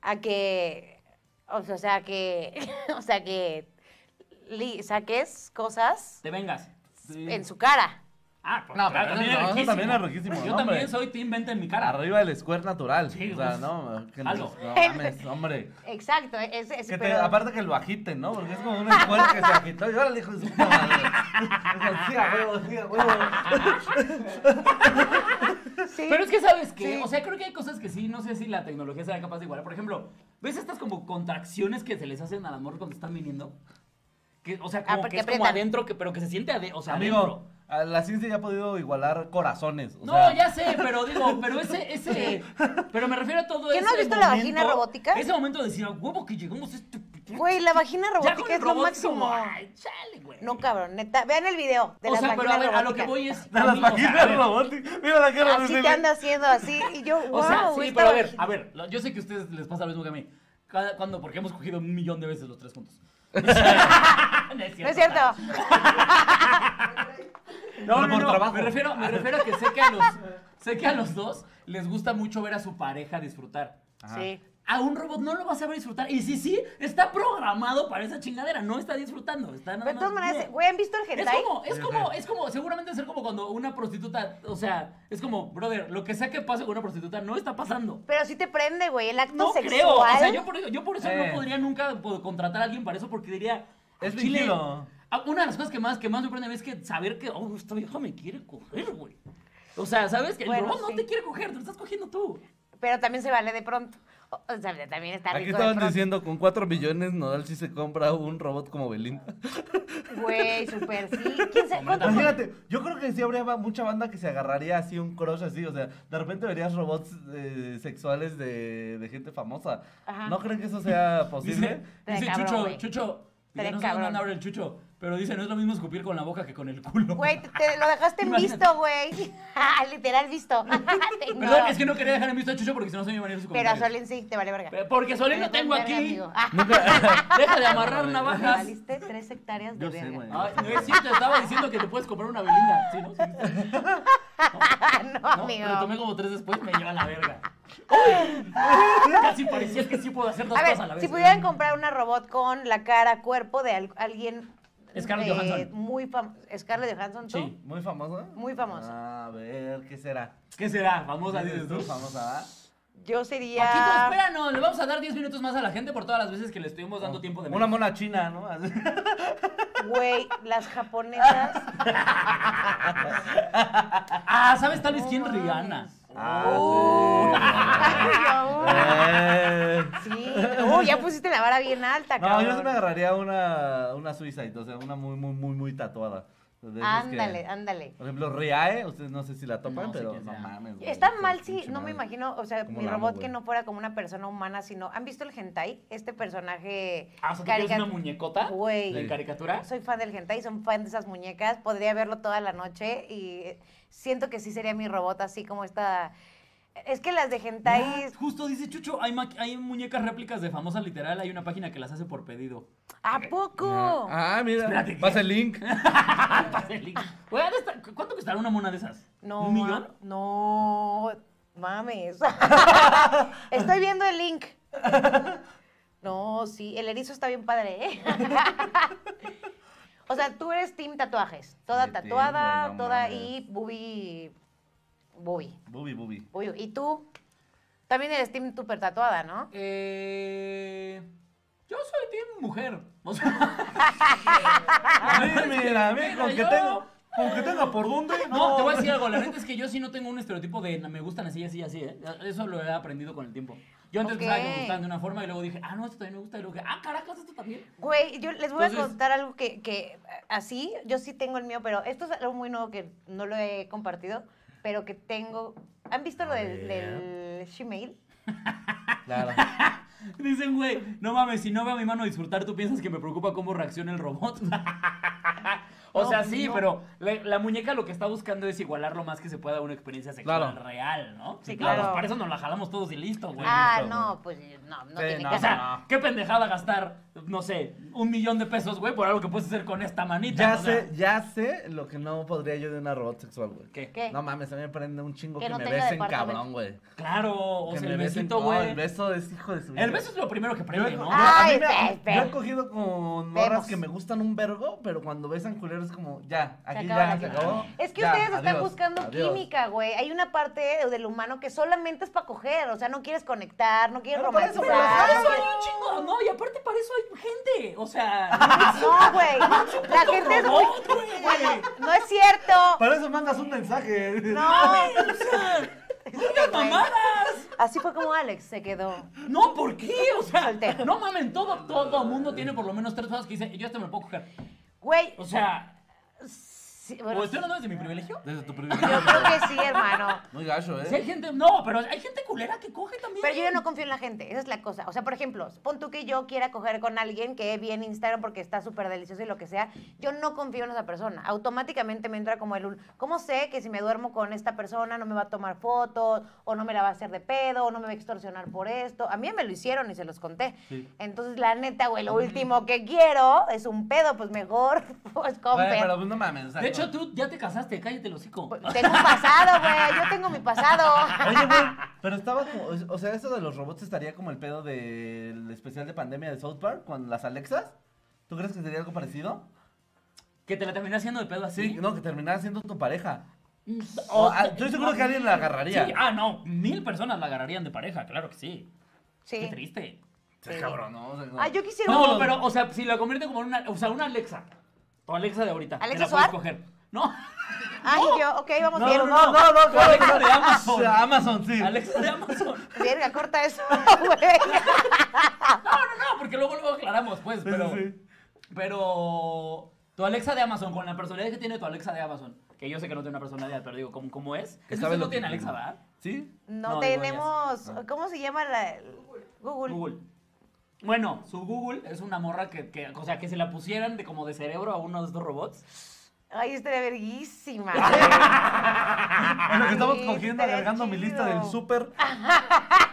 Speaker 4: a que, o sea, o sea, que, o sea, que li- saques cosas
Speaker 3: Te vengas.
Speaker 4: en su cara.
Speaker 3: Ah, pues,
Speaker 5: No,
Speaker 3: claro,
Speaker 5: pero no, eso
Speaker 3: riquísimo.
Speaker 5: también es riquísimo,
Speaker 3: Yo
Speaker 5: no,
Speaker 3: también
Speaker 5: hombre.
Speaker 3: soy team vente en mi cara.
Speaker 5: Arriba del square natural.
Speaker 3: Sí,
Speaker 5: o sea,
Speaker 3: pues,
Speaker 5: no, que no,
Speaker 3: algo.
Speaker 5: no mames, hombre.
Speaker 4: Exacto, e-, es, es-
Speaker 5: Que te-
Speaker 4: pero-
Speaker 5: aparte que lo agiten, ¿no? Porque es como un square que se agitó. Y ahora le dijo de su puta madre. Es como, Sí, a huevo, sí, a huevo.
Speaker 4: sí.
Speaker 3: Pero es que sabes que,
Speaker 4: Sí.
Speaker 3: o sea, creo que hay cosas que sí, no sé si la tecnología será capaz de igualar. Por ejemplo, ¿ves estas como contracciones que se les hacen a las morras cuando están viniendo? Que, o sea,
Speaker 4: Ah,
Speaker 3: como
Speaker 4: porque
Speaker 3: que es como
Speaker 4: aprietan.
Speaker 3: adentro, que, pero que se siente ade- o sea,
Speaker 5: Amigo,
Speaker 3: adentro.
Speaker 5: a la ciencia ya ha podido igualar corazones. o
Speaker 3: No,
Speaker 5: sea,
Speaker 3: ya sé, pero digo, pero ese, ese, pero me refiero a todo
Speaker 4: ¿Que
Speaker 3: ese
Speaker 4: no has visto la vagina robótica?
Speaker 3: Ese momento de decir, "A huevo que llegamos a este...
Speaker 4: Güey, la vagina
Speaker 3: Ya con
Speaker 4: robótica
Speaker 3: el
Speaker 4: es lo
Speaker 3: robot es
Speaker 4: máximo.
Speaker 3: como, ay, chale, güey.
Speaker 4: No, cabrón, neta, vean el video de
Speaker 3: o
Speaker 4: las
Speaker 3: sea, pero a
Speaker 4: vaginas
Speaker 3: ver, a lo que
Speaker 4: robóticas.
Speaker 3: voy es...
Speaker 5: De las
Speaker 3: amigo, o sea, a
Speaker 5: vaginas
Speaker 3: ver,
Speaker 5: robóticas. Mira la cara de
Speaker 4: Así
Speaker 5: ese
Speaker 4: te
Speaker 5: güey.
Speaker 4: anda haciendo así y yo, wow,
Speaker 3: O sea, sí,
Speaker 4: esta
Speaker 3: pero a ver,
Speaker 4: vagina-
Speaker 3: a ver, lo- yo sé que a ustedes les pasa lo mismo que a mí. Cada- cuando, porque hemos cogido un millón de veces los tres juntos. no es cierto.
Speaker 4: No es cierto.
Speaker 3: No,
Speaker 5: Pero
Speaker 3: no,
Speaker 5: por
Speaker 3: no,
Speaker 5: trabajo.
Speaker 3: Me refiero, me refiero a que sé que a los, sé que a los dos les gusta mucho ver a su pareja disfrutar.
Speaker 5: Ajá.
Speaker 4: Sí.
Speaker 3: A un robot no lo vas a ver disfrutar. Y sí, sí, está programado para esa chingadera. No está disfrutando. Está nada
Speaker 4: Pero de todas
Speaker 3: más-
Speaker 4: maneras,
Speaker 3: no.
Speaker 4: güey, ¿han visto
Speaker 3: Es
Speaker 4: el hentai?
Speaker 3: como, es como, es como, seguramente es como cuando una prostituta, o sea, es como, brother, lo que sea que pase con una prostituta no está pasando.
Speaker 4: Pero sí te prende, güey, el acto
Speaker 3: No
Speaker 4: sexual.
Speaker 3: creo. O sea, yo por, eso- yo por eso
Speaker 5: Eh.
Speaker 3: no podría nunca po- contratar a alguien para eso porque diría.
Speaker 5: Es
Speaker 3: "Al
Speaker 5: fingido".
Speaker 3: ah, Una de las cosas que más, que más me prende a mí es que saber que, oh, esta vieja me quiere coger, güey. O sea, sabes que
Speaker 4: Bueno,
Speaker 3: el robot
Speaker 4: sí.
Speaker 3: no te quiere coger, te lo estás cogiendo tú.
Speaker 4: Pero también se vale de pronto. O sea, también está
Speaker 5: Aquí
Speaker 4: rico. de
Speaker 5: estaban
Speaker 4: pronto.
Speaker 5: diciendo, con 4 millones Nodal sí se compra un robot como Belinda.
Speaker 4: Güey, súper sí. ¿Quién sabe cuánto?
Speaker 5: Imagínate, yo creo que sí habría ba- mucha banda que se agarraría así un crush así, o sea, de repente verías robots eh, sexuales de, de gente famosa.
Speaker 4: Ajá.
Speaker 5: ¿No creen que eso sea posible?
Speaker 3: Dice, dice
Speaker 4: Estaría cabrón,
Speaker 3: Chucho,
Speaker 4: güey.
Speaker 3: Chucho.
Speaker 4: Estaría
Speaker 3: dice, No sé dónde
Speaker 4: cabrón.
Speaker 3: anda ahora el Chucho, pero dice, no es lo mismo escupir con la boca que con el culo.
Speaker 4: Güey, te, te lo dejaste en
Speaker 3: Imagínate.
Speaker 4: visto, güey. Ah, Literal visto. Te
Speaker 3: Perdón,
Speaker 4: ignoro.
Speaker 3: es que no quería dejar en visto a Chucho porque si no soy mi manera su
Speaker 4: Pero a
Speaker 3: comentario.
Speaker 4: Solín sí, te vale verga.
Speaker 3: Pero Porque Solín lo
Speaker 4: Te vale
Speaker 3: tengo
Speaker 4: verga,
Speaker 3: aquí.
Speaker 4: amigo. Ah,
Speaker 3: Deja de amarrar
Speaker 4: te
Speaker 3: navajas.
Speaker 4: valiste tres hectáreas de
Speaker 5: Yo sé,
Speaker 4: verga.
Speaker 5: güey.
Speaker 3: Ay, no es cierto, estaba diciendo que te puedes comprar una Belinda. Sí, ¿no? Sí, sí.
Speaker 4: Ah, no,
Speaker 3: No,
Speaker 4: amigo.
Speaker 3: pero tomé como tres después, me lleva a la verga. ¡Uy! Casi parecía que sí puedo hacer dos
Speaker 4: A
Speaker 3: cosas a la vez.
Speaker 4: ver, si pudieran comprar una robot con la cara, cuerpo de al- alguien...
Speaker 3: Scarlett
Speaker 4: eh,
Speaker 3: Johansson.
Speaker 4: Muy famoso. ¿Scarlett Johansson tú?
Speaker 3: Sí.
Speaker 5: ¿Muy famosa?
Speaker 4: Muy famosa.
Speaker 5: A ver, ¿qué será?
Speaker 3: ¿Qué será? Famosa, dices tú.
Speaker 5: ¿Muy famosa?
Speaker 4: Yo sería...
Speaker 3: Paquito, espéranos, le vamos a dar 10 minutos más a la gente por todas las veces que le estuvimos dando tiempo de
Speaker 5: Ah, Una
Speaker 3: menos.
Speaker 5: mona china, ¿no? Así.
Speaker 4: Güey, las japonesas...
Speaker 3: Ah, ¿sabes tal vez quién?
Speaker 4: No mames.
Speaker 3: Rihanna.
Speaker 5: Ah, Eh.
Speaker 4: Sí. Uy, ya pusiste la vara bien alta,
Speaker 5: No, yo sí
Speaker 4: cabrón.
Speaker 5: me agarraría una, una Suicide, o sea, una muy, muy, muy, muy tatuada. De esas que-
Speaker 4: Ándale, ándale.
Speaker 5: Por ejemplo, Riae, ustedes no sé si la topan,
Speaker 3: No sé
Speaker 5: pero
Speaker 3: quién
Speaker 5: no
Speaker 3: sea.
Speaker 5: mames. güey,
Speaker 4: Está
Speaker 5: esa
Speaker 4: mal si,
Speaker 5: pinche
Speaker 4: no
Speaker 5: madre.
Speaker 4: me imagino, o sea,
Speaker 5: ¿Cómo
Speaker 4: mi
Speaker 5: la amo,
Speaker 4: robot que
Speaker 5: güey?
Speaker 4: no fuera como una persona humana, sino. ¿Han visto el hentai? Este personaje.
Speaker 3: Ah, o sea, ¿tú quieres
Speaker 4: carica-
Speaker 3: una muñecota?
Speaker 4: Güey.
Speaker 3: ¿De caricatura?
Speaker 4: Soy fan del hentai, soy fan de esas muñecas. Podría verlo toda la noche y siento que sí sería mi robot, así como esta. Es que las de hentai.
Speaker 3: Ah, Justo dice Chucho, hay, ma- hay muñecas réplicas de famosa literal, hay una página que las hace por pedido.
Speaker 4: ¿A poco?
Speaker 5: Ah, mira.
Speaker 3: Espérate, ¿qué?
Speaker 5: Pasa el link.
Speaker 3: Pasa el link. Güey, ha de estar- ¿Cuánto costará una mona de esas?
Speaker 4: No.
Speaker 3: ¿Un millón?
Speaker 4: ma- No. Mames. Estoy viendo el link. No, sí, el erizo está bien padre, ¿eh? O sea, tú eres team tatuajes. Toda
Speaker 5: Sí, team,
Speaker 4: tatuada,
Speaker 5: güey, no
Speaker 4: toda
Speaker 5: mames.
Speaker 4: y bubi. Bubi.
Speaker 5: Bubi, bubi.
Speaker 4: bubi. Y tú también eres team super tatuada, ¿no?
Speaker 3: Eh, yo soy team mujer. O sea,
Speaker 4: Ah,
Speaker 5: A mí, mira, a mí,
Speaker 3: Mira,
Speaker 5: con que
Speaker 3: yo-
Speaker 5: tengo, con que tenga por dónde.
Speaker 3: no, te voy a decir algo. La neta es que yo sí no tengo un estereotipo de me gustan así, así, así. ¿eh? Eso lo he aprendido con el tiempo. Yo antes
Speaker 4: Ok.
Speaker 3: pensaba que me gustaban de una forma y luego dije, ah, no, esto también me gusta. Y luego dije, ah, caracas, esto también.
Speaker 4: Güey, yo les voy a
Speaker 3: Entonces-
Speaker 4: contar algo que, que así, yo sí tengo el mío, pero esto es algo muy nuevo que no lo he compartido, pero que tengo. ¿Han visto lo
Speaker 5: A
Speaker 4: del,
Speaker 5: ver.
Speaker 4: del Gmail?
Speaker 5: Claro.
Speaker 3: Dicen, güey, no mames, si no veo mi mano disfrutar, tú piensas que me preocupa cómo reacciona el robot. o
Speaker 4: No,
Speaker 3: sea,
Speaker 4: pues
Speaker 3: sí,
Speaker 4: no.
Speaker 3: pero la, la muñeca lo que está buscando es igualar lo más que se pueda a una experiencia sexual
Speaker 5: Claro.
Speaker 3: real, ¿no?
Speaker 4: Sí,
Speaker 3: Ah, pues
Speaker 4: claro.
Speaker 3: Para eso nos la jalamos todos y listo, güey.
Speaker 4: Ah,
Speaker 5: listo,
Speaker 4: no, pues no, no
Speaker 5: Sí,
Speaker 4: tiene
Speaker 5: no,
Speaker 4: que
Speaker 3: O sea, qué pendejada gastar, no sé, un millón de pesos, güey, por algo que puedes hacer con esta manita.
Speaker 5: Ya
Speaker 3: o sea.
Speaker 5: sé, ya sé lo que no podría yo de una robot sexual, güey.
Speaker 3: ¿Qué?
Speaker 4: ¿Qué?
Speaker 5: No mames, a mí me prende un chingo
Speaker 4: Que
Speaker 5: que,
Speaker 4: no
Speaker 5: me
Speaker 4: tenga
Speaker 5: besen
Speaker 4: departamento.
Speaker 5: cabrón, güey.
Speaker 3: Claro, o
Speaker 5: Que
Speaker 3: sea,
Speaker 5: me
Speaker 3: el
Speaker 5: besen-
Speaker 3: besito,
Speaker 5: no,
Speaker 3: Oh, güey.
Speaker 5: el beso es hijo de su
Speaker 3: El
Speaker 5: vida.
Speaker 3: beso es lo primero que
Speaker 5: Yo
Speaker 3: prende,
Speaker 5: he,
Speaker 3: ¿no?
Speaker 5: co-
Speaker 4: Ah,
Speaker 5: a mí
Speaker 4: Ay,
Speaker 5: me-
Speaker 4: espera, espera.
Speaker 5: yo he cogido con
Speaker 4: Vemos.
Speaker 5: morras que me gustan un vergo, pero cuando besan culeros es como, ya,
Speaker 4: Se
Speaker 5: aquí
Speaker 4: acabó
Speaker 5: ya,
Speaker 4: la
Speaker 5: se
Speaker 4: química.
Speaker 5: acabó.
Speaker 4: Es que
Speaker 5: ya,
Speaker 4: ustedes están
Speaker 5: adiós,
Speaker 4: buscando
Speaker 5: adiós.
Speaker 4: química, güey. Hay una parte de- del humano que solamente es para coger. O sea, no quieres conectar, no quieres
Speaker 5: Pero para eso
Speaker 4: romantizar.
Speaker 5: me
Speaker 3: Pero para
Speaker 4: no
Speaker 3: eso hay
Speaker 4: quieres-
Speaker 3: un chingo, no, y aparte para eso hay gente, o sea...
Speaker 4: No, güey. La
Speaker 3: puto
Speaker 4: gente es muy.
Speaker 3: robot, güey.
Speaker 4: Bueno, no es cierto.
Speaker 5: Para eso mandas un mensaje.
Speaker 4: No.
Speaker 3: ¡Unas mamadas!
Speaker 4: Así fue como Alex se quedó.
Speaker 3: No, ¿por qué? O sea,
Speaker 4: Soltero.
Speaker 3: no mamen, todo, todo mundo tiene por lo menos tres cosas que dice, yo esto me lo puedo coger.
Speaker 4: Güey.
Speaker 3: O sea,
Speaker 4: sí, bueno,
Speaker 3: ¿o estoy hablando desde mi privilegio?
Speaker 5: Desde tu
Speaker 4: yo
Speaker 5: privilegio.
Speaker 4: creo que sí, hermano.
Speaker 5: Muy gacho,
Speaker 3: Si hay
Speaker 5: ¿eh?
Speaker 3: gente, no, pero hay gente culera que coge también.
Speaker 4: Pero yo ya no confío en la gente, esa es la cosa. O sea, por ejemplo, pon tú que yo quiera coger con alguien que vi en Instagram porque está súper delicioso y lo que sea, yo no confío en esa persona. Automáticamente me entra como el, un- ¿cómo sé que si me duermo con esta persona no me va a tomar fotos o no me la va a hacer de pedo o no me va a extorsionar por esto? A mí me lo hicieron y se los conté.
Speaker 5: Sí.
Speaker 4: Entonces, la neta, güey, lo último que quiero es un pedo, pues mejor,
Speaker 5: Güey,
Speaker 4: pues compre.
Speaker 5: pero pues, no mames. o sea,
Speaker 3: De hecho,
Speaker 5: no-
Speaker 3: tú ya te casaste, cállate el hocico.
Speaker 4: Tengo un pasado, güey, yo tengo mi pasado.
Speaker 5: Oye, güey, pero estaba como. O sea, eso de los robots estaría como el pedo del especial de pandemia de South Park con las Alexas. ¿Tú crees que sería algo parecido?
Speaker 3: Que te la terminé haciendo de pedo así.
Speaker 5: No, que terminara siendo tu pareja.
Speaker 4: Mm.
Speaker 3: O-
Speaker 5: O, ah, estoy seguro que alguien la agarraría.
Speaker 3: Sí, ah, no, mil personas la agarrarían de pareja, claro que sí. Qué
Speaker 4: Sí.
Speaker 3: triste.
Speaker 5: Sí, cabrón, no. o sea, no.
Speaker 4: Ah, yo quisiera...
Speaker 3: No, pero, o sea, si la convierte como en una, o sea, una Alexa. Tu Alexa de ahorita. te
Speaker 4: ¿Alexa
Speaker 3: la puedes
Speaker 4: Suar?
Speaker 3: coger. No.
Speaker 4: Ay, yo, ok, vamos
Speaker 3: No,
Speaker 4: bien.
Speaker 3: no, no, no, no, Alexa de Amazon.
Speaker 5: Amazon, sí.
Speaker 3: Alexa de Amazon.
Speaker 4: Verga, corta eso, güey.
Speaker 3: No, no, no, porque luego luego aclaramos, pues,
Speaker 5: Sí,
Speaker 3: pero.
Speaker 5: sí,
Speaker 3: Pero. Tu Alexa de Amazon, con la personalidad que tiene tu Alexa de Amazon, que yo sé que no tiene una personalidad, pero digo, ¿cómo, cómo es?
Speaker 5: Que
Speaker 3: Es que
Speaker 5: sabe
Speaker 3: usted
Speaker 5: lo
Speaker 3: no
Speaker 5: que
Speaker 3: tiene
Speaker 5: quiere.
Speaker 3: Alexa, ¿verdad?
Speaker 5: ¿Sí?
Speaker 4: No,
Speaker 3: No,
Speaker 4: tenemos, ¿cómo se llama la? Google.
Speaker 3: Google. Bueno, su Google es una morra que, que, o sea, que se la pusieran de como de cerebro a uno de estos robots.
Speaker 4: Ay, estaría verguísima.
Speaker 5: En lo que estamos
Speaker 4: Sí,
Speaker 5: cogiendo,
Speaker 4: estaría
Speaker 5: agregando mi lista
Speaker 4: chido.
Speaker 5: del súper.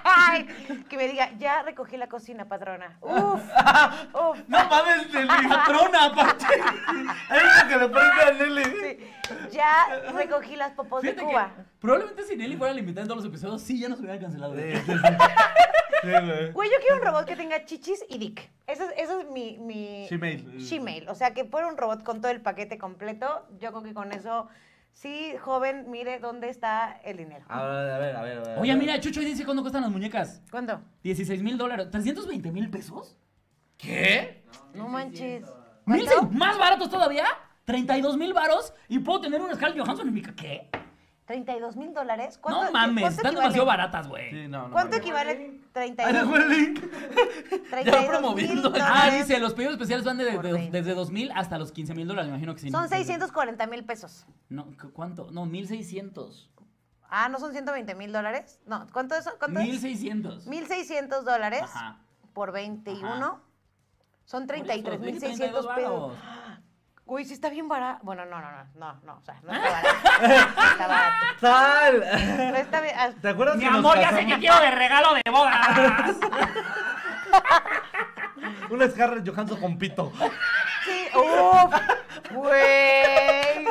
Speaker 4: Ay, que me diga, ya recogí la cocina, padrona. Uf, uf.
Speaker 5: No mames, de la trona, aparte. Es lo que le prende a Lili.
Speaker 4: sí. Ya recogí las popos de
Speaker 3: Fíjate que
Speaker 4: Cuba.
Speaker 3: probablemente si Nelly fuera la invitada en todos los episodios, sí, ya nos hubieran cancelado.
Speaker 5: Sí, sí, sí. Sí, güey.
Speaker 4: Güey, yo quiero un robot que tenga chichis y dick. Eso es, eso es mi, mi...
Speaker 5: Shemale.
Speaker 4: Gmail. O sea, que fuera un robot con todo el paquete completo. Yo creo que con eso, sí, joven, mire dónde está el dinero.
Speaker 5: A ver, a ver, a ver. a ver.
Speaker 3: Oye, mira, Chucho ahí dice cuánto cuestan las muñecas.
Speaker 4: ¿Cuánto?
Speaker 3: 16 mil dólares. ¿320 mil pesos? ¿Qué?
Speaker 4: No manches.
Speaker 3: ¿Mil seis- ¿Más baratos todavía? ¿32 mil varos? ¿Y puedo tener un Scarlett Johansson en mi ca- ¿Qué?
Speaker 4: ¿32 mil dólares? ¿Cuánto-
Speaker 3: No
Speaker 4: qué-
Speaker 3: mames,
Speaker 4: cuánto
Speaker 3: están
Speaker 4: equivale-
Speaker 3: demasiado baratas, güey.
Speaker 5: Sí, no, no.
Speaker 4: ¿Cuánto
Speaker 5: mames.
Speaker 4: equivale
Speaker 5: Ay,
Speaker 4: 32
Speaker 5: dejó el link.
Speaker 3: Ya
Speaker 4: 32
Speaker 3: promoviendo.
Speaker 4: mil
Speaker 3: Ah,
Speaker 4: dólares?
Speaker 3: dice, los pedidos especiales van de- de-
Speaker 4: Por veinte.
Speaker 3: desde 2 mil hasta los 15 mil dólares, me imagino que sí.
Speaker 4: Son 640 mil pesos.
Speaker 3: No, ¿cu- ¿cuánto? No, 1600.
Speaker 4: Ah, ¿no son 120 mil dólares? No, ¿cuánto es? ¿Cuánto es?
Speaker 3: 1600.
Speaker 4: 1.600 dólares
Speaker 3: Ajá.
Speaker 4: por 21
Speaker 3: Ajá.
Speaker 4: son
Speaker 3: Por eso,
Speaker 4: 33.600 pesos.
Speaker 3: varos.
Speaker 4: Uy, sí está bien barato. Bueno, no, no, no, no, no, o sea, no está barato. está barato.
Speaker 5: Sal.
Speaker 4: No está bien. ah,
Speaker 5: ¿Te acuerdas
Speaker 3: Mi
Speaker 5: que nos
Speaker 3: amor, ya sé
Speaker 5: casamos?
Speaker 3: que quiero de regalo de bodas.
Speaker 5: Una Scarlett Johansson con pito.
Speaker 4: Sí, uff, güey.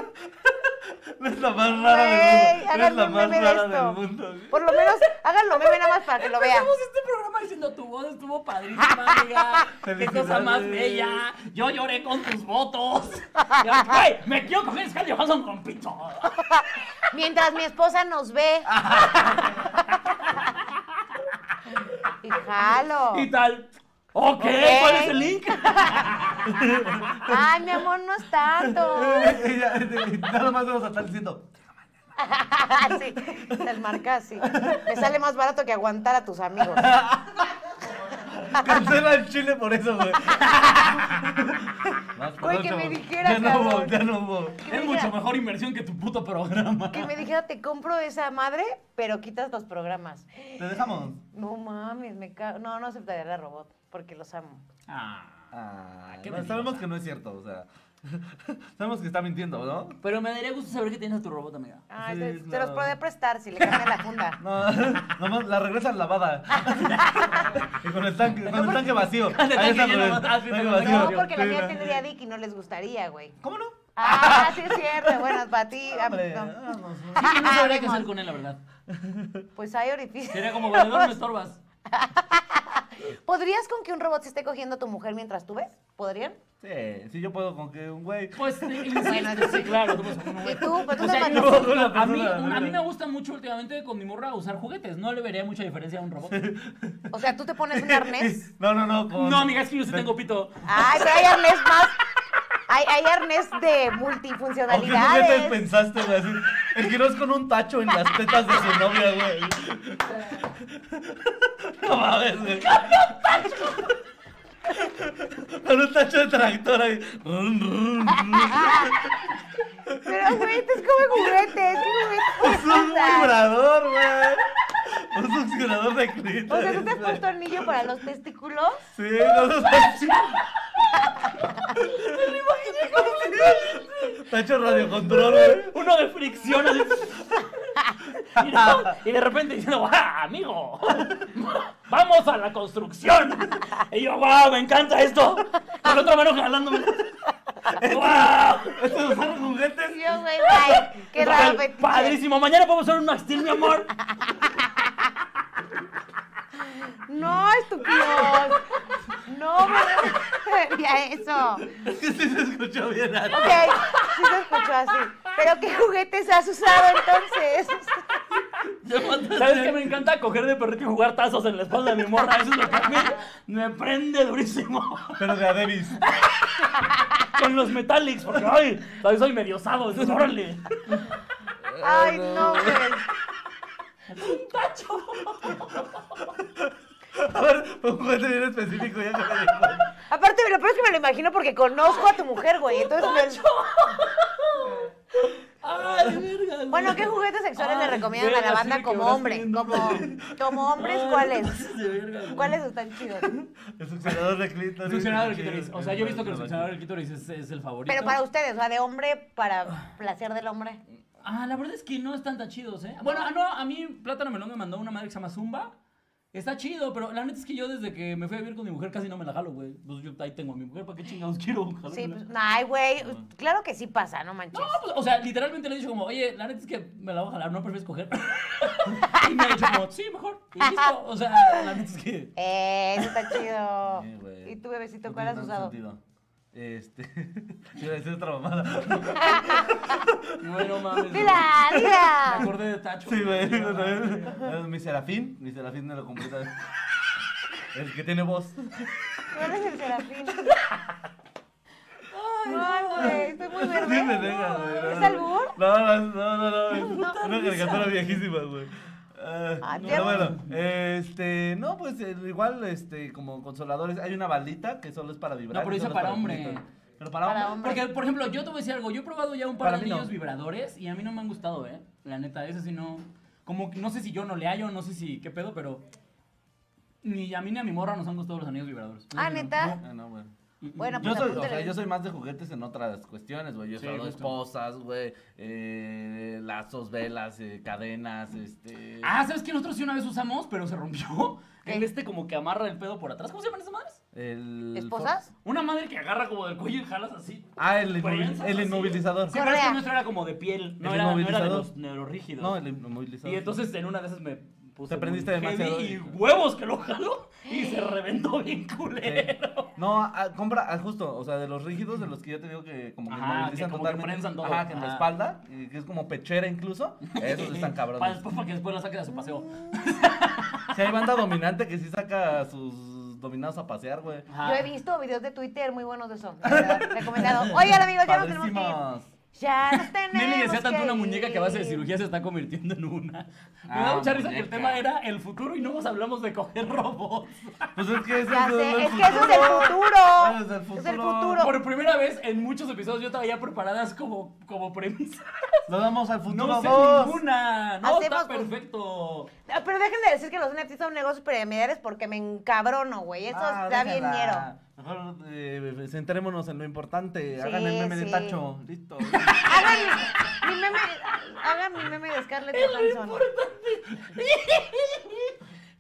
Speaker 5: Es la más rara del
Speaker 4: Güey,
Speaker 5: mundo. Es
Speaker 4: háganle
Speaker 5: la
Speaker 4: un
Speaker 5: más
Speaker 4: meme de
Speaker 5: rara del
Speaker 4: esto.
Speaker 5: mundo.
Speaker 4: Por lo menos, háganlo meme nada más para que lo vean.
Speaker 3: Empezamos este programa diciendo tu voz estuvo padrísima, amiga. Qué cosa más
Speaker 5: Felicidades.
Speaker 3: bella. Yo lloré con tus votos. Güey, me quiero coger a Scarlett Johansson con pito.
Speaker 4: Mientras mi esposa nos ve. Y jalo.
Speaker 3: Y tal. Ok,
Speaker 4: Ok.
Speaker 3: ¿cuál es el link?
Speaker 4: Ay, mi amor, no es tanto.
Speaker 5: Y ya, y- y Nada más vamos a estar diciendo.
Speaker 4: sí, el marca sí. Me sale más barato que aguantar a tus amigos.
Speaker 5: Cancela el chile por eso, güey. Más por
Speaker 4: Güey, que
Speaker 5: eso,
Speaker 4: me
Speaker 5: güey.
Speaker 4: dijera,
Speaker 5: Ya no hubo,
Speaker 4: cabrón.
Speaker 5: ya no hubo.
Speaker 4: Que
Speaker 3: Es
Speaker 4: me dijera-
Speaker 3: mucho mejor inversión que tu puto programa.
Speaker 4: Que me dijera, te compro esa madre, pero quitas los programas.
Speaker 5: Te dejamos.
Speaker 4: No mames, me cago. No, no aceptaría la robot, porque los amo.
Speaker 3: Ah.
Speaker 5: Ah,
Speaker 3: qué
Speaker 5: no,
Speaker 3: mentirosa.
Speaker 5: sabemos que no es cierto, o sea. sabemos que está mintiendo, ¿no?
Speaker 3: Pero me daría gusto saber que tienes a tu robot, amiga.
Speaker 4: Ay,
Speaker 5: Sí,
Speaker 4: te,
Speaker 5: no.
Speaker 4: te los podría prestar si le cambia la funda.
Speaker 5: No, nomás la regresan lavada. y con el tanque, con el tanque vacío.
Speaker 3: el tanque
Speaker 5: Ahí está con
Speaker 3: lleno,
Speaker 5: el
Speaker 3: ah, sí,
Speaker 5: tanque
Speaker 3: tengo el tanque
Speaker 5: vacío.
Speaker 4: No, porque la
Speaker 5: Sí,
Speaker 4: mía
Speaker 5: no.
Speaker 4: tendría Dick y no les gustaría, güey.
Speaker 5: ¿Cómo no?
Speaker 4: Ah, sí es cierto. Bueno, para ti. ah,
Speaker 5: Hombre,
Speaker 4: no.
Speaker 5: vamos.
Speaker 3: Sí, no sabría qué hacer con él, la verdad.
Speaker 4: Pues hay orificios.
Speaker 3: Sería como vendedor, no estorbas.
Speaker 4: ¿Podrías con que un robot se esté cogiendo a tu mujer mientras tú ves? ¿Podrían?
Speaker 5: Sí, sí, yo puedo con que un güey.
Speaker 3: Pues,
Speaker 4: Bueno,
Speaker 3: bueno, sí, claro. tú puedes poner un
Speaker 4: ¿Y
Speaker 3: güey.
Speaker 4: tú? Pues tú
Speaker 3: O
Speaker 4: te
Speaker 3: sea,
Speaker 4: manejas.
Speaker 5: No, una
Speaker 3: A mí,
Speaker 5: persona,
Speaker 3: a mí me
Speaker 5: una-
Speaker 3: gusta mucho últimamente con mi morra usar juguetes. No le vería mucha diferencia a un robot.
Speaker 4: O sea, tú te pones un arnés.
Speaker 5: No, no, no. con-
Speaker 3: No, amiga, es que yo sí tengo pito.
Speaker 4: Ay, pero hay arnés más. Hay, hay arnés de
Speaker 5: ¿O qué juguete
Speaker 4: multifuncionalidades.
Speaker 5: pensaste, güey? Así, El que no es con un tacho en las tetas de su novia, güey. No mames, güey. Con un tacho de tractor ahí. Rum, rum, rum.
Speaker 4: Pero, güey, te es como juguetes. ¿Qué
Speaker 5: Es
Speaker 4: juguetes
Speaker 5: un
Speaker 4: usas?
Speaker 5: vibrador, güey. Un succionador de clítoris.
Speaker 4: O sea, ¿tú te has
Speaker 5: güey.
Speaker 4: puesto anillo para los testículos?
Speaker 5: Sí, no no, tacho. Tacho radiocontrol, güey.
Speaker 3: Uno de fricción. así. Y de- Y de repente diciendo, ¡guau, amigo! ¡Vamos a la construcción! Y yo, ¡guau, me encanta esto! Con la otra mano jalándome. ¡Guau!
Speaker 5: Estos son juguetes.
Speaker 4: Y yo, güey, ay, qué raro
Speaker 3: Padre-
Speaker 4: fetiche.
Speaker 3: Padrísimo. Mañana podemos hacer un Max Steel, mi amor.
Speaker 4: No, estúpidos. No, güey, no debería eso.
Speaker 5: Es que sí se escuchó bien. Ana.
Speaker 4: Ok, sí se escuchó así. Pero, ¿qué juguetes has usado entonces?
Speaker 3: ¿Sabes qué? Me encanta coger de perrito y jugar tazos en la espalda de mi morra. Eso es lo que a mí me prende durísimo.
Speaker 5: Pero de a Davis.
Speaker 3: Con los metallics, porque ay, todavía soy medio osado. Entonces, órale.
Speaker 4: Ay, no, güey.
Speaker 5: A ver, un juguete bien específico ya se me llegó.
Speaker 4: Aparte, lo peor es que me lo imagino porque conozco a tu mujer, güey. Entonces, me-
Speaker 3: Ay, verga.
Speaker 4: bueno, ¿qué juguetes sexuales le
Speaker 3: Ay,
Speaker 4: recomiendan a
Speaker 3: verga,
Speaker 4: la
Speaker 3: sí,
Speaker 4: banda
Speaker 3: que
Speaker 4: como
Speaker 3: ahora
Speaker 4: hombre?
Speaker 3: sí, no
Speaker 4: Como, como hombres, ¿cuáles? ¿Cuáles están chidos?
Speaker 5: El succionador de clítoris.
Speaker 3: Funcionador del clítoris. O sea, yo he visto que el funcionador del clítoris es, es el favorito.
Speaker 4: Pero para ustedes, o sea, de hombre para placer del hombre.
Speaker 3: Ah, la verdad es que no están tan chidos, ¿eh? Bueno, ah, no, a mí Plátano Melón me mandó una madre que se llama Zumba. Está chido, pero la neta es que yo desde que me fui a vivir con mi mujer casi no me la jalo, güey. Pues yo ahí tengo a mi mujer, ¿para qué chingados quiero?
Speaker 4: Sí, pues,
Speaker 3: jalármela?
Speaker 4: ay, güey, claro que sí pasa, no manches.
Speaker 3: No, pues, o sea, literalmente le he dicho como, oye, la neta es que me la voy a jalar, no prefieres coger. y me ha dicho como, sí, mejor. Y listo. O sea, la neta es que.
Speaker 4: Eh, eso está chido.
Speaker 5: Sí, güey.
Speaker 4: Ah, ¿Y tu bebecito
Speaker 5: No
Speaker 4: cuál
Speaker 5: tiene
Speaker 4: has
Speaker 5: tanto
Speaker 4: usado?
Speaker 5: sentido. Este. Iba a decir otra mamada.
Speaker 3: Bueno, mames. güey.
Speaker 4: Dila,
Speaker 3: Me
Speaker 4: dila.
Speaker 3: acordé de Tacho.
Speaker 5: Sí, güey.
Speaker 3: No,
Speaker 5: no
Speaker 3: mames.
Speaker 5: sabes. Mi serafín. Mi serafín de la completa. El que tiene voz.
Speaker 4: ¿Cuál es el serafín? No, güey, estoy muy
Speaker 5: Sí,
Speaker 4: verde.
Speaker 5: me deja, güey, no,
Speaker 4: ¿Es
Speaker 5: no.
Speaker 4: albur?
Speaker 5: No, no, no, no, no. es Una caricatura viejísima, güey. Ah,
Speaker 4: Ah,
Speaker 5: no,
Speaker 4: te-
Speaker 5: bueno, este, no, pues eh, igual, este, como consoladores, hay una balita que solo es para vibrar.
Speaker 3: No, pero
Speaker 5: y
Speaker 3: dice
Speaker 5: solo es
Speaker 3: para
Speaker 5: el
Speaker 3: hombre.
Speaker 5: clítoris. Pero para,
Speaker 4: Para
Speaker 5: hombre.
Speaker 4: hombre.
Speaker 3: Porque, por ejemplo, yo te voy a decir algo. Yo he probado ya un par
Speaker 5: Para
Speaker 3: de
Speaker 5: mí no.
Speaker 3: anillos vibradores y a mí no me han gustado, ¿eh? La neta, ese sí no. Como que no sé si yo no le hallo, no sé si qué pedo, pero. Ni a mí ni a mi morra nos han gustado los anillos vibradores. Eso
Speaker 4: Ah,
Speaker 3: sí no.
Speaker 4: ¿neta?
Speaker 5: Ah, no, güey.
Speaker 4: Bueno,
Speaker 5: Yo
Speaker 4: pues
Speaker 5: soy, o
Speaker 4: apúntale.
Speaker 5: sea, yo soy más de juguetes en otras cuestiones, güey. Yo he
Speaker 3: Sí,
Speaker 5: usado
Speaker 3: justo.
Speaker 5: esposas, güey, eh, lazos, velas, eh, cadenas, este...
Speaker 3: Ah, ¿sabes qué? Nosotros sí una vez usamos, pero se rompió.
Speaker 4: ¿Qué?
Speaker 3: El este como que amarra el pedo por atrás. ¿Cómo se llaman esas madres?
Speaker 5: El...
Speaker 4: ¿Esposas?
Speaker 3: Una madre que agarra como del cuello y jalas así.
Speaker 5: Ah, el, inmovi-
Speaker 3: Prensas
Speaker 5: el
Speaker 3: así.
Speaker 5: inmovilizador.
Speaker 3: Sí, pero es que
Speaker 4: Correa.
Speaker 3: el nuestro era como de piel. No,
Speaker 5: El
Speaker 3: era, no era de
Speaker 5: inmovilizador.
Speaker 3: los neurorrígidos.
Speaker 5: No, el inmovilizador.
Speaker 3: Y entonces en una de esas me puse.
Speaker 5: Te prendiste
Speaker 3: muy
Speaker 5: demasiado.
Speaker 3: heavy Y huevos que lo jaló y se reventó bien culero.
Speaker 5: No, ah, compra, ah, justo, o sea, de los rígidos, de los que yo te digo que como que
Speaker 3: Ajá, que
Speaker 5: inmovilizan
Speaker 3: como que
Speaker 5: totalmente.
Speaker 3: prensan todo.
Speaker 5: Ajá, que en la
Speaker 3: Ajá.
Speaker 5: espalda, y que es como pechera incluso, esos están
Speaker 3: Para,
Speaker 5: cabrones.
Speaker 3: después, para que después la saques a su paseo.
Speaker 5: Si hay banda dominante que sí saca a sus dominados a pasear, güey.
Speaker 3: Ajá.
Speaker 4: Yo he visto videos de Twitter muy buenos de eso. la verdad, Recomendado. Oigan, amigos, ya nos tenemos que ir.
Speaker 5: Padrísimos.
Speaker 4: Ya nos tenemos.
Speaker 3: Nelly decía tanto
Speaker 4: que
Speaker 3: una muñeca que a base de
Speaker 4: ir.
Speaker 3: cirugía se está convirtiendo en una. Me
Speaker 5: Ah,
Speaker 3: da mucha risa que el
Speaker 5: muñeca.
Speaker 3: tema era el futuro y no nos hablamos de coger robots.
Speaker 5: Pues es que eso
Speaker 4: Ya
Speaker 5: es
Speaker 4: sé,
Speaker 5: el
Speaker 4: es que eso es el
Speaker 5: Ah, es el
Speaker 4: futuro. Es el
Speaker 5: futuro.
Speaker 4: futuro.
Speaker 3: Por primera vez en muchos episodios yo traía preparadas como, como premisa.
Speaker 5: Nos vamos al futuro
Speaker 3: No sé
Speaker 5: dos.
Speaker 3: ninguna. No,
Speaker 4: Hacemos
Speaker 3: está
Speaker 4: fu-
Speaker 3: perfecto.
Speaker 4: Ah, Pero dejen de decir que los NFTs son negocios piramidales porque me encabrono, güey. Eso
Speaker 5: Ah,
Speaker 4: está bien ñero.
Speaker 5: déjala. Mejor eh, centrémonos en lo importante.
Speaker 4: Sí,
Speaker 5: Hagan el meme de
Speaker 4: sí.
Speaker 5: Tacho. Listo.
Speaker 4: Hagan mi, mi meme, hagan mi meme de Scarlett Johansson.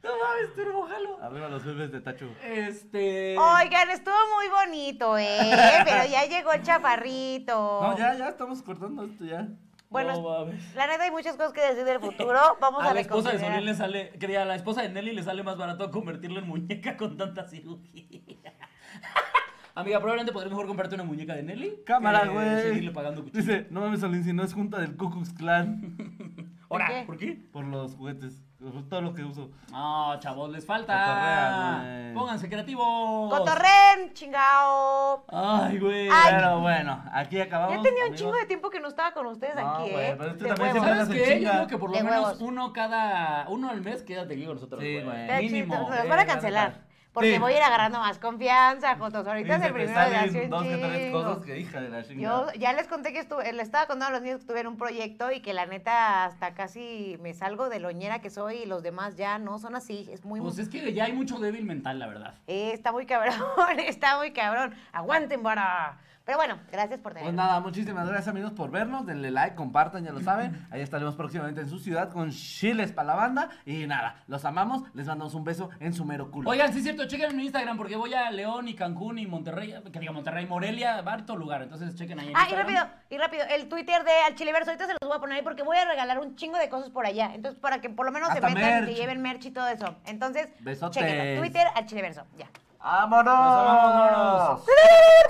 Speaker 3: No mames, turbo jalo.
Speaker 5: Arriba los bebés de Tacho.
Speaker 3: Este.
Speaker 4: Oigan, estuvo muy bonito, ¿eh? Pero ya llegó el chaparrito.
Speaker 5: No, ya, ya estamos cortando esto ya.
Speaker 4: Bueno,
Speaker 3: No mames.
Speaker 4: la neta hay muchas cosas que decir del futuro. Vamos a,
Speaker 3: a la esposa de
Speaker 4: reconsiderar.
Speaker 3: Solín le sale, que diga, a la esposa de Nelly le sale más barato convertirla en muñeca con tanta cirugía. Amiga, probablemente podrías mejor comprarte una muñeca de Nelly.
Speaker 5: Cámara,
Speaker 3: que
Speaker 5: güey.
Speaker 3: Seguirle pagando cuchillo.
Speaker 5: Dice, no mames, Solín, si no es junta del Ku Klux Klan
Speaker 3: Ahora,
Speaker 4: qué?
Speaker 3: ¿por qué?
Speaker 5: por los juguetes, por todo lo que uso.
Speaker 3: No, chavos, les falta.
Speaker 5: Cotorrea, güey.
Speaker 3: Pónganse creativos.
Speaker 4: Cotorren, chingao.
Speaker 3: Ay, güey.
Speaker 4: Ay.
Speaker 5: Pero bueno, aquí acabamos.
Speaker 4: Ya tenía un
Speaker 5: amigos.
Speaker 4: chingo de tiempo que no estaba con ustedes
Speaker 5: No,
Speaker 4: aquí,
Speaker 5: güey,
Speaker 4: ¿eh?
Speaker 5: pero tú
Speaker 4: De
Speaker 5: también
Speaker 4: huevos.
Speaker 5: siempre
Speaker 3: ¿Sabes
Speaker 5: se
Speaker 3: qué? Yo
Speaker 5: chinga.
Speaker 3: creo que por lo
Speaker 4: De
Speaker 3: menos
Speaker 4: huevos.
Speaker 3: uno cada. Uno al mes quédate aquí con nosotros.
Speaker 5: Sí, güey.
Speaker 4: Está chido,
Speaker 3: Mínimo.
Speaker 4: me los van a
Speaker 5: eh,
Speaker 4: cancelar.
Speaker 5: ganar.
Speaker 4: Porque
Speaker 5: Sí.
Speaker 4: voy a ir agarrando más confianza, Jotos. Ahorita es
Speaker 5: Dice, te
Speaker 4: el primero de
Speaker 5: salen
Speaker 4: hace
Speaker 5: dos que tres cosas
Speaker 4: un chingo.
Speaker 5: que hija de la chingada.
Speaker 4: Yo ya les conté que estuve, le estaba contando a los niños que estuve en un proyecto y que la neta hasta casi me salgo de loñera que soy y los demás ya no son así. Es muy...
Speaker 3: Pues es que ya hay mucho débil mental, la verdad.
Speaker 4: Eh, está muy cabrón, está muy cabrón. Aguanten, vara. Pero bueno, gracias por
Speaker 5: Pues
Speaker 4: tenerme.
Speaker 5: nada, muchísimas gracias amigos por vernos, denle like, compartan, ya lo saben. Ahí estaremos próximamente en su ciudad con chiles para la banda. Y nada, los amamos, les mandamos un beso en su mero culo.
Speaker 3: Oigan, sí es cierto, chequen mi Instagram porque voy a León y Cancún y Monterrey, que diga Monterrey, Morelia, va a harto lugar, entonces chequen ahí en
Speaker 4: Ah, y
Speaker 3: Instagram.
Speaker 4: rápido, y rápido, el Twitter de Al Chileverso, ahorita se los voy a poner ahí porque voy a regalar un chingo de cosas por allá. Entonces, para que por lo menos se
Speaker 5: Hasta
Speaker 4: metan y
Speaker 5: merch.
Speaker 4: que lleven merch y todo eso. Entonces,
Speaker 5: Besotes.
Speaker 4: chequen Twitter al Chileverso. Ya.
Speaker 5: ¡Vámonos!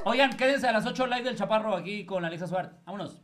Speaker 3: Oigan, quédense a las 8 live del Chaparro aquí con Alexa Suárez. Vámonos.